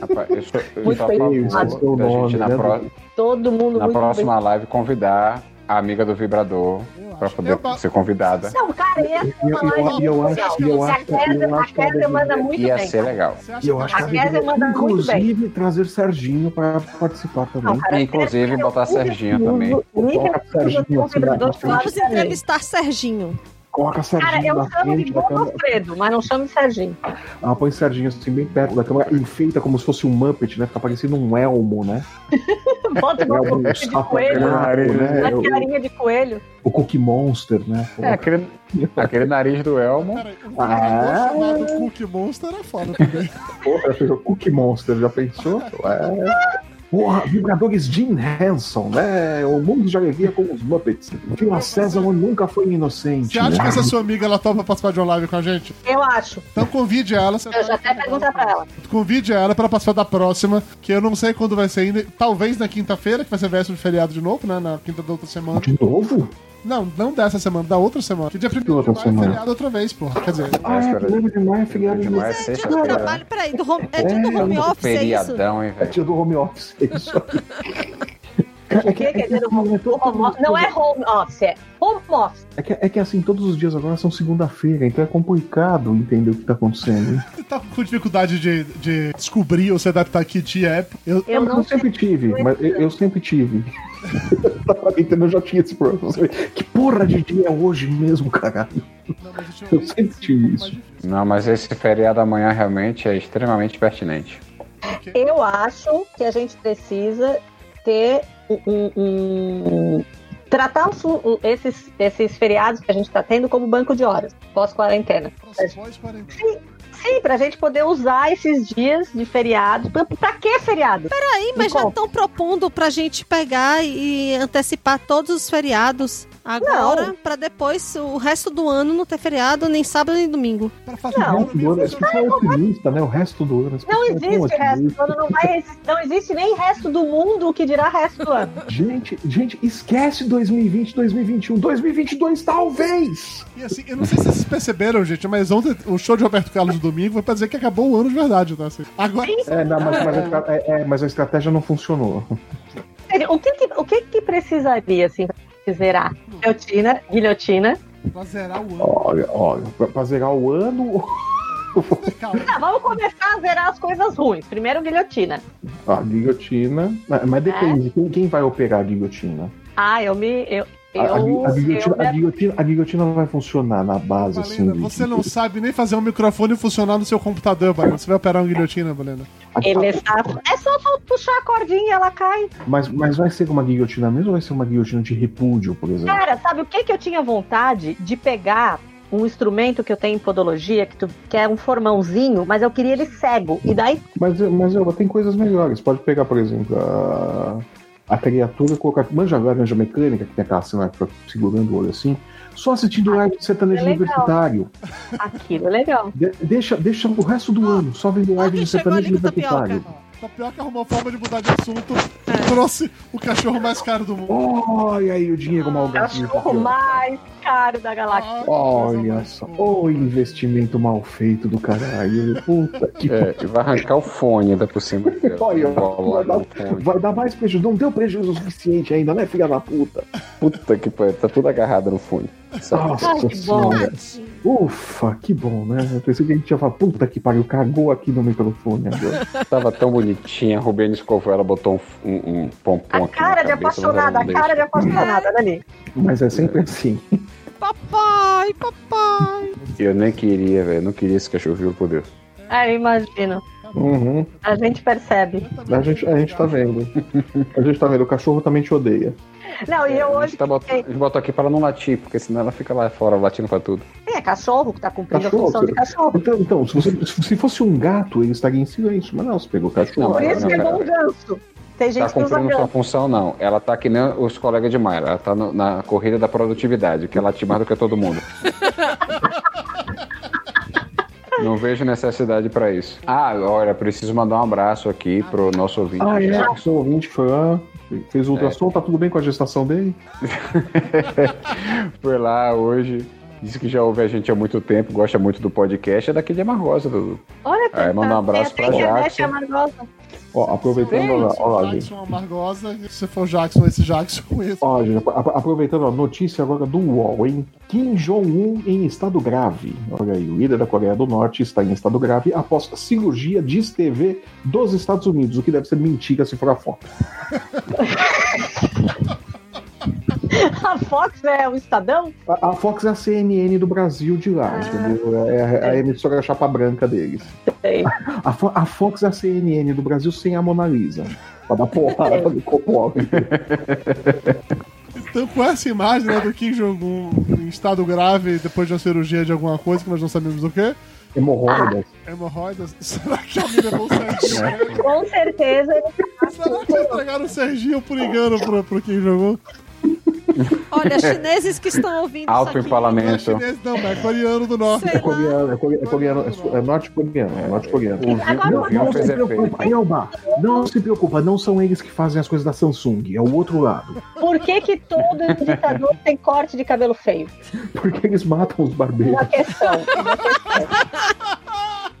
S5: Rapaz, eu sou, eu
S2: Muito
S5: sou a
S2: feio
S5: favor
S2: esse
S5: da
S2: seu nome,
S5: gente na,
S2: né,
S5: pró-
S4: Todo mundo
S5: na
S4: muito
S5: próxima live convidar a amiga do vibrador
S1: Eu
S5: pra
S1: acho. Eu
S5: poder
S1: ba-
S5: ser convidada.
S4: bem. Não, cara, ia ser uma
S2: E eu-
S4: live
S2: e eu acho-
S4: especial.
S1: e eu
S4: a
S2: acho- e eu
S4: Kézia- a
S2: acho que é ela
S4: Kézia manda
S2: deveria-
S4: muito
S5: Ia
S4: bem.
S5: ser legal.
S1: Você acha
S2: E eu
S1: que-
S2: acho que é ela
S4: A Kézia
S2: deveria,
S4: manda muito
S2: inclusive, trazer Serginho pra participar também.
S4: Não, cara,
S5: E, inclusive,
S4: eu-
S5: botar
S4: eu-
S5: Serginho
S4: eu-
S5: também.
S4: eu- eu-
S2: Coloca
S4: eu- eu- eu-
S2: Serginho
S4: eu-
S2: assim
S4: eu-
S2: na-
S4: eu-
S2: na
S4: eu-
S2: frente.
S3: Vamos
S4: assim,
S3: entrevistar Serginho.
S2: Coloca Serginho
S4: Cara, eu
S2: na
S4: chamo de
S2: frente da câmera.
S4: Godofredo, mas não chamo de Serginho.
S2: Ela põe Serginho assim bem perto da câmera, enfeita como se fosse um Muppet, né? Fica parecendo um elmo, né?
S4: Bota o
S2: Um elmo
S4: Godofredo de
S2: sapo
S4: coelho,
S2: gato, né?
S4: uma
S2: O,
S4: carinha de coelho.
S2: o Cookie Monster, né? Pô,
S5: É, aquele, aquele nariz do Elmo.
S1: Peraí, um
S2: Ah.
S1: chamado Cookie Monster é foda também.
S2: Porra, o Cookie Monster, já pensou? É. Porra, Vibradores Jim Henson, né? O mundo de alegria com os Muppets. Vila César nunca foi inocente.
S1: Você acha que essa
S2: Ah,
S1: sua amiga ela topa participar de uma live com a gente?
S4: Eu acho.
S1: Então convide ela. você
S4: Eu já
S1: vai-
S4: até perguntar pra ela.
S1: Convide ela pra participar da próxima, que eu não sei quando vai ser ainda. Talvez na quinta-feira, que vai ser véspera de feriado de novo, né? Na quinta da outra semana.
S2: De novo?
S1: Não, não dessa semana, da outra semana. Que dia primeiro
S2: outra
S1: de maio é
S2: semana?
S1: feriado outra vez, porra. Quer dizer,
S2: Ah, é,
S5: Véspera de-
S2: primeiro de maio é feriado de
S5: de maio é
S3: É dia do
S5: sexta-feira.
S3: trabalho,
S5: né?
S3: peraí, do home, é dia do home
S5: Tanto
S3: office, é isso?
S5: feriadão, hein, velho?
S2: dia do home office. É isso É aí. Cara,
S4: O que quer dizer home
S2: todo-
S4: office? Não é home office, é home office.
S2: É que, é que assim, todos os dias agora são segunda-feira, então é complicado entender o que tá acontecendo.
S1: você tá com dificuldade de, de descobrir ou se adaptar que dia é. Eu,
S4: Eu não sei.
S2: sempre tive,
S4: Não
S2: mas eu, eu sempre tive. Entendeu? Eu já tinha esse problema. Que porra de dia é hoje mesmo, caralho?
S1: não, mas deixa
S2: Eu sempre tive isso.
S5: Não, mas esse feriado amanhã realmente é extremamente pertinente.
S4: Eu acho que a gente precisa ter um. um- um- tratar os- o- esses, esses feriados que a gente está tendo como banco de horas, pós-quarentena.
S1: Nossa, voz quarenta.
S4: Sim, pra gente poder usar esses dias de feriado. Pra, pra que feriado?
S3: Sim, mas já
S4: Bom.
S3: estão propondo pra gente pegar e antecipar todos os feriados agora, pra depois o resto do ano não ter feriado, nem sábado nem domingo.
S1: Pra fazer
S4: Não. é
S2: O resto do ano, as pessoas são otimistas, né? O resto do ano. as
S4: Não
S2: pessoas são
S4: existe resto
S2: otimistas.
S4: do ano, não vai existir, não existe nem resto do mundo que dirá resto do ano.
S2: Gente, gente, esquece 2020, 2021. 2022 talvez!
S1: E assim, eu não sei se vocês perceberam, gente, mas ontem o show de Roberto Carlos no domingo foi pra dizer que acabou o ano de verdade, tá? Assim. Agora,
S2: É, não, mas, mas a estra- é, é, mas a estratégia não funcionou.
S4: O que que, o que, que precisaria, assim, pra gente zerar? Guilhotina, guilhotina.
S1: pra zerar o ano,
S2: Olha, olha, pra, pra zerar o ano.
S1: calma.
S4: Tá, vamos começar a zerar as coisas ruins. Primeiro, guilhotina.
S2: A guilhotina. Mas, mas depende, quem, quem vai operar a guilhotina?
S4: Ah, eu me. Eu,
S2: A, a gui-
S4: eu,
S2: a guilhotina,
S4: eu-
S2: a guilhotina- a guilhotina não vai funcionar na base, assim.
S1: Valena,
S2: de-
S1: né? você não sabe nem fazer um microfone funcionar no seu computador, Balena. Você vai operar uma guilhotina, Balena.
S2: a-
S4: ele está- É só tu- puxar a cordinha e ela cai.
S2: Mas, mas vai ser uma guilhotina mesmo ou vai ser uma guilhotina de repúdio, por exemplo?
S4: Cara, sabe o que, que eu tinha vontade de pegar? Um instrumento que eu tenho em podologia, que, tu, que é um formãozinho, mas eu queria ele cego. E daí
S2: Mas, mas Elba, tem coisas melhores. Pode pegar, por exemplo, a, a criatura e colocar. Manja a laranja mecânica, que tem aquela cena que fica segurando o olho assim. Só assistindo live de sertanejo
S4: é legal.
S2: universitário.
S4: aquilo é legal.
S2: De- deixa, deixa o resto do
S4: Ah,
S3: Ó,
S2: ano, só vendo live
S3: Alguém
S2: de
S3: chegou ali
S2: sertanejo
S3: com tapioca.
S2: universitário.
S1: Tapioca Tá arrumou forma de mudar de assunto e trouxe o cachorro mais caro do mundo.
S2: Olha aí o dinheiro mal gasto.
S4: Cachorro é mais caro da galáxia.
S1: Ah, que coisa
S2: Olha
S1: mais
S2: só,
S1: boa.
S2: o investimento mal feito do caralho. Puta que
S5: É, e vai arrancar o fone ainda por cima. dele.
S2: Olha,
S5: Bola
S2: vai
S5: no
S2: dar, um
S5: fone.
S2: vai dar mais prejuízo. Não deu prejuízo suficiente ainda, né, filha da puta?
S5: Puta que pariu, tá tudo agarrado no fone. Sabe?
S2: Nossa
S4: Ai, que bom.
S2: senhora.
S3: Tadinho.
S2: Ufa, que bom, né? Eu pensei que a gente ia falar, puta que pariu, cagou aqui no microfone agora.
S5: Tava tão bonitinha, a Rubiane escovou, ela botou um, um, um pompom
S4: A
S5: aqui na
S4: cara de
S5: cabeça,
S4: apaixonada, a
S5: mas ela
S4: cara de apaixonada, Dani.
S2: Mas é sempre assim.
S3: Papai, papai.
S5: não deixa. Eu nem queria, velho, não queria esse cachorro, juro por Deus.
S4: Ah, eu imagino.
S2: Uhum.
S4: A gente percebe.
S2: A gente, a gente tá vendo. A gente tá vendo, o cachorro também te odeia.
S4: Não, e eu
S5: a,
S4: hoje.
S5: gente tá botando, a gente botou aqui pra ela não latir, porque senão ela fica lá fora latindo pra tudo.
S4: É, é cachorro que tá cumprindo
S2: Cachorro,
S4: a função de
S2: cara.
S4: cachorro.
S2: Então, então se, você- se fosse um gato, ele estaria em silêncio. Mas não, você pegou o cachorro.
S5: Não,
S4: Por isso
S5: não,
S4: que é
S5: cara.
S4: bom ganso. Tem gente
S5: Tá
S4: que usa
S5: cumprindo sua
S4: ganso.
S5: função, não. Ela tá que nem os colegas de Mayra, ela tá no- na corrida da produtividade, que ela late mais do que todo mundo. Não vejo necessidade pra isso. Ah, olha, preciso mandar um abraço aqui pro nosso ouvinte.
S2: Ah, é. O seu ouvinte foi lá, fez o ultrassom, tá tudo bem com a gestação dele?
S5: Foi lá hoje, disse que já ouve a gente há muito tempo, gosta muito do podcast, é daqui de Amargosa, Dudu.
S4: Olha, tem,
S5: É, manda um abraço
S4: tem
S5: pra
S4: até internet
S5: Jackson.
S4: amargosa.
S2: Ó, aproveitando, olha lá,
S1: Se
S2: olha
S1: for
S2: lá, gente.
S1: Jackson Amargosa, se for Jackson, esse Jackson com esse.
S2: Ó, gente, apro- aproveitando a notícia agora do UOL, hein? Kim Jong-un em estado grave. Olha aí, o líder da Coreia do Norte está em estado grave após cirurgia, diz TV dos Estados Unidos, o que deve ser mentira se for a foto.
S4: A Fox é o Estadão?
S2: A, a Fox é a CNN do Brasil de lá, entendeu? É a, é a emissora chapa branca deles.
S4: Sei.
S2: A, Fo- a Fox é a CNN do Brasil sem a Mona Lisa. Pra dar porrada no copo.
S1: Então, com essa um imagem né, do Kim Jong-un em estado grave depois de uma cirurgia de alguma coisa que nós não sabemos o que,
S2: Hemorroidas.
S1: Hemorroidas? Será que a mina levou o
S2: Né?
S1: Serginho?
S4: Com certeza ele
S1: Será que entregaram o Serginho por engano pro, pro um? quem jogou?
S3: Olha, chineses que estão ouvindo
S5: Alto
S3: isso
S5: em
S3: aqui.
S1: Não é
S5: parlamento.
S1: chinês, não, mas é coreano do norte.
S3: Sei
S2: É
S3: lá.
S2: coreano, é core- é coreano, é su- é norte-coreano, é norte-coreano.
S5: O vinho, o vinho fez efeito.
S2: Elba, não se preocupa, não são eles que fazem as coisas da Samsung, é o outro lado.
S4: Por que, que todo ditador tem corte de cabelo feio?
S2: Porque eles matam os barbeiros.
S4: Uma questão. Uma questão.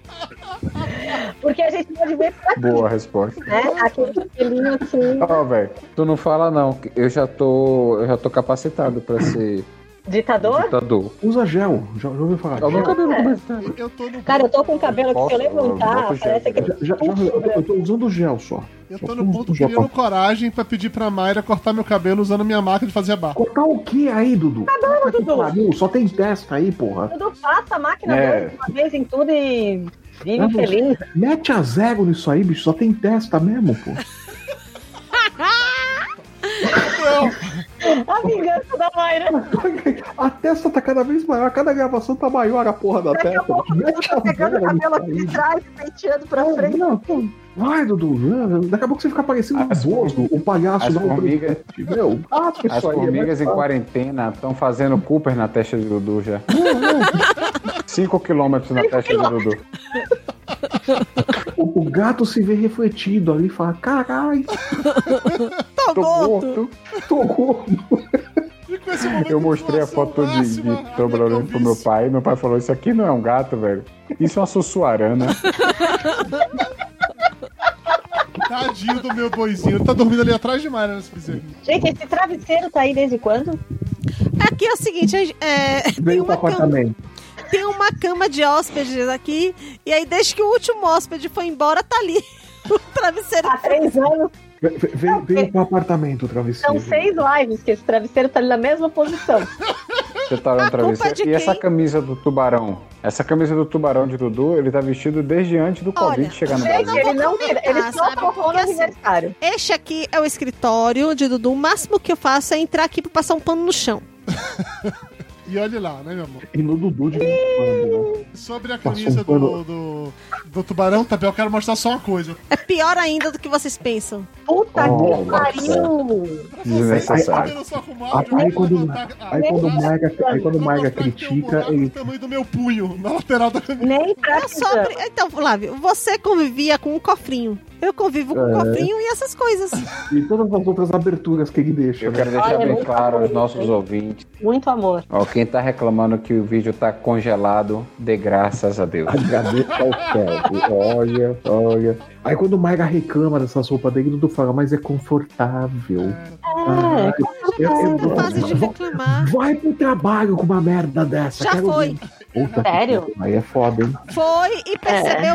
S4: Porque a gente pode ver pra
S5: Boa resposta.
S4: né? Aquele cabelinho assim,
S5: Ó, velho, tu não fala não, que eu já tô, eu já tô capacitado pra ser
S4: ditador.
S5: ditador.
S2: Usa gel, já, já ouviu falar.
S5: Eu nunca vi no comentário.
S1: Eu tô no,
S4: Cara, eu tô com o cabelo que se eu levantar,
S5: Posso, eu
S4: parece né? que.
S5: boto
S2: Já- já- já- eu, eu tô usando gel só.
S1: eu tô no ponto criando coragem pra pedir pra Mayra cortar meu cabelo usando minha máquina de fazer barba.
S2: Cortar Tá o que aí, Dudu? Puta que
S4: Tá Dudu.
S2: pariu, Só tem testa aí, porra.
S4: Tudo passa a máquina
S5: É.
S4: dois de uma vez em tudo e um vive
S2: Ah, não.
S4: feliz.
S2: Mete a zero nisso aí, bicho. Só tem testa mesmo, pô.
S4: A vingança da Mayra.
S2: A testa tá cada vez maior, cada gravação tá né? maior a porra da
S4: Daqui a
S2: testa.
S4: pouco eu
S2: Mete a
S4: tô pegando o
S2: zero
S4: cabelo aqui tá
S2: nisso
S4: de
S2: aí.
S4: trás, penteando pra
S2: tá Não,
S4: frente.
S2: não, pô. Vai, Dudu. né? Daqui a pouco você fica parecendo um
S5: As
S2: bozo, um palhaço
S5: as
S2: da
S5: formigas-
S2: Meu, bate
S5: As
S2: isso aí,
S5: formigas
S2: né?
S5: em quarentena estão fazendo Cooper na testa de Dudu já. 5 quilômetros na testa de Dudu.
S2: O, o gato se vê refletido ali e fala: caralho,
S3: Tô
S5: Tô
S3: gordo.
S5: morto.
S2: tô gordo.
S1: E com esse momento
S5: Eu
S1: de
S5: mostrei a
S1: inflação
S5: foto de,
S1: máxima, a
S5: de Toblerone
S1: minha
S5: pro meu
S1: calvície.
S5: pai. Meu pai falou: Isso aqui não é um gato, velho. Isso é uma sussuarana.
S1: Tadinho do meu boizinho. Ele tá dormindo ali atrás de Mayra nesse bezerro.
S4: Gente, esse travesseiro tá aí desde quando?
S3: Aqui é o seguinte, a gen- é, tem,
S2: Veio pro
S3: uma cama,
S2: apartamento.
S3: tem uma cama de hóspedes aqui, e aí desde que o último hóspede foi embora, tá ali o travesseiro.
S4: Há três anos,
S2: Ve- ve- Veio, veio pro apartamento, travesseiro.
S4: são seis lives que esse travesseiro tá ali na mesma posição.
S5: Você tá olhando
S3: A culpa
S5: travesseiro.
S3: de
S5: E essa
S3: quem?
S5: camisa do tubarão? Essa camisa do tubarão de Dudu, ele tá vestido desde antes do Covid
S3: Olha,
S5: chegar no
S4: Gente,
S5: Brasil.
S4: ele não tira, ele
S3: comentar,
S4: só
S3: sabe?
S4: colocou no
S3: Porque, assim,
S4: aniversário.
S3: Este aqui é o escritório de Dudu. O máximo que eu faço é entrar aqui pra passar um pano no chão.
S1: E olhe lá, né, meu amor?
S2: E no Dudu de vez em quando, né?
S1: Sobre a
S2: Passou
S1: camisa
S2: um pano.
S1: do, do, do tubarão, Tabel, eu quero mostrar só uma coisa.
S3: É pior ainda do que vocês pensam.
S4: Puta
S5: Oh,
S4: que pariu!
S1: Pra
S5: É Desnecessário.
S1: cabelo só arrumar,
S2: Aí-
S1: eu
S2: Aí
S1: vou
S2: quando
S1: levantar a
S2: aí quando o
S1: braça,
S2: Maiga, aí quando o
S1: vou
S2: Maiga
S1: mostrar que tem um
S2: critica,
S1: buraco do
S2: ele.
S1: tamanho do meu punho, na lateral da camisa.
S4: Nem é pra
S2: É
S3: Eu só abri- Então, Flávio, você convivia com um cofrinho. Eu convivo com um
S2: É.
S3: cofrinho e essas coisas.
S2: E todas as outras aberturas que ele deixa.
S5: Eu
S2: né?
S5: quero deixar
S4: Olha,
S5: bem
S4: muito
S5: claro aos
S4: bonito,
S5: nossos
S4: hein?
S5: ouvintes.
S4: Muito amor.
S5: Ó, quem tá reclamando que o vídeo tá congelado, de graças a Deus.
S2: Agradeço ao céu. Olha, olha. Aí quando o Maiga reclama dessas roupas dele, o Dudu fala, mas é confortável. Uhum.
S4: Ah,
S2: eu- um
S3: Você
S2: eu-
S3: tá fase de reclamar.
S2: Vai pro trabalho com uma merda dessa.
S3: Já
S2: quero
S3: foi.
S2: ver. Puta que
S4: Sério?
S2: pariu, Aí é foda, hein?
S3: Foi e percebeu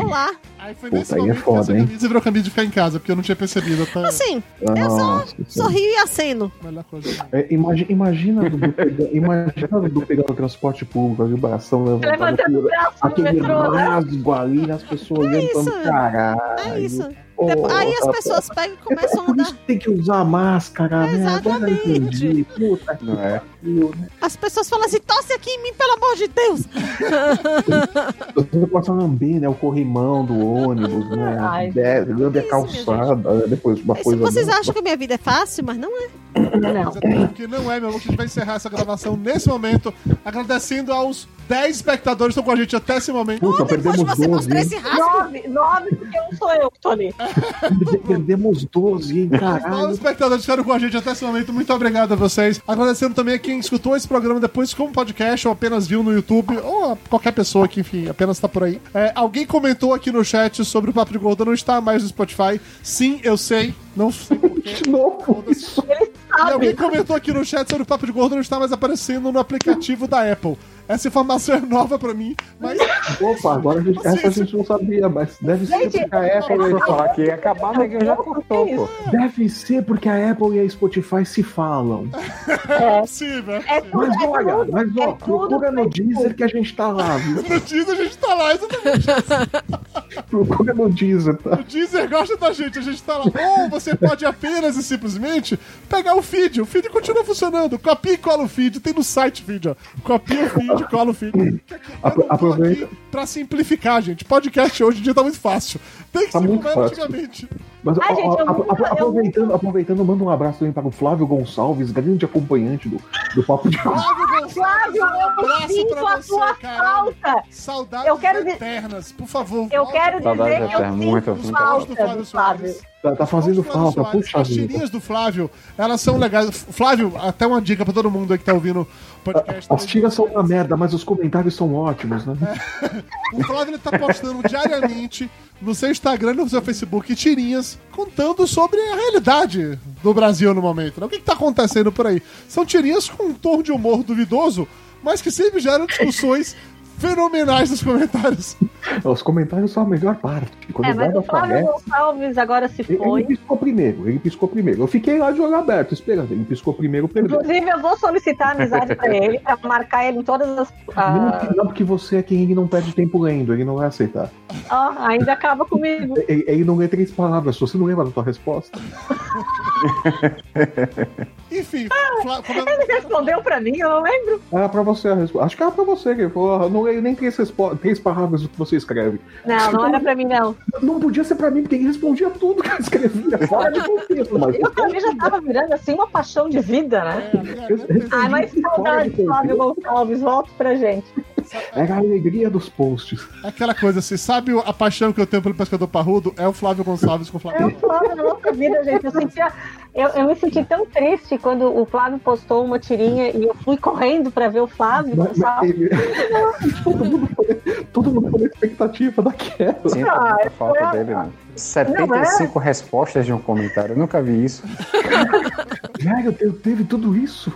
S2: É.
S3: lá.
S1: Aí foi
S2: Puta,
S1: nesse
S2: aí é
S1: momento
S2: foda,
S1: que essa
S2: hein?
S1: camisa virou camisa de ficar em casa, porque eu não tinha percebido. Tá
S3: Assim,
S2: Nossa,
S3: sorrio e aceno.
S1: a melhor coisa.
S2: Ah, É, imagi- imagina, Dudu pega- imagina o Dudu pegar o transporte público, ali, o bração levantado.
S4: Levantando o
S2: por-
S4: braço no
S2: Aquele
S4: metrô, né?
S2: rasgo ali, as pessoas olhando
S3: É isso.
S2: falando, caralho.
S3: É isso.
S2: ô,
S3: Depo- aí as
S2: ô,
S3: pessoas pegam e
S2: É, é
S3: começam a
S2: por
S3: andar.
S2: isso que tem que usar máscara, né? Agora eu
S3: Exatamente.
S2: entendi. Puta
S5: Não é?
S2: que
S3: As pessoas falam assim: tosse aqui em mim, pelo amor de Deus.
S2: Você passa lambê, né? O corrimão do ônibus, né?
S4: Ai,
S2: Desce, lambe a
S3: é isso,
S2: calçada, né, depois uma
S3: É isso,
S2: coisa.
S3: vocês
S2: dessa.
S3: acham que a minha vida é fácil, mas não é.
S4: Não.
S1: Mas até Porque não é, meu amor, que a gente vai encerrar essa gravação nesse momento, agradecendo aos 10 espectadores que estão com a gente até esse momento.
S2: Puta,
S3: Depois de
S2: perdemos
S3: você
S2: 12,
S3: mostrar
S2: hein?
S3: esse rasgo.
S4: Nove, nove, porque não sou eu que tô ali.
S2: Perde- Perdemos 12, hein?
S1: Aos
S2: Caralho.
S1: espectadores que ficaram com a gente até esse momento, muito obrigado a vocês. Agradecendo também a quem escutou esse programa depois como podcast ou apenas viu no YouTube, ou a qualquer pessoa que, enfim, apenas tá por aí. É, alguém comentou aqui no chat sobre o Papo de Gordo não estar mais no Spotify. Sim, eu sei. Não sei porquê.
S2: De novo, isso.
S1: E alguém comentou aqui no chat sobre o Papo de Gordo não estar mais aparecendo no aplicativo da Apple. Essa informação é nova pra mim, mas é
S2: Opa, agora a gente, essa a gente não sabia, mas deve ser
S4: Gente,
S2: porque a
S5: É,
S2: Apple. é-
S5: Eu ia falar que ia acabar, mas já cortou, pô.
S2: Deve ser porque a Apple e a Spotify se falam.
S1: é possível.
S4: É tudo,
S2: Mas
S4: é
S2: olha,
S4: tudo.
S2: mas ó,
S4: é tudo
S2: procura no
S4: Facebook.
S2: Deezer que a gente tá lá, viu?
S1: é No Disney a gente tá lá, exatamente.
S2: Procura no Deezer, tá?
S1: O Deezer gosta da gente, a gente tá lá. Ou você pode apenas e simplesmente pegar o feed. O feed continua funcionando. Copia e cola o feed. Tem no site feed, ó. Copia o feed, cola o feed. Eu não tô
S2: Aproveita.
S1: aqui Pra simplificar, gente. Podcast hoje em dia tá muito fácil. Tem que
S2: Tá
S1: ser
S2: muito
S1: como era
S2: fácil.
S1: antigamente.
S2: Mas,
S4: Ai,
S2: ó,
S4: gente,
S2: ó,
S4: eu
S2: apro-
S4: nunca-
S2: apro-
S4: eu
S2: aproveitando, aproveitando, manda um abraço também para o Flávio Gonçalves, grande acompanhante do, do Papo de Cozinha.
S1: Flávio Gonçalves,
S4: Flávio,
S1: um
S4: eu
S1: abraço
S4: sinto
S1: pra
S4: a
S1: você,
S4: sua
S1: cara.
S4: falta.
S1: Saudades
S4: Eu quero di-
S1: eternas, por favor.
S4: Eu
S1: volte
S4: quero
S1: pra-
S5: Saudades
S4: dizer que eu
S5: eternas, muito,
S4: sinto
S1: Os
S5: muito.
S1: caras
S4: falta
S1: do
S4: do
S1: Flávio Soares.
S4: Flávio.
S2: Tá, tá fazendo
S1: Flávio
S2: falta,
S1: Soares,
S2: puxa
S1: As
S2: vida.
S1: tirinhas do Flávio, elas são legais. Flávio, até uma dica pra todo mundo aí que tá ouvindo o podcast.
S2: As tiras são uma merda, mas os comentários são ótimos, né?
S1: O Flávio ele tá postando diariamente no seu Instagram e no seu Facebook tirinhas contando sobre a realidade do Brasil no momento. né? O que, que tá acontecendo por aí? São tirinhas com um tom de humor duvidoso, mas que sempre geram discussões fenomenais nos comentários.
S2: Os comentários são a melhor parte. Quando
S4: É,
S2: vai
S4: mas o
S2: na
S4: Flávio
S2: Flamengo,
S4: Gonçalves agora se
S2: ele, ele
S4: foi.
S2: piscou primeiro, ele piscou primeiro. Eu fiquei lá de olho aberto, esperando. Ele piscou primeiro, perdeu.
S4: Inclusive, eu vou solicitar amizade pra ele, pra marcar ele em todas as.
S2: Não,
S4: ah,
S2: porque- não porque você é quem ele não perde tempo lendo, ele não vai aceitar.
S4: ó, ainda acaba comigo.
S2: Ele, ele não lê três palavras, você não lembra da tua resposta?
S1: Enfim,
S4: Ah,
S1: Flá- como eu-
S4: Ele respondeu pra mim, eu não lembro.
S2: Era é pra você a resposta. Acho que era pra você, que ele falou, "Ah, não leio nem três, respo- três palavras do que você escreve.
S4: Não, não era pra mim, não.
S2: Não podia ser pra mim, porque ele respondia tudo que eu escrevia, fora de contexto, mas
S4: Eu também já tava virando assim uma paixão de vida, né? Ai, mas saudade, Flávio Gonçalves, volta pra gente.
S2: era a alegria dos posts.
S1: Aquela coisa assim, sabe a paixão que eu tenho pelo pescador parrudo? É o Flávio Gonçalves com o Flávio.
S4: É o Flávio na nossa vida, gente. Eu, sentia, eu, eu me senti tão triste quando o Flávio postou uma tirinha e eu fui correndo pra ver o Flávio
S2: Mas- mas
S4: Gonçalves.
S2: ele- todo, mundo foi, todo mundo foi na expectativa daquela.
S5: Sinto muita falta dele, mano. 75 respostas de um comentário, eu nunca vi isso.
S2: Velho, te- teve tudo isso.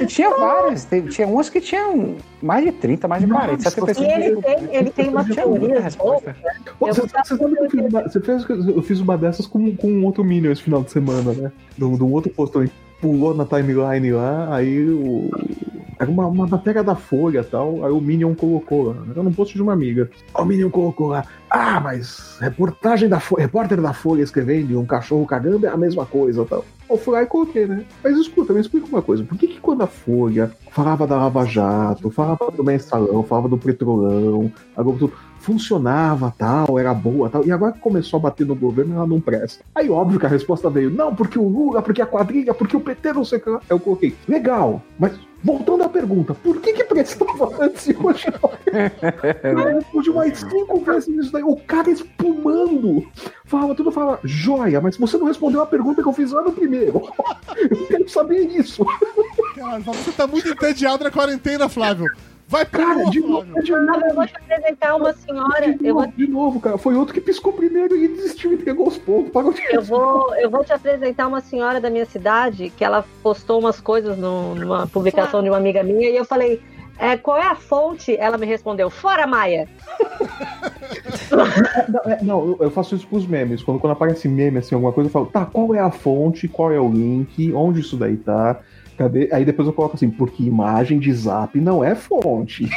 S5: Eu tinha várias, teve- tinha umas que tinham mais de 30, mais de 40,
S2: Nossa,
S5: 75.
S4: E ele é tem, ele tem umas
S5: Tinha muita
S4: teorias boas.
S5: resposta.
S2: Pô,
S4: Eu
S2: Você
S4: vou dar-
S2: você sabe que eu fiz, uma, você fez, eu fiz uma dessas com, com um outro Minion esse final de semana, né? De um de um outro post também. Pulou na timeline lá, aí o. Era uma, uma matéria da Folha tal, aí o Minion colocou lá. Era num post de uma amiga. Aí O Minion colocou lá. Ah, mas reportagem da Folha, repórter da Folha escrevendo e um cachorro cagando é a mesma coisa tal. Eu fui lá e coloquei, né? Mas escuta, me explica uma coisa. Por que, que quando a Folha falava da Lava Jato, falava do mensalão, falava do petrolão, a Globo tudo, funcionava tal, era boa tal, e agora que começou a bater no governo, ela não presta. Aí óbvio que a resposta veio, não, porque o Lula, porque a quadrilha, porque o PT, não sei o que lá. Eu coloquei, legal, mas voltando à pergunta, por que que prestava antes e hoje não? Eu respondi mais cinco vezes isso daí, o cara espumando. Falava tudo, falava, joia, mas você não respondeu a pergunta que eu fiz lá no primeiro. Eu quero saber isso.
S1: Caralho, Flávio, você tá muito entediado na quarentena, Flávio. Vai pra
S2: Cara,
S1: rua,
S2: de novo,
S1: Flávio.
S2: de novo.
S4: Flávio, eu vou te apresentar uma senhora.
S2: De
S4: Eu vou,
S2: novo, de novo, cara. Foi outro que piscou primeiro e desistiu, entregou os pontos, pagou
S4: eu,
S2: dinheiro.
S4: vou, eu vou te apresentar uma senhora da minha cidade que ela postou umas coisas no- numa publicação de uma amiga minha e eu falei. é, qual é a fonte? Ela me respondeu, fora Maia.
S2: Não, é, não, eu- eu faço isso com os memes. Quando, quando aparece meme, assim, alguma coisa, eu falo, tá, qual é a fonte, qual é o link, onde isso daí tá? Cadê? Aí depois eu coloco assim, porque imagem de zap não é fonte.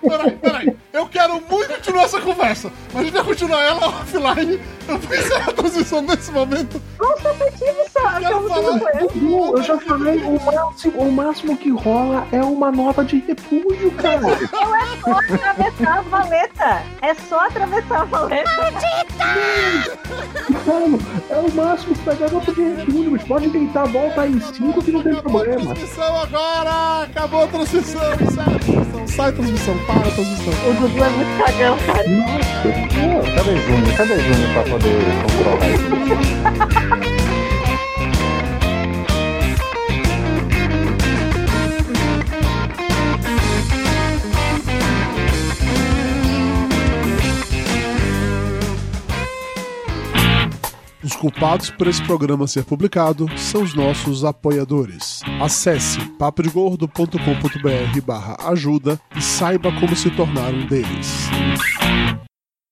S1: Peraí, peraí. Eu quero muito continuar essa conversa. Mas a gente vai continuar ela offline. Eu vou encerrar a transmissão nesse momento.
S4: Consultativo, sabe?
S1: Quero
S4: Como
S1: falar-
S4: tudo foi.
S2: Dudu, eu já falei, o máximo, o máximo que rola é uma nota de repúdio, cara.
S4: só atravessar a valeta. É só atravessar a valeta.
S2: Mano, é o máximo que pega a nota de repúdio, mas pode tentar, volta aí em 5 que não tem
S1: Acabou a
S2: problema.
S1: transmissão agora! Acabou a transmissão! Sai a transmissão! Sai a transmissão! Para a transmissão!
S4: O Dudu é muito cagão, cara.
S5: Pô, Cadê Júnior? Cadê Júnior pra poder comprovar isso?
S1: Os culpados por esse programa ser publicado são os nossos apoiadores. Acesse papodegordo.com.br barra ajuda e saiba como se tornar um deles.